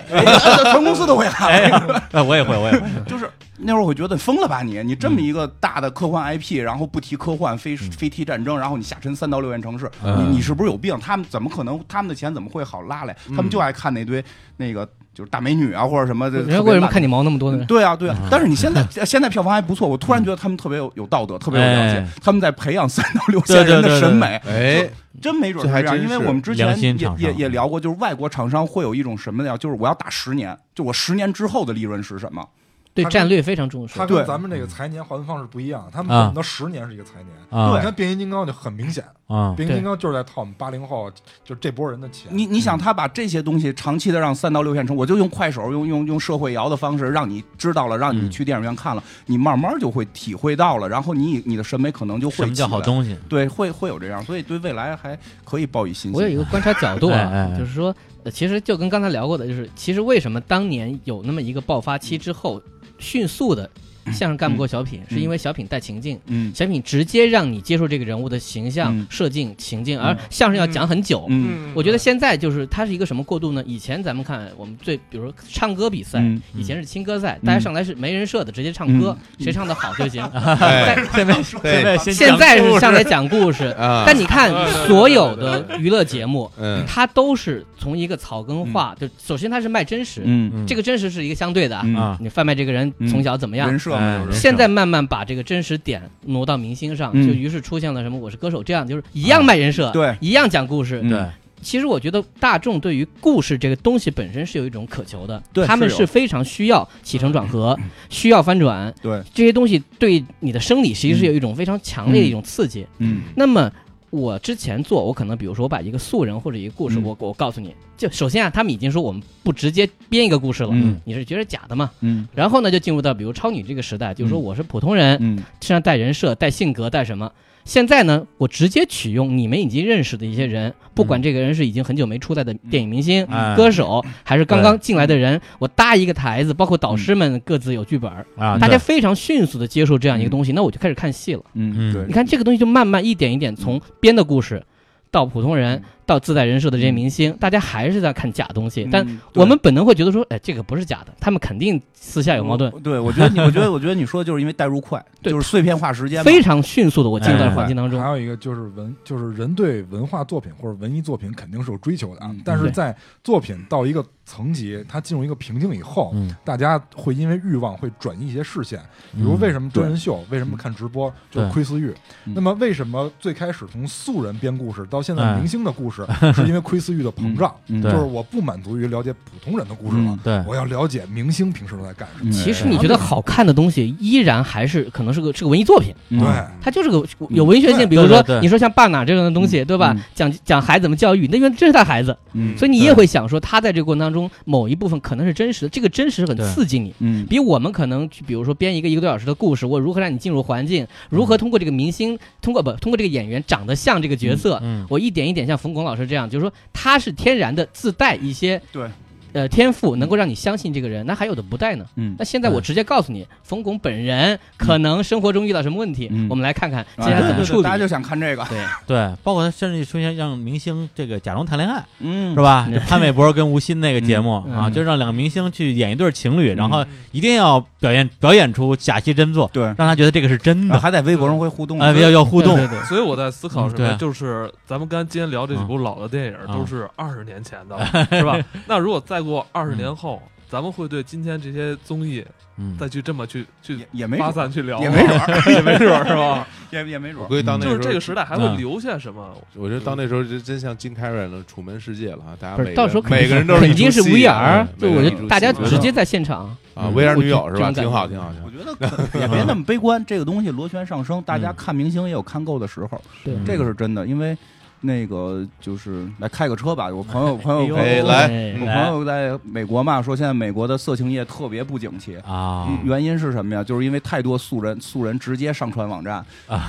Speaker 2: 全公司都会喊。
Speaker 4: 哎呀，哎，我也会，我也会，
Speaker 2: 就是那会儿我觉得疯了吧你？你这么一个大的科
Speaker 6: 嗯
Speaker 2: 幻 IP，然后不提科幻，非非提战争，然后你下沉三到六线城市，
Speaker 5: 嗯
Speaker 2: 你你是不是有病？他们怎么可能？他们的钱怎么会好拉来？他们就爱看那堆那个就是大美女啊或者什么的。
Speaker 6: 人家为什么看
Speaker 2: 你？
Speaker 6: 嗯你毛那么多呢？
Speaker 2: 对啊，对
Speaker 4: 嗯
Speaker 2: 啊，但是你现在 现在票房还不错，我突然觉得他们特别有有道 德，特别有良心
Speaker 4: 哎，
Speaker 2: 他们在培养三到六线人
Speaker 4: 对对对
Speaker 2: 的审美，
Speaker 5: 哎，
Speaker 2: 真没准
Speaker 5: 这
Speaker 2: 是
Speaker 5: 还
Speaker 2: 这样，
Speaker 5: 真
Speaker 2: 因为
Speaker 5: 是
Speaker 2: 我们之
Speaker 4: 良
Speaker 2: 前也
Speaker 4: 心厂商
Speaker 2: 也也聊过，就是外国厂商会有一种什么呀？就是我要打十年，就我十年之后的利润是什么？
Speaker 6: 对
Speaker 3: 他跟
Speaker 6: 战略非常重视
Speaker 3: 他。跟
Speaker 2: 对
Speaker 3: 咱们这个财年划分方式不一样，他们
Speaker 4: 嗯啊
Speaker 3: 恨不得十年是一个财年。
Speaker 4: 啊
Speaker 3: 你看变形金刚就很明显，
Speaker 4: 啊，
Speaker 3: 变形金刚就是在套我们八零后，就这波人的钱。
Speaker 2: 你你想，他把这些东西长期的让三到六线城，我就用快手，用用用社会摇的方式让你知道了，让你
Speaker 4: 嗯
Speaker 2: 去电影院看了，你慢慢就会体会到了，然后你你的审美可能就会
Speaker 4: 什么叫
Speaker 2: 起
Speaker 4: 好
Speaker 2: 来
Speaker 4: 东西？
Speaker 2: 对，会会有这样，所以对未来还可以抱以信
Speaker 6: 我有一
Speaker 2: 心。
Speaker 6: 个观察角度
Speaker 4: 哎哎
Speaker 6: 啊
Speaker 4: 哎，
Speaker 6: 就是说，呃其实就跟刚才聊过的，就是其实为什么当年有那么一个爆发期之后，迅速的相声干不过小品，是因为小品带情境。
Speaker 2: 嗯
Speaker 6: 小品直接让你接受这个人物的形象、
Speaker 2: 嗯
Speaker 6: 设定、情境，
Speaker 2: 嗯
Speaker 6: 而相声要讲很久。
Speaker 2: 嗯
Speaker 6: 我觉得现在就是它是一个什么过渡呢？以前咱们看我们最，比如说唱歌比赛，
Speaker 2: 嗯
Speaker 6: 以前是新歌赛，
Speaker 2: 嗯
Speaker 6: 大家上来是没人设的，直接唱歌，
Speaker 2: 嗯
Speaker 6: 谁唱的好就行。
Speaker 5: 哎
Speaker 4: 现在现在先
Speaker 6: 现在是上来
Speaker 4: 来
Speaker 6: 讲故事，
Speaker 5: 啊，
Speaker 6: 但你看
Speaker 1: 对对对
Speaker 6: 所有的娱乐 节目，
Speaker 5: 嗯
Speaker 6: 它都是从一个草根化，就首先它是卖真实，
Speaker 2: 嗯
Speaker 6: 这个真实是一个相对的啊，
Speaker 2: 嗯
Speaker 4: 啊，
Speaker 6: 你贩卖这个人从小怎么样呃
Speaker 2: 人。设嘛，就是
Speaker 6: 现在慢慢把这个真实点挪到明星上，
Speaker 2: 嗯
Speaker 6: 就于是出现了什么《我是歌手》这样，就是一样卖人设，
Speaker 2: 对
Speaker 6: 一样讲故事。
Speaker 2: 嗯
Speaker 4: 对，
Speaker 6: 其实我觉得大众对于故事这个东西本身是有一种渴求的，
Speaker 2: 对
Speaker 6: 他们
Speaker 2: 是有嗯
Speaker 6: 是非常需要起承转合，需要翻转，
Speaker 2: 对，
Speaker 6: 这些东西对你的生理其实是有一种非常强烈的一种刺激。
Speaker 2: 嗯
Speaker 6: 那么我之前做，我可能比如说我把一个素人或者一个故事，
Speaker 2: 嗯
Speaker 6: 我我告诉你，就首先啊，他们已经说我们不直接编一个故事了，
Speaker 2: 嗯
Speaker 6: 你是觉得假的嘛？
Speaker 2: 嗯
Speaker 6: 然后呢，就进入到比如超女这个时代，就是说
Speaker 2: 嗯
Speaker 6: 我是普通人，
Speaker 2: 嗯
Speaker 6: 身上带人设、带性格、带什么。现在呢，我直接取用你们已经认识的一些
Speaker 2: 嗯
Speaker 6: 人，不管这个人是已经很久没出来的电影明星、嗯
Speaker 4: 哎
Speaker 6: 歌手，
Speaker 2: 嗯
Speaker 6: 还是刚刚进来的人，我搭一个台子，包括导师
Speaker 2: 嗯
Speaker 6: 们各自有剧本，
Speaker 4: 啊，
Speaker 6: 大家非常迅速的接受这样一个东西，那我就开始看戏了。
Speaker 2: 嗯对
Speaker 6: 你，看这个东西就慢慢一点一点从编的故事，到普通人，到自带人设的这些明星，大家还是在看假东西，但
Speaker 2: 嗯
Speaker 6: 我们本能会觉得说，哎，这个不是假的，他们肯定私下有矛盾。
Speaker 2: 我对，我觉 得你，我觉得，我觉得你说的就是因为代入快，
Speaker 6: 对
Speaker 2: 就是碎片化时间嘛，
Speaker 6: 非常迅速的，我进入到环境当中
Speaker 3: 还，有一个就是文，就是人对文化作品或者文艺作品肯定是有追求的啊
Speaker 2: 嗯，
Speaker 3: 但是
Speaker 6: 对
Speaker 3: 在作品到一个层级，它进入一个瓶颈以后，
Speaker 4: 嗯，
Speaker 3: 大家会因为欲望会转移一些视线，比如为什么真人秀，为什么看直播，就
Speaker 4: 嗯
Speaker 3: 是
Speaker 4: 对
Speaker 3: 窥私欲。
Speaker 2: 嗯
Speaker 3: 那么为什么最开始从素人编故事到现在
Speaker 4: 哎
Speaker 3: 明星的故事，是因为窥私欲的膨胀，
Speaker 2: 嗯
Speaker 3: 就
Speaker 4: 对
Speaker 3: 是我不满足于了解普通人的故事了
Speaker 2: 嗯，
Speaker 4: 对
Speaker 3: 我要了解明星平时都在干什么。
Speaker 2: 嗯
Speaker 6: 其实你觉得好看的东西，依然还是可能是个是个文艺作品，
Speaker 2: 嗯
Speaker 3: 对，
Speaker 6: 它就是个有文学性。
Speaker 3: 对
Speaker 6: 比如说
Speaker 4: 对对对
Speaker 6: 你说像《爸哪》这样的东西，对吧
Speaker 2: 嗯？
Speaker 6: 讲讲孩子怎么教育，那因为真是他孩子，
Speaker 2: 嗯
Speaker 6: 所以你也会想说，他在这个过程当中某一部分可能是真实的，这个真实很
Speaker 4: 对
Speaker 6: 刺激你。
Speaker 2: 嗯
Speaker 6: 比我们可能去，比如说编一个一个多小时的故事，我如何让你进入环境，如何通过这个明星，通过不通过这个演员长得像这个角色，
Speaker 4: 嗯
Speaker 6: 我一点一点像冯巩老师这样，就是说他是天然的自带一些
Speaker 2: 对
Speaker 6: 呃天赋能够让你相信这个人，那还有的不带呢。
Speaker 2: 嗯
Speaker 6: 那现在我直接告诉你，冯巩本人可能生活中遇到什么问题，
Speaker 2: 嗯
Speaker 6: 我们来看看接
Speaker 2: 啊
Speaker 6: 下来
Speaker 5: 哎
Speaker 6: 怎么
Speaker 2: 对对
Speaker 6: 处
Speaker 2: 对
Speaker 6: 理
Speaker 2: 大家。就想看这个，
Speaker 6: 对，
Speaker 4: 对，包括他甚至出现让明星这个假装谈恋爱，
Speaker 2: 嗯
Speaker 4: 是？吧？
Speaker 6: 嗯
Speaker 4: 就潘玮柏跟吴昕那个节目
Speaker 6: 嗯
Speaker 4: 啊，
Speaker 2: 嗯
Speaker 4: 就让两个明星去演一对情侣，然后
Speaker 1: 嗯
Speaker 4: 一定要表演表演出假戏真做，
Speaker 6: 嗯
Speaker 2: 对，
Speaker 4: 让他觉得这个是真
Speaker 2: 啊
Speaker 4: 的，
Speaker 2: 还在微博上会互动，
Speaker 4: 哎，要要互动
Speaker 6: 对，对对
Speaker 1: 所以我在思考什
Speaker 4: 嗯对
Speaker 1: 么，
Speaker 4: 啊
Speaker 1: 就是咱们刚今天聊这几
Speaker 2: 嗯
Speaker 1: 部老的电影
Speaker 4: 啊
Speaker 1: 都是二十年前的，了，是 吧？那如果再过二
Speaker 2: 嗯
Speaker 1: 十年后，咱们会对今天这些综艺
Speaker 4: 嗯，
Speaker 1: 再去这么去去
Speaker 2: 也也没
Speaker 1: 发
Speaker 2: 准，
Speaker 1: 散去聊吗，
Speaker 2: 也没准儿，
Speaker 1: 也没准儿是 吧？
Speaker 2: 也也没准
Speaker 5: 我
Speaker 2: 儿。
Speaker 5: 估计到那
Speaker 1: 就是这个
Speaker 5: 时
Speaker 1: 时代还
Speaker 2: 嗯
Speaker 1: 会留下什么？
Speaker 5: 候，我觉得到那时候就真像金凯瑞了，《楚门世界》了啊！大家
Speaker 6: 不
Speaker 5: 每
Speaker 6: 是
Speaker 5: 个
Speaker 6: 到时候肯定
Speaker 5: 每个人都是一
Speaker 6: 肯定是
Speaker 5: 出戏啊
Speaker 6: VR，
Speaker 5: 对
Speaker 6: 就
Speaker 5: 每个
Speaker 6: 我
Speaker 5: 人一出
Speaker 6: 觉得
Speaker 5: 戏
Speaker 6: 大家
Speaker 5: 我觉得
Speaker 6: 直接在现场，
Speaker 5: 啊，VR 女友是吧？
Speaker 6: 这种感觉
Speaker 5: 挺好，挺好，挺好
Speaker 2: 我。觉得可也别那么悲观，这个东西螺旋上升，大
Speaker 6: 嗯
Speaker 2: 家看明星也有看够的时候，
Speaker 6: 对
Speaker 4: 嗯
Speaker 2: 这个是真的。因为那个就是来开个车吧，我朋 友朋友
Speaker 4: 哎
Speaker 5: 哎，
Speaker 4: 呦
Speaker 5: 来，
Speaker 2: 我
Speaker 5: 嗯
Speaker 2: 朋友在美国嘛，说现在美国的色情业特别不景气。
Speaker 4: 啊，
Speaker 2: 原因是什么呀？就是因为太多素人，素人直接上传网站，
Speaker 5: 啊，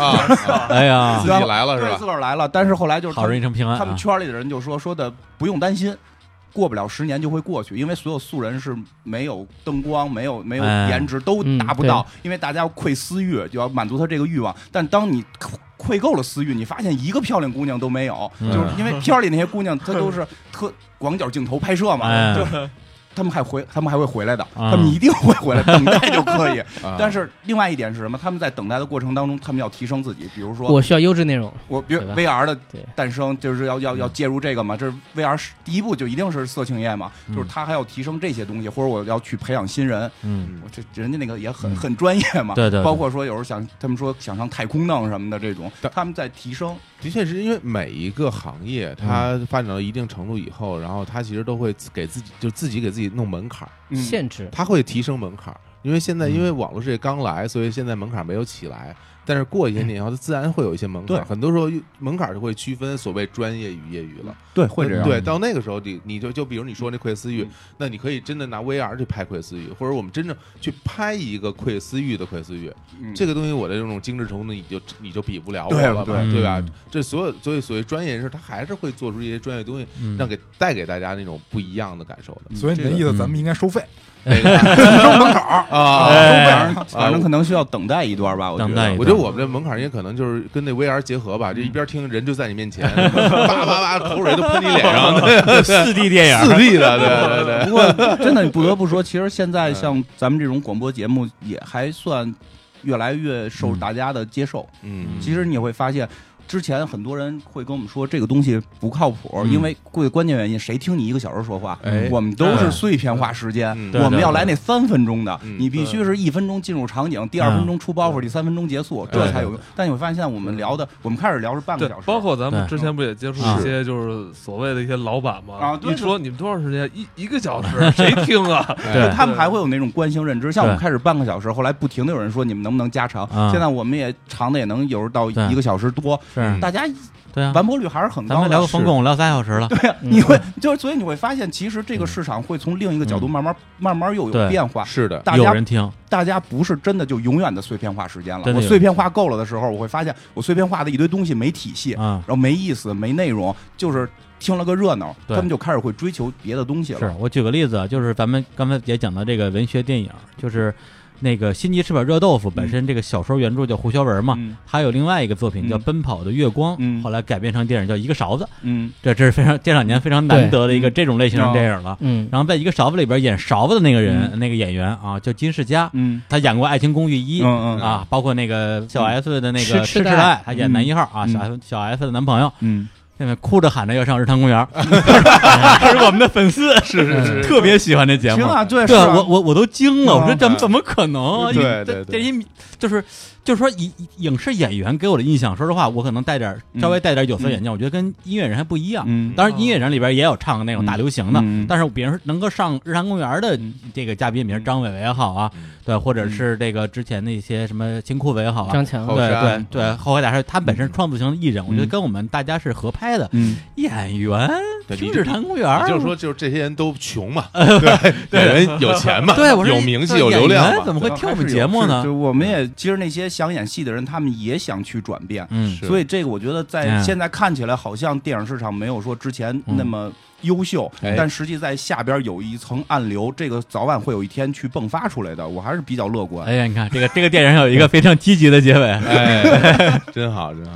Speaker 5: 啊
Speaker 4: 哎呀
Speaker 5: 自，己来了是
Speaker 2: 对，
Speaker 5: 吧
Speaker 2: 自？个儿来了。但是后来就是他
Speaker 4: 好人一
Speaker 2: 们
Speaker 4: 生平安
Speaker 2: 他们
Speaker 4: 啊，
Speaker 2: 圈里的人就说说的不用担心，过不了十年就会过去，因为所有素人是没有灯光、没有没有
Speaker 4: 哎
Speaker 2: 颜值都
Speaker 6: 嗯
Speaker 2: 达不到，因为大家要窥私欲，就要满足他这个欲望。但当你窥窥够了私欲，你发现一个漂亮姑娘都没有，
Speaker 4: 嗯
Speaker 2: 就是因为片儿里那些姑娘她都 是特广角镜头拍摄嘛，
Speaker 4: 哎
Speaker 2: 就是。他们还回，他们还会回来的，他
Speaker 4: 啊
Speaker 2: 们一定会回 来，等待就可
Speaker 4: 嗯
Speaker 2: 以。
Speaker 5: 啊
Speaker 2: 但是另外一点是什么？他们在等待的过程当中，他们要提升自己，比如说
Speaker 6: 我需要优质内容。
Speaker 2: 我比如
Speaker 6: 对吧
Speaker 2: VR 的
Speaker 6: 对
Speaker 2: 诞生，就是要
Speaker 4: 嗯
Speaker 2: 要要介入这个嘛，这是 VR 是第一步就一定是色情业嘛，
Speaker 4: 嗯
Speaker 2: 就是他还要提升这些东西，或者我要去培养新人，
Speaker 4: 嗯，
Speaker 2: 我这人家那个也很
Speaker 4: 嗯
Speaker 2: 很专业嘛，
Speaker 4: 对对对
Speaker 2: 包括说有时候想他们说想上太空弄什么的这种
Speaker 5: 但，
Speaker 2: 他们在提升，
Speaker 5: 的确是因为每一个行业，它发展到一定程度以后，然后它其实都会给自己就自己给自己弄门槛儿，
Speaker 2: 嗯
Speaker 6: 限制，
Speaker 5: 它会提升门槛儿。因为现在
Speaker 4: 嗯
Speaker 5: 因为网络世界刚来，所以现在门槛儿没有起来。但是过一些年以后，它自然会有一些门槛儿。
Speaker 2: 对
Speaker 5: 很多时候门槛儿就会区分所谓专业与业余了。
Speaker 2: 对会
Speaker 5: 对
Speaker 2: 这样，
Speaker 5: 对，到那个时候你你就就比如你说那窥私欲，那你可以真的拿 VR 去拍窥私欲，或者我们真正去拍一个窥私欲的窥私欲，
Speaker 2: 嗯
Speaker 5: 这个东西我的这种精致程度你就你就比不了我
Speaker 2: 对
Speaker 5: 了吧，
Speaker 2: 对
Speaker 5: 对吧
Speaker 4: 嗯？
Speaker 5: 这所有所以所谓专业人士，他还是会做出一些专业东西，
Speaker 4: 嗯
Speaker 5: 让给带给大家那种不一样的感受的。
Speaker 3: 所以你的意思，咱们应该收费，
Speaker 5: 那个
Speaker 2: 升门槛儿，
Speaker 5: 啊，
Speaker 2: 反正
Speaker 5: 啊
Speaker 2: 反正可能需要等待一段吧，我觉
Speaker 4: 等待
Speaker 2: 得
Speaker 4: 一段。
Speaker 5: 我觉得我们这门槛也可能就是跟那 VR 结合吧，这一边听人就在你面前，叭叭叭口水都喷你脸上，
Speaker 4: 四 D 电
Speaker 5: 四
Speaker 4: 影，
Speaker 5: D 的，对对对。
Speaker 2: 不过真的不得不说，其实现在
Speaker 4: 嗯
Speaker 2: 像咱们这种广播节目也还算越来越受
Speaker 4: 嗯
Speaker 2: 大家的接受。
Speaker 5: 嗯，
Speaker 2: 其实你会发现，之前很多人会跟我们说这个东西不靠谱，
Speaker 4: 嗯
Speaker 2: 因为最关键原因，谁听你一个小时说话？
Speaker 5: 哎
Speaker 2: 我们都是碎片化时间，
Speaker 5: 嗯
Speaker 2: 我们要来那三分钟的，
Speaker 5: 嗯
Speaker 2: 你必须是一分钟进入场景，第二分
Speaker 4: 嗯
Speaker 2: 钟出包袱，第三分钟结束，
Speaker 5: 对
Speaker 2: 这才有用。但你会发现，现在我们聊的，我们开始聊是半个
Speaker 1: 对
Speaker 2: 小时，，
Speaker 1: 包括咱们
Speaker 4: 对
Speaker 1: 之前不也接触
Speaker 4: 啊
Speaker 1: 一些就是所谓的一些老板嘛？
Speaker 2: 啊对
Speaker 1: 一
Speaker 2: 对
Speaker 1: 说你们多长时间？一一个小时，谁听 啊？
Speaker 4: 对
Speaker 2: 他们还会有那种惯性认知，像我们
Speaker 4: 对
Speaker 2: 开始半个小时，后来不停的有人说你们能不能加长
Speaker 4: 啊，
Speaker 2: 现在我们也长的也能有时候到
Speaker 4: 对
Speaker 2: 一个小时多，
Speaker 4: 是，
Speaker 2: 大家
Speaker 4: 对啊，
Speaker 2: 完播率还是很
Speaker 4: 咱
Speaker 2: 高
Speaker 4: 们聊个
Speaker 2: 的。
Speaker 4: 冯巩聊仨小时了，
Speaker 2: 你会
Speaker 4: 嗯
Speaker 2: 就是所以你会发现，其实这个市场会从另一个角度慢慢慢慢又
Speaker 4: 对
Speaker 2: 有变化。
Speaker 5: 是的，
Speaker 2: 大
Speaker 4: 有
Speaker 2: 家
Speaker 4: 人听，
Speaker 2: 大家不是真的就永远的碎片化时间了
Speaker 4: 真，的
Speaker 2: 我
Speaker 4: 有
Speaker 2: 碎片化够了的时候，我会发现我碎片化的一堆东西没体系，然
Speaker 4: 啊，
Speaker 2: 后没意思、没内容，就是听了个热闹，
Speaker 4: 对
Speaker 2: 他们就开始会追求别的东西
Speaker 4: 是
Speaker 2: 了。
Speaker 4: 我举个例子啊，就是咱们刚才也讲到这个文学电影，就是那个《心急吃饱热豆腐》本身这个小说原著叫胡小文嘛，
Speaker 2: 嗯
Speaker 4: 还有另外一个作品叫《
Speaker 2: 嗯
Speaker 4: 奔跑的月光》，
Speaker 2: 嗯
Speaker 4: 后来改编成电影叫《一个勺子》，
Speaker 2: 嗯，
Speaker 4: 这这是非常这两年非常难得的一个
Speaker 2: 对
Speaker 4: 这种类型的
Speaker 2: 嗯
Speaker 4: 电影了。
Speaker 6: 嗯，
Speaker 4: 然后在《一个勺子》里边演勺子的那个人，那个演员啊，叫金世佳，
Speaker 2: 嗯
Speaker 4: 他演过《爱情公寓一》
Speaker 2: 嗯嗯
Speaker 4: 啊，包括那个小 S 的那个
Speaker 6: 痴
Speaker 4: 痴
Speaker 6: 痴的
Speaker 4: 的
Speaker 6: 爱
Speaker 4: 爱，他演男一号啊，
Speaker 2: 嗯
Speaker 4: 小 S 小 S 的男朋友，
Speaker 2: 嗯，
Speaker 4: 现在哭着喊着要上日坛公 园，他是我们的粉丝，嗯
Speaker 5: 是是是，
Speaker 4: 特别喜欢这节目
Speaker 2: 行。啊，对，是
Speaker 4: 对，
Speaker 2: 啊
Speaker 4: 我我我都惊了，
Speaker 2: 嗯
Speaker 4: 我说怎么怎么可能啊？因
Speaker 5: 对
Speaker 4: 为
Speaker 5: 对
Speaker 4: 这
Speaker 5: 对
Speaker 4: 这些就是就是说影影视演员给我的印象，说实话，我可能带点稍微带点有色眼镜，我觉得跟音乐人还不一样。
Speaker 2: 嗯
Speaker 4: 当然，音乐人里边也有唱那种大流行的，
Speaker 2: 嗯嗯
Speaker 4: 但是比如说能够上日坛公园的这个嘉宾，比如张伟伟也好啊，对，或者是这个之前那些什么新裤子也好啊
Speaker 6: 张，强
Speaker 5: 后
Speaker 4: 对对
Speaker 5: 山嗯
Speaker 4: 对，后海大师他本身创作型的艺人，我觉得
Speaker 2: 嗯
Speaker 4: 跟我们大家是合拍的。
Speaker 2: 嗯
Speaker 4: 演员
Speaker 5: 对
Speaker 4: 去
Speaker 5: 你
Speaker 4: 日
Speaker 5: 就
Speaker 4: 坛公园，
Speaker 5: 你就说就是这些人都穷嘛，对，有人有钱嘛，
Speaker 4: 对，我说
Speaker 5: 有名气
Speaker 4: 这
Speaker 5: 有流
Speaker 4: 演
Speaker 5: 量
Speaker 4: 员
Speaker 5: 嘛，
Speaker 4: 怎么会
Speaker 2: 对啊
Speaker 4: 听我
Speaker 2: 还
Speaker 4: 们
Speaker 2: 是
Speaker 4: 节
Speaker 2: 有
Speaker 4: 目
Speaker 2: 是
Speaker 4: 呢
Speaker 2: 就？我们也其实那些想演戏的人，他们也想去转变，
Speaker 4: 嗯
Speaker 5: 是
Speaker 2: 所以这个我觉得在
Speaker 4: 嗯
Speaker 2: 现在看起来好像电影市场没有说之前
Speaker 4: 嗯
Speaker 2: 那么优秀，
Speaker 5: 哎
Speaker 2: 但实际在下边有一层暗流，这个早晚会有一天去迸发出来的，我还是比较乐观。
Speaker 4: 哎呀，你看这个这个电影有一个非常积极的结 尾。
Speaker 5: 哎，真好真好，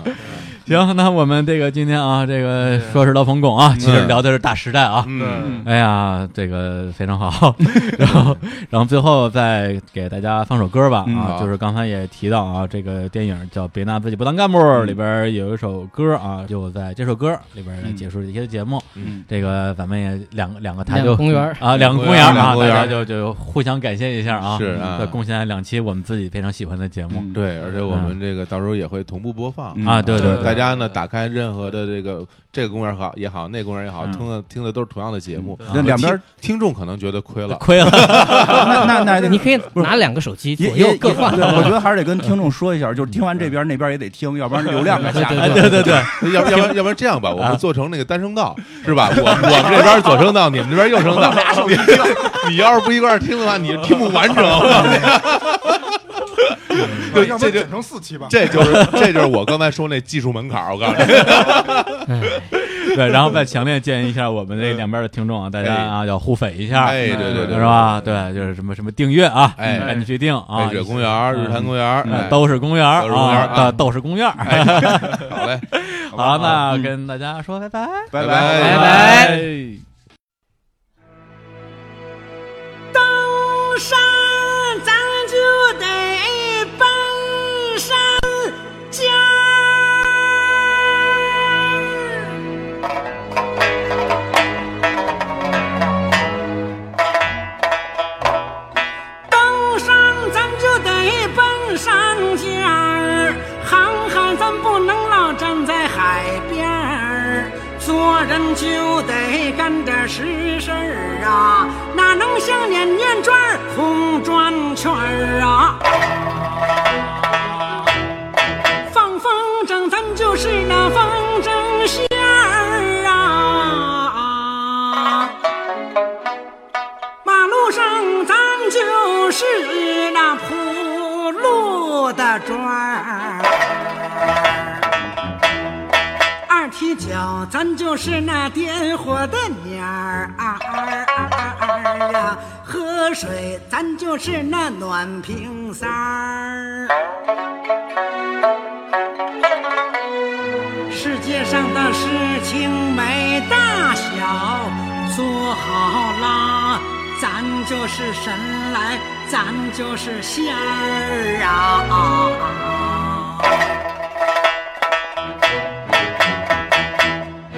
Speaker 4: 行，那我们这个今天啊，这个说是聊冯巩啊，其实聊的是大时代啊。
Speaker 5: 嗯，
Speaker 4: 哎呀，这个非常好。 然后，然后最后再给大家放首歌吧
Speaker 2: 嗯
Speaker 4: 啊，
Speaker 5: 好
Speaker 4: 就是刚才也提到啊，这个电影叫《别拿自己不当干部》，
Speaker 5: 嗯
Speaker 4: 里边有一首歌啊，就在这首歌里边来结束这期的节目。
Speaker 2: 嗯，
Speaker 4: 这个咱们也两个两个台
Speaker 6: 两
Speaker 4: 就
Speaker 6: 个公园儿，
Speaker 4: 啊，两个公园
Speaker 5: 两个
Speaker 4: 啊，
Speaker 5: 公
Speaker 4: 大
Speaker 5: 园
Speaker 4: 家就就互相感谢一下啊，
Speaker 5: 是啊
Speaker 4: 再贡献两期我们自己非常喜欢的节目。
Speaker 2: 嗯，
Speaker 5: 对，而且我们这个到时候也会同步播放。
Speaker 2: 嗯
Speaker 4: 啊，对对
Speaker 1: 对
Speaker 5: 大
Speaker 4: 对，
Speaker 5: 家呢，打开任何的这个这个公园好也好，那公园也好，
Speaker 4: 嗯
Speaker 5: 听的听的都是同样的节目。
Speaker 2: 那两边
Speaker 5: 听听众可能觉得亏了，
Speaker 4: 亏了，
Speaker 2: 啊那那那
Speaker 6: 你可以拿两个手机
Speaker 2: 也
Speaker 6: 左
Speaker 2: 也
Speaker 6: 右
Speaker 2: 也
Speaker 6: 各换，
Speaker 2: 对我觉得还是得跟听众说一下，就是听完这边那边也得听，要不然流量该下来。
Speaker 6: 对
Speaker 4: 对对 对，
Speaker 5: 要不要不然要不然这样吧，我们做成那个单声道，是吧？我我们这边左声道，你们这边右声道。 你你要是不一块儿听的话，你听不完整。
Speaker 3: 对，要不
Speaker 5: 嗯这就
Speaker 3: 然剪成四期吧。
Speaker 5: 这就是这就是我刚才说那技术门槛儿，我告诉你，
Speaker 4: 对，然后再强烈建议一下我们这两边的听众啊，大家啊要互粉一下，
Speaker 5: 嗯哎，对对对，
Speaker 4: 是？吧？对，就是什么什么订阅啊，
Speaker 5: 哎
Speaker 4: 赶紧去订啊
Speaker 5: 北，水公园儿、日坛公园儿，
Speaker 4: 嗯
Speaker 5: 哎
Speaker 4: 都是公园儿
Speaker 5: 都是公园儿
Speaker 4: 啊，
Speaker 5: 啊哎
Speaker 4: 呃都是公园儿。
Speaker 5: 好
Speaker 4: 好，
Speaker 5: 嘞，
Speaker 4: 那跟大家说拜拜，哎
Speaker 2: 拜
Speaker 5: 拜
Speaker 6: 拜拜
Speaker 7: 登山咱就得奔山尖儿。登山咱就得奔山尖儿，航海咱不能老站在海边儿，做人就得干点实事儿啊，哪能像碾碾砖儿红砖圈儿啊？放风筝咱就是那风筝线儿啊。马路上咱就是那铺路的砖儿，二踢脚咱就是那点火的捻儿啊啊，喝水咱就是那暖瓶塞儿。世界上的事情没大小，做好啦，咱就是神来，咱就是仙儿啊！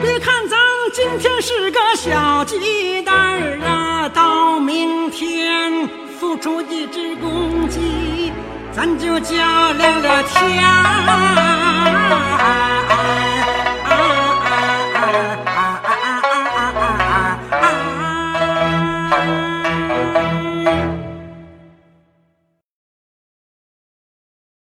Speaker 7: 别看咱今天是个小鸡蛋儿啊，到明天孵出一只公鸡，咱就叫亮了天儿